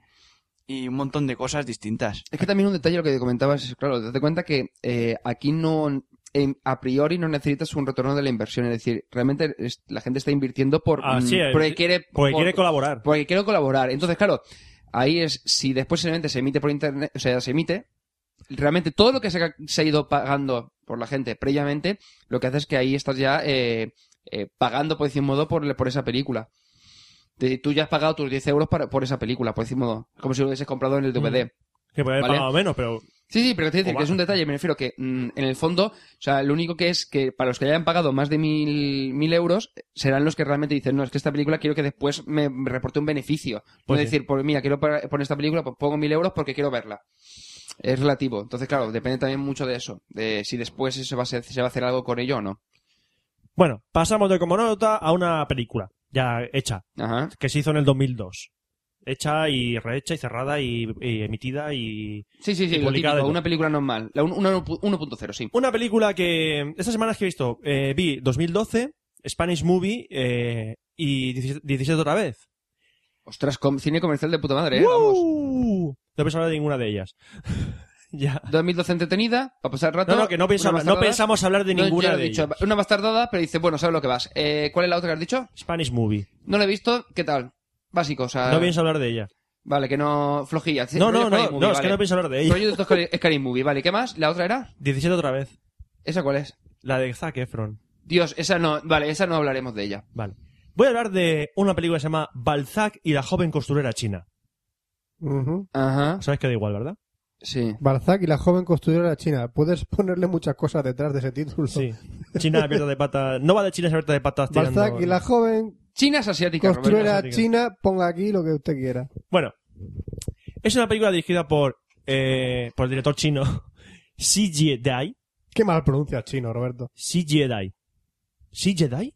y un montón de cosas distintas. Es que también un detalle lo que comentabas es, claro, date cuenta que eh, aquí no, en- a priori no necesitas un retorno de la inversión. Es decir, realmente es- la gente está invirtiendo por, Así mm, es. porque quiere, Ah, eh, Porque por- quiere colaborar. porque quiero colaborar. Entonces, claro, ahí es, si después simplemente se emite por internet, o sea, se emite, realmente todo lo que se ha, se ha ido pagando por la gente previamente, lo que hace es que ahí estás ya eh, eh, pagando, por decir un modo, por, por esa película. Te- Tú ya has pagado tus 10 euros para- por esa película, por decir un modo. Como si lo hubieses comprado en el Mm. DVD. Que puede haber Vale. pagado menos, pero Sí, sí, pero te decir O que es va- un detalle, me refiero que mm, en el fondo, o sea, lo único que es que para los que hayan pagado más de mil, mil euros, serán los que realmente dicen, no, es que esta película quiero que después me me reporte un beneficio. Pues Puedo sí. decir, pues mira, quiero pa- poner esta película, pues pongo mil euros porque quiero verla. Es relativo. Entonces, claro, depende también mucho de eso, de si después eso va a ser- se va a hacer algo con ello o no. bueno, pasamos de como nota a una película ya hecha, Ajá. que se hizo en el 2002. Hecha y rehecha y cerrada y, y emitida y... Sí, sí, Y sí, lo publicada típico, y- una película normal. La un- una 1.0, sí. Una película que... Estas semanas que he visto, eh, vi 2012, Spanish Movie, eh, y 17, 17 otra vez. Ostras, com- cine comercial de puta madre, ¿eh? Vamos. ¡Uh! No pensaba de ninguna de ellas. *laughs* ya. 2012 entretenida, para pasar el rato. No, no, que no, una pensaba- no bastardada. pensamos hablar de No, ninguna ya lo he de dicho, ellas. Una bastardada, pero dice, bueno, sabes lo que vas. Eh, ¿Cuál es la otra que has dicho? Spanish Movie. No la he visto, ¿qué tal? Básico, o sea... No pienso hablar de ella. Vale, que no... flojilla. No, Ah. no, Rollo no, Scary Movie, no, es que vale. no pienso hablar de ella. Rollo de Scary- Scary Movie, vale. ¿Qué más? ¿La otra era? 17 otra vez. ¿Esa cuál es? La de Zac Efron. Dios, esa no... Vale, esa no hablaremos de ella. Vale. Voy a hablar de una película que se llama Balzac y la joven costurera china. Ujú. Ajá, Sabes que da igual, ¿verdad? sí. Balzac y la joven costurera china. Puedes ponerle muchas cosas detrás de ese título. Sí. China abierta de patas. No va de China abierta de patas tirando. Balzac y la joven China es asiática, Roberto. costurera asiática. china. Ponga aquí lo que usted quiera. Bueno, es una película dirigida por, eh, por el director chino *laughs* Xi Jiedai. Qué mal pronuncias chino, Roberto. Xi Jiedai. ¿Xi Jedi?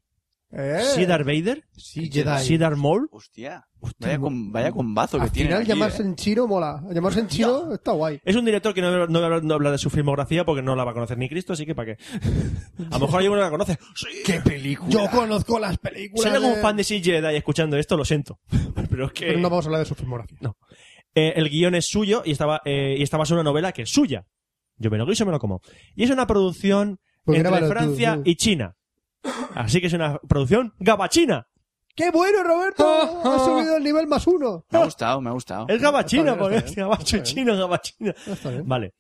Eh, ¿Xi Darth Vader? sí, Jedi. ¿Xi Darth Maul? Hostia. Vaya, con, vaya combazo Al que eh. tiene. final llamarse en chino mola. Llamarse en chino está guay. Es un director que no, no, habla- no habla de su filmografía porque no la va a conocer ni Cristo, así que ¿para qué? *laughs* A lo mejor hay uno que la conoce. ¡Qué película! Yo conozco las películas. Si hay algún de- fan de Xi Jedi escuchando esto, lo siento. *laughs* Pero es que... Pero no vamos a hablar de su filmografía. Eh, el guión es suyo y estaba eh, y estaba sobre una novela que es suya. Yo me lo guiso, me lo como. Y es una producción Pues entre grábalo tú, Francia tú. y China. Así que es una producción gabachina. ¡Qué bueno, Roberto! Ah, Has ah. subido el nivel más uno. Me ha gustado, me ha gustado. Es gabachina, está bien, porque está es bien. gabacho chino, gabachina. Está bien. Vale.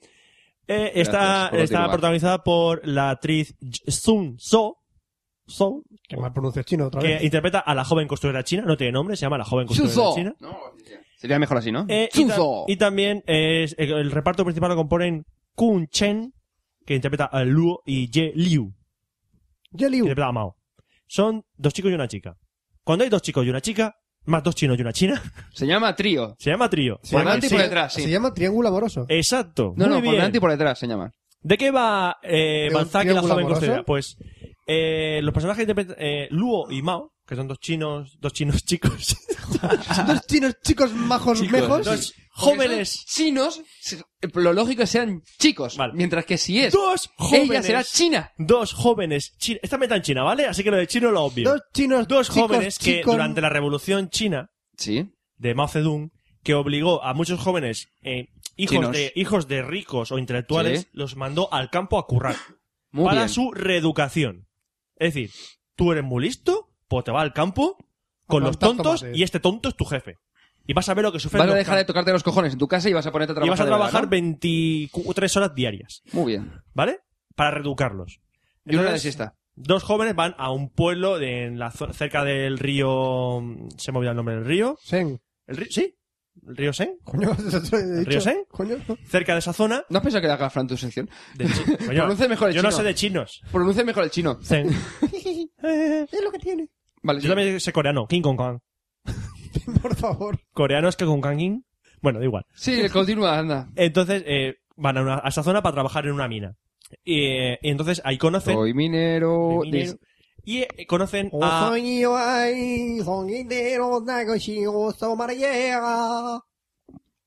Eh, Gracias está por está continuar. protagonizada por la actriz Sun So, So, Qué mal pronuncias chino otra que vez. interpreta a la joven costurera china. No tiene nombre, se llama la joven costurera Chuzo. china. No, sería mejor así, ¿no? Eh, y, ta- Chuzo. y también es, el, el reparto principal lo componen Kun Chen, que interpreta a Luo, y Ye Liu, Yeliu. que interpreta a Mao. Son dos chicos y una chica. Cuando hay dos chicos y una chica, más dos chinos y una china, *laughs* Se llama trío. se llama trío. Por llama delante y por detrás, Se sí. llama Triángulo Amoroso. Exacto. No, muy no, por bien. delante y por detrás se llama. ¿De qué va eh, ¿De un Balzac y la triángulo joven amoroso? costurera? Pues eh, los personajes que interpretan eh, Luo y Mao, que son dos chinos, dos chinos *laughs* chicos, Son dos chinos chicos majos Chicos, mejos. dos Porque jóvenes, son Chinos, se- lo lógico es que sean chicos. Vale. Mientras que si es, dos jóvenes, ella será china. dos jóvenes chinos. Esta meta en China, ¿vale? Así que lo de chino lo obvio. Dos chinos dos chicos, jóvenes que chicos- durante la revolución china Sí. de Mao Zedong que obligó a muchos jóvenes eh, hijos Chinos. de hijos de ricos o intelectuales Sí. los mandó al campo a currar Muy para bien. su reeducación es decir tú eres muy listo pues te vas al campo con A los plantar tontos tomates. y este tonto es tu jefe y vas a ver lo que sufren Vas a los dejar de cam- tocarte los cojones en tu casa y vas a ponerte a trabajar. y vas a de verdad, trabajar ¿no? 23 horas diarias Muy bien. ¿vale? para reeducarlos Y una hora de Entonces, siesta. dos jóvenes van a un pueblo de- en la zo- cerca del río mm, se me olvidó el nombre del río Sen. ¿El río? ¿Sí? ¿El río Sen? Coño, *laughs* eso te he dicho. río Sen? Coño. Cerca de esa zona. ¿No has pensado que haga Fran tu sección? De *laughs* chi- Coño, Pronuncia mejor el yo chino. no sé de chinos. Pronuncia mejor el chino. *laughs* Zen. Es lo que tiene. *laughs* Vale, Yo sí. también sé coreano. King Kong Kang. Por favor. Coreano es que Kong Kang King. Bueno, da igual. Sí, continúa, anda. Entonces eh, van a, una- a esa zona para trabajar en una mina. Y, eh, y entonces ahí conocen. Soy minero. Soy minero. Y eh, conocen Ah. a.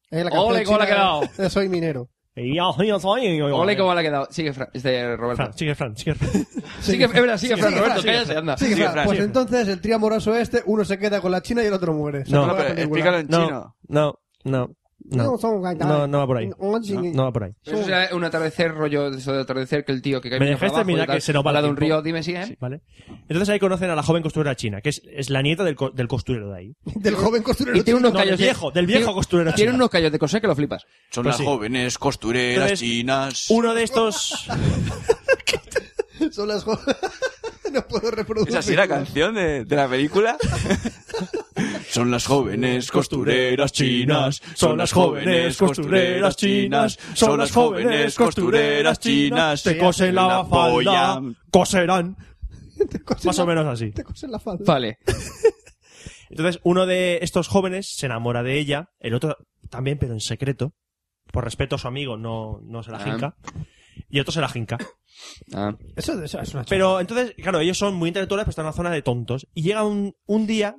Eh, la canción Ole, cómo le china ha quedado. de Soy minero. Ole, cómo le ha quedado. Sigue, Fran. Este, Roberto. Fran, sigue Fran, sigue *laughs* Fran. Sigue, es verdad, sigue, Sigue, Fran, sigue, Roberto, Fran, cállate, anda. Sí, Sigue, claro. Fran, pues sigue. entonces el trío amoroso este, uno se queda con la china y el otro muere. Se No. acaba No, pero la película. explícalo en No, chino. no, no. No, son no, no va por ahí. No va por ahí. Eso será un atardecer, rollo de eso de atardecer que el tío que cae Me bien dejáis para abajo y terminar, tal, que se nos va al lado de el un tiempo. río, dime, ¿eh? sigue. Sí, ¿Vale? Entonces ahí conocen a la joven costurera china, que es, es la nieta del, co- del costurero de ahí. *laughs* Del joven costurero. Y tiene unos No, callos del de- viejo, del viejo tiene- costurero Tiene chino. unos callos de coser que lo flipas. Son Pues las sí. jóvenes costureras Entonces, chinas. Uno de estos. Son las jo- *laughs* No puedo reproducir. ¿Es así la canción de, de la película? son las *laughs* jóvenes costureras chinas, son las jóvenes costureras chinas, son las jóvenes costureras chinas, te cosen la falda, polla. coserán, Te cosen más o la- menos así. Te cosen la falda. *laughs* Vale. Entonces, uno de estos jóvenes se enamora de ella, el otro también, pero en secreto. Por respeto a su amigo, no, no se la Ah. jinca. Y otro se la jinca. Ah, Eso, eso es una chorrada. Pero entonces, claro, ellos son muy intelectuales, pero están en una zona de tontos. Y llega un, un día.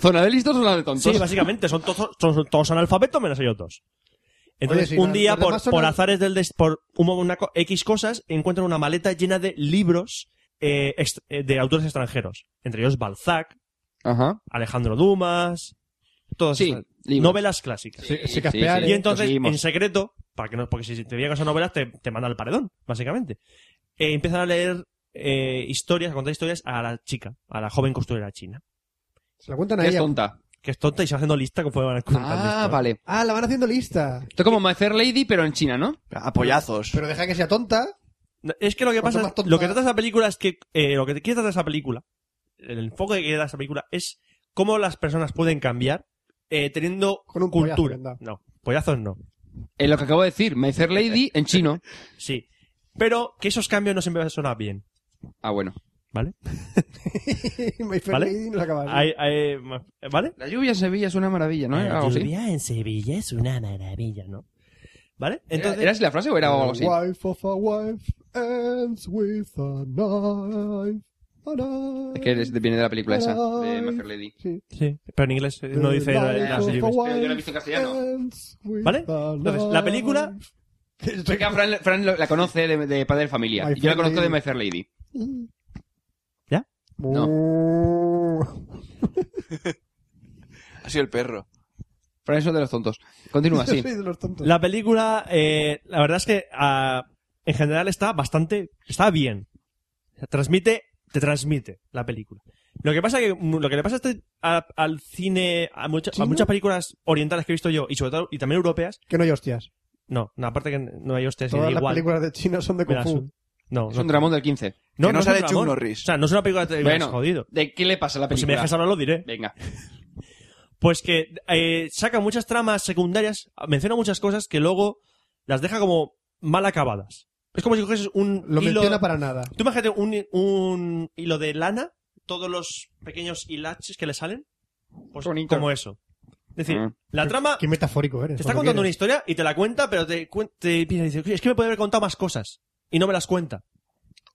¿Zona de listos o zona de tontos? Sí, básicamente, son todos, son todos analfabetos menos ellos dos. Entonces, Oye, si un la- día, los por, demás son por al- azares del des- por un- una co- X cosas, encuentran una maleta llena de libros eh, ex- eh, de autores extranjeros. Entre ellos Balzac, Ajá. Alejandro Dumas, todas Sí, esas- libros. novelas clásicas. Sí, sí, caspear, sí. Y entonces, Los seguimos. en secreto, para que no, porque si te llegan esas novelas, te, te manda al paredón, básicamente. Eh, empiezan a leer eh, historias, a contar historias a la chica, a la joven costurera china, Se la cuentan a Que es ella. tonta. que es tonta y se va haciendo lista conforme van contando Ah, historias. vale. Ah, la van haciendo lista. Esto es como My Fair Lady, pero en China, ¿no? Apoyazos. Pero deja que sea tonta. *laughs* No, Es que lo que Cuanto pasa, más tonta- lo que trata esa película es que, eh, lo que te quiere tratar esa película, el enfoque que quiere dar esa película es cómo las personas pueden cambiar eh, teniendo Con un pollazo cultura. que han dado. no, pollazos no. Es lo que acabo de decir. My Fair Lady en chino. Sí. Pero que esos cambios no siempre sonan bien, *laughs* Ah, bueno. ¿vale? My friend ¿Vale? Lady nos acaba. Hay- hay- ¿Vale? La lluvia en Sevilla es una maravilla, ¿no? Era algo así. Eh, en Sevilla es una maravilla, ¿no? ¿Vale? Entonces, ¿Era, era así la frase o era algo así? Wife of a wife ends with a knife. a knife. Es que es- viene de la película esa, de My *laughs* Fair Lady. Sí. sí, pero en inglés eh, no The dice la- life las of a líneas. wife Pero yo la he visto en castellano. ends with ¿Vale? a Entonces, la knife. película- Sé que a Fran, Fran lo- la conoce de, de Padre de Familia. My y yo la Fair conozco de Lady. My Fair Lady. *laughs* Ha sido el perro. Fran es uno de los tontos. Continúa, *laughs* sí. Soy de los tontos. La película, eh, la verdad es que ah, en general está bastante, está bien. O sea, Transmite, te transmite la película. Lo que pasa que mm, lo que le pasa a este- a- al cine, a, mucha- a ¿Chino? muchas películas orientales que he visto yo y sobre todo y también europeas, Que no hay hostias. no, no aparte que no hay hostias y da Todas las igual. películas de China son de Me Kung la Fu. su- no, Es no, un dramón del 15. no, Que no no es sale un Chuck dramón. Norris. O sea, no es una película de Bueno. jodido. ¿De qué le pasa a la Pues si película? me dejas hablar lo diré. Venga. Pues que eh, saca muchas tramas secundarias, menciona muchas cosas que luego las deja como mal acabadas. Es como si coges un Lo hilo... menciona para nada. Tú imagínate un, un hilo de lana, todos los pequeños hilaches que le salen, pues Bonito. como eso. Es decir, Mm. la trama Qué te metafórico eres. está contando una historia y te la cuenta, pero te, cuen- te piensa, dice, "Oye, es que me puede haber contado más cosas y no me las cuenta.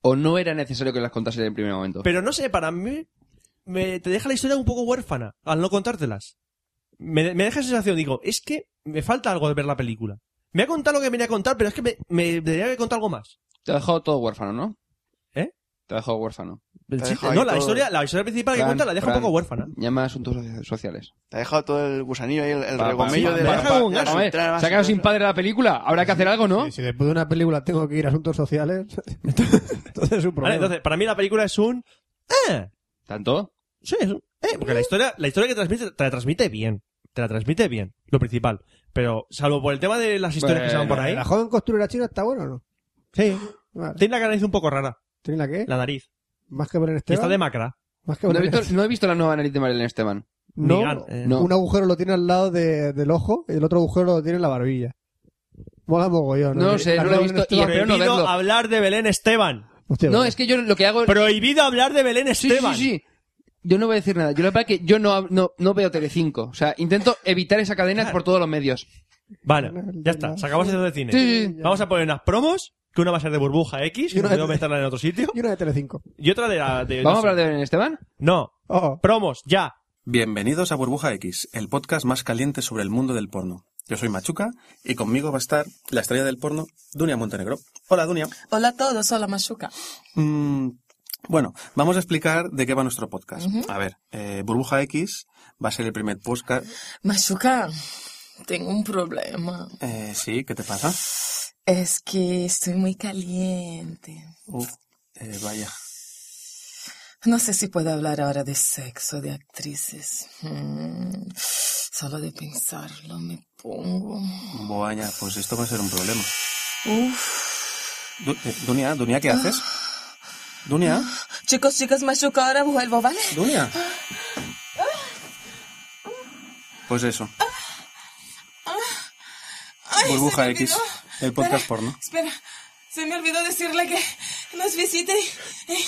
O no era necesario que las contase en el primer momento. Pero no sé, para mí me, te deja la historia un poco huérfana al no contártelas. Me, me deja esa sensación, digo, es que me falta algo de ver la película. Me ha contado lo que venía a contar, pero es que me, me debería haber contado algo más. Te ha dejado todo huérfano, ¿no? ¿Eh? Te ha dejado huérfano. El ha chiste- dejado ahí no, la todo. historia, la historia principal que Fran, cuenta la deja un Fran, poco huérfana. Llama a asuntos socia- sociales. Te ha dejado todo el gusanillo ahí, el, el Pa- pa- regomello pa- de pa- la... deja pa- un las A ver, entradas se ha quedado y sin todo. padre la película. Habrá que hacer algo, ¿no? Si después de una película tengo que ir a asuntos sociales, *laughs* entonces es Vale, un problema. entonces, para mí la película es un... ¡Ah! ¿Tanto? Sí, es un- eh, Mm. porque la historia, la historia que transmite, te la transmite bien. Te la transmite bien, lo principal. Pero, salvo por el tema de las historias que se van por ahí, ¿La joven costurera china está buena o no? sí, Vale. tiene la nariz un poco rara, ¿Tiene la qué? la nariz. Más que Belén Y está Esteban. de macra. Más que No he, Belén visto, Esteban. no he visto la nueva nariz de Marilyn Esteban. Ni No, gan- eh, No. un agujero lo tiene al lado de- del ojo y el otro agujero lo tiene en la barbilla. Mola mogollón. No ¿eh? lo sé, La no lo he Belén visto y Esteban- espero no Prohibido verlo. hablar de Belén Esteban. Hostia, No, vale. es que yo lo que hago... Prohibido hablar de Belén Sí, sí, Esteban. sí, sí. Yo no voy a decir nada. Yo la verdad que yo no, hab- no, no veo Telecinco. O sea, intento evitar esa cadena por todos los medios. Vale, ya está, se acabó la sesión de cine. Sí, sí, sí. Vamos a poner unas promos, que una va a ser de burbuja X, Y que no una puedo de- meterla en otro sitio, Y una de Telecinco. y otra de la de... no ¿Vamos a sé. hablar de Belén Esteban? No, Oh, promos, ya. Bienvenidos a Burbuja X, el podcast más caliente sobre el mundo del porno. Yo soy Machuca y conmigo va a estar la estrella del porno, Dunia Montenegro. Hola, Dunia. Hola a todos, hola Machuca. Mm, bueno, vamos a explicar de qué va nuestro podcast. A ver, eh, Burbuja X va a ser el primer podcast. Machuca, tengo un problema. Eh, sí, ¿qué te pasa? Es que estoy muy caliente. Uf, eh, vaya. No sé si puedo hablar ahora de sexo, de actrices. Mm, solo de pensarlo me pongo. Vaya, pues esto va a ser un problema. Uf. Du- eh, Dunia, Dunia, ¿qué *gasps* haces? Dunia, Chicos, chicas, Machuca, ahora vuelvo, ¿vale? Dunia. Pues eso. Ay, se Burbuja me X, olvidó. el podcast porno. Espera, se me olvidó decirle que nos visite eh,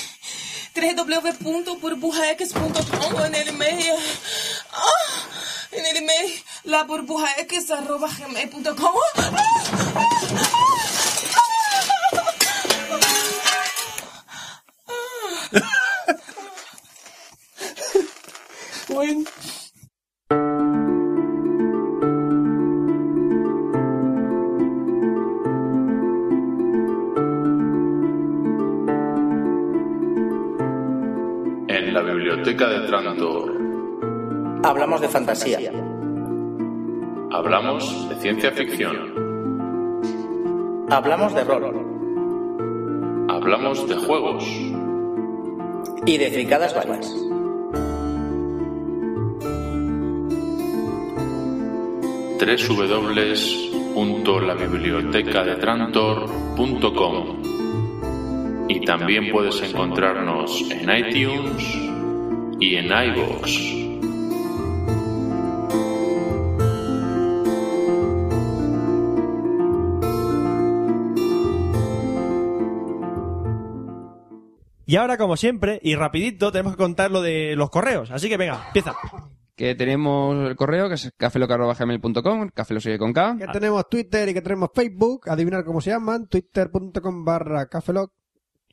en www.burbujax.com en el email. Ah, en el email la Bueno. la biblioteca de Trantor. Hablamos de fantasía. Hablamos de ciencia ficción. Hablamos de rol. Hablamos de juegos. Y de fricadas varias. www.labibliotecadetrantor.com Y también puedes encontrarnos en iTunes y en iVoox. Y ahora, como siempre, y rapidito, tenemos que contar lo de los correos. Así que venga, empieza. Que tenemos el correo, que es cafeloc.gmail.com, cafelo sigue con K. Que tenemos Twitter y que tenemos Facebook. Adivinar cómo se llaman. Twitter.com barra cafeloc.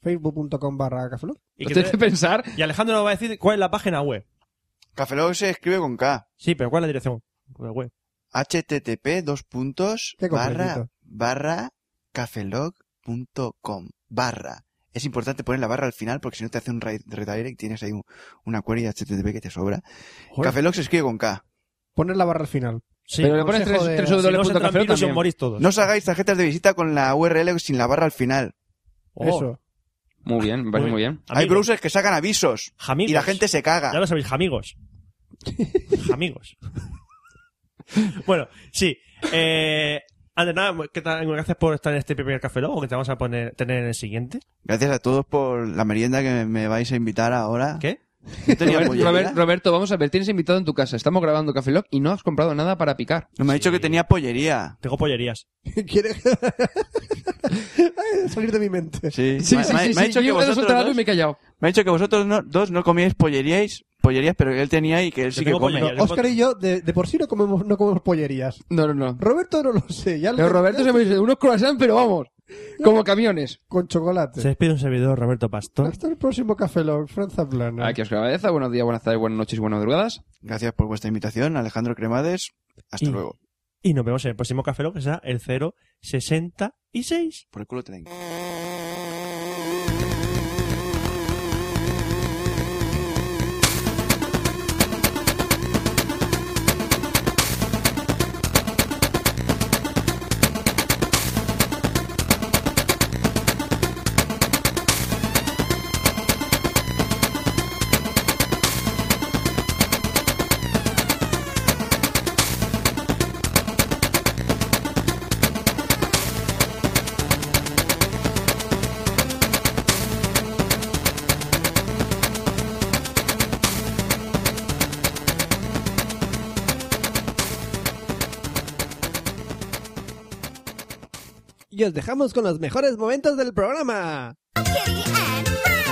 Facebook.com barra cafeloc. Y Tienes que pensar Y Alejandro nos va a decir cuál es la página web. Cafelog se escribe con K. Sí, pero ¿cuál es la dirección? Pues web. http dos puntos Qué barra completito. barra cafelog.com barra. Es importante poner la barra al final porque si no te hace un re- redirect tienes ahí un- una query de HTTP que te sobra. Joder. Cafelog se escribe con K. Poner la barra al final. Sí. Pero le pones consejo tres- de- tres si no Si no os www.cafeloc entran pitos, os también. morís todos. No os hagáis tarjetas de visita con la URL sin la barra al final. Oh, Eso. *laughs* Muy bien, me parece muy bien. Hay amigos, browsers que sacan avisos amigos. y la gente se Ya caga. lo sabéis, amigos. amigos. bueno, sí. Eh, antes de nada, ¿qué tal? gracias por estar en este primer café Lock, o que te vamos a poner, tener en el siguiente. Gracias a todos por la merienda que me vais a invitar ahora. ¿Qué? No *laughs* tenía Robert- pollería. Robert- Roberto, vamos a ver, tienes invitado en tu casa, estamos grabando cafeloc y no has comprado nada para picar. No me ha dicho que tenía pollería. Tengo pollerías. ¿Quieres *laughs* salir de mi mente? Sí, Sí, me, sí, me- sí, me ha dicho que yo he vosotros soltado algo dos, y me he callado. me ha dicho que vosotros no- dos no comíais polleríais, pollerías, pero que él tenía y que él Yo sí que tengo come. pollería. Oscar y yo, de, de por sí, no comemos, no comemos pollerías. No, no, no. Roberto no lo sé. Ya lo Pero Roberto se me dice unos croissants, pero vamos, como camiones. Con chocolate. Se despide un servidor, Roberto Pastor. Hasta el próximo Café Lock, Franza Plana. Aquí os agradezco, buenos días, buenas tardes, buenas noches y buenas madrugadas. Gracias por vuestra invitación, Alejandro Cremades. Hasta Y- luego. Y nos vemos en el próximo café Lock, que será el 066. Por el culo te den. Y os dejamos con los mejores momentos del programa. Kitty and Friends.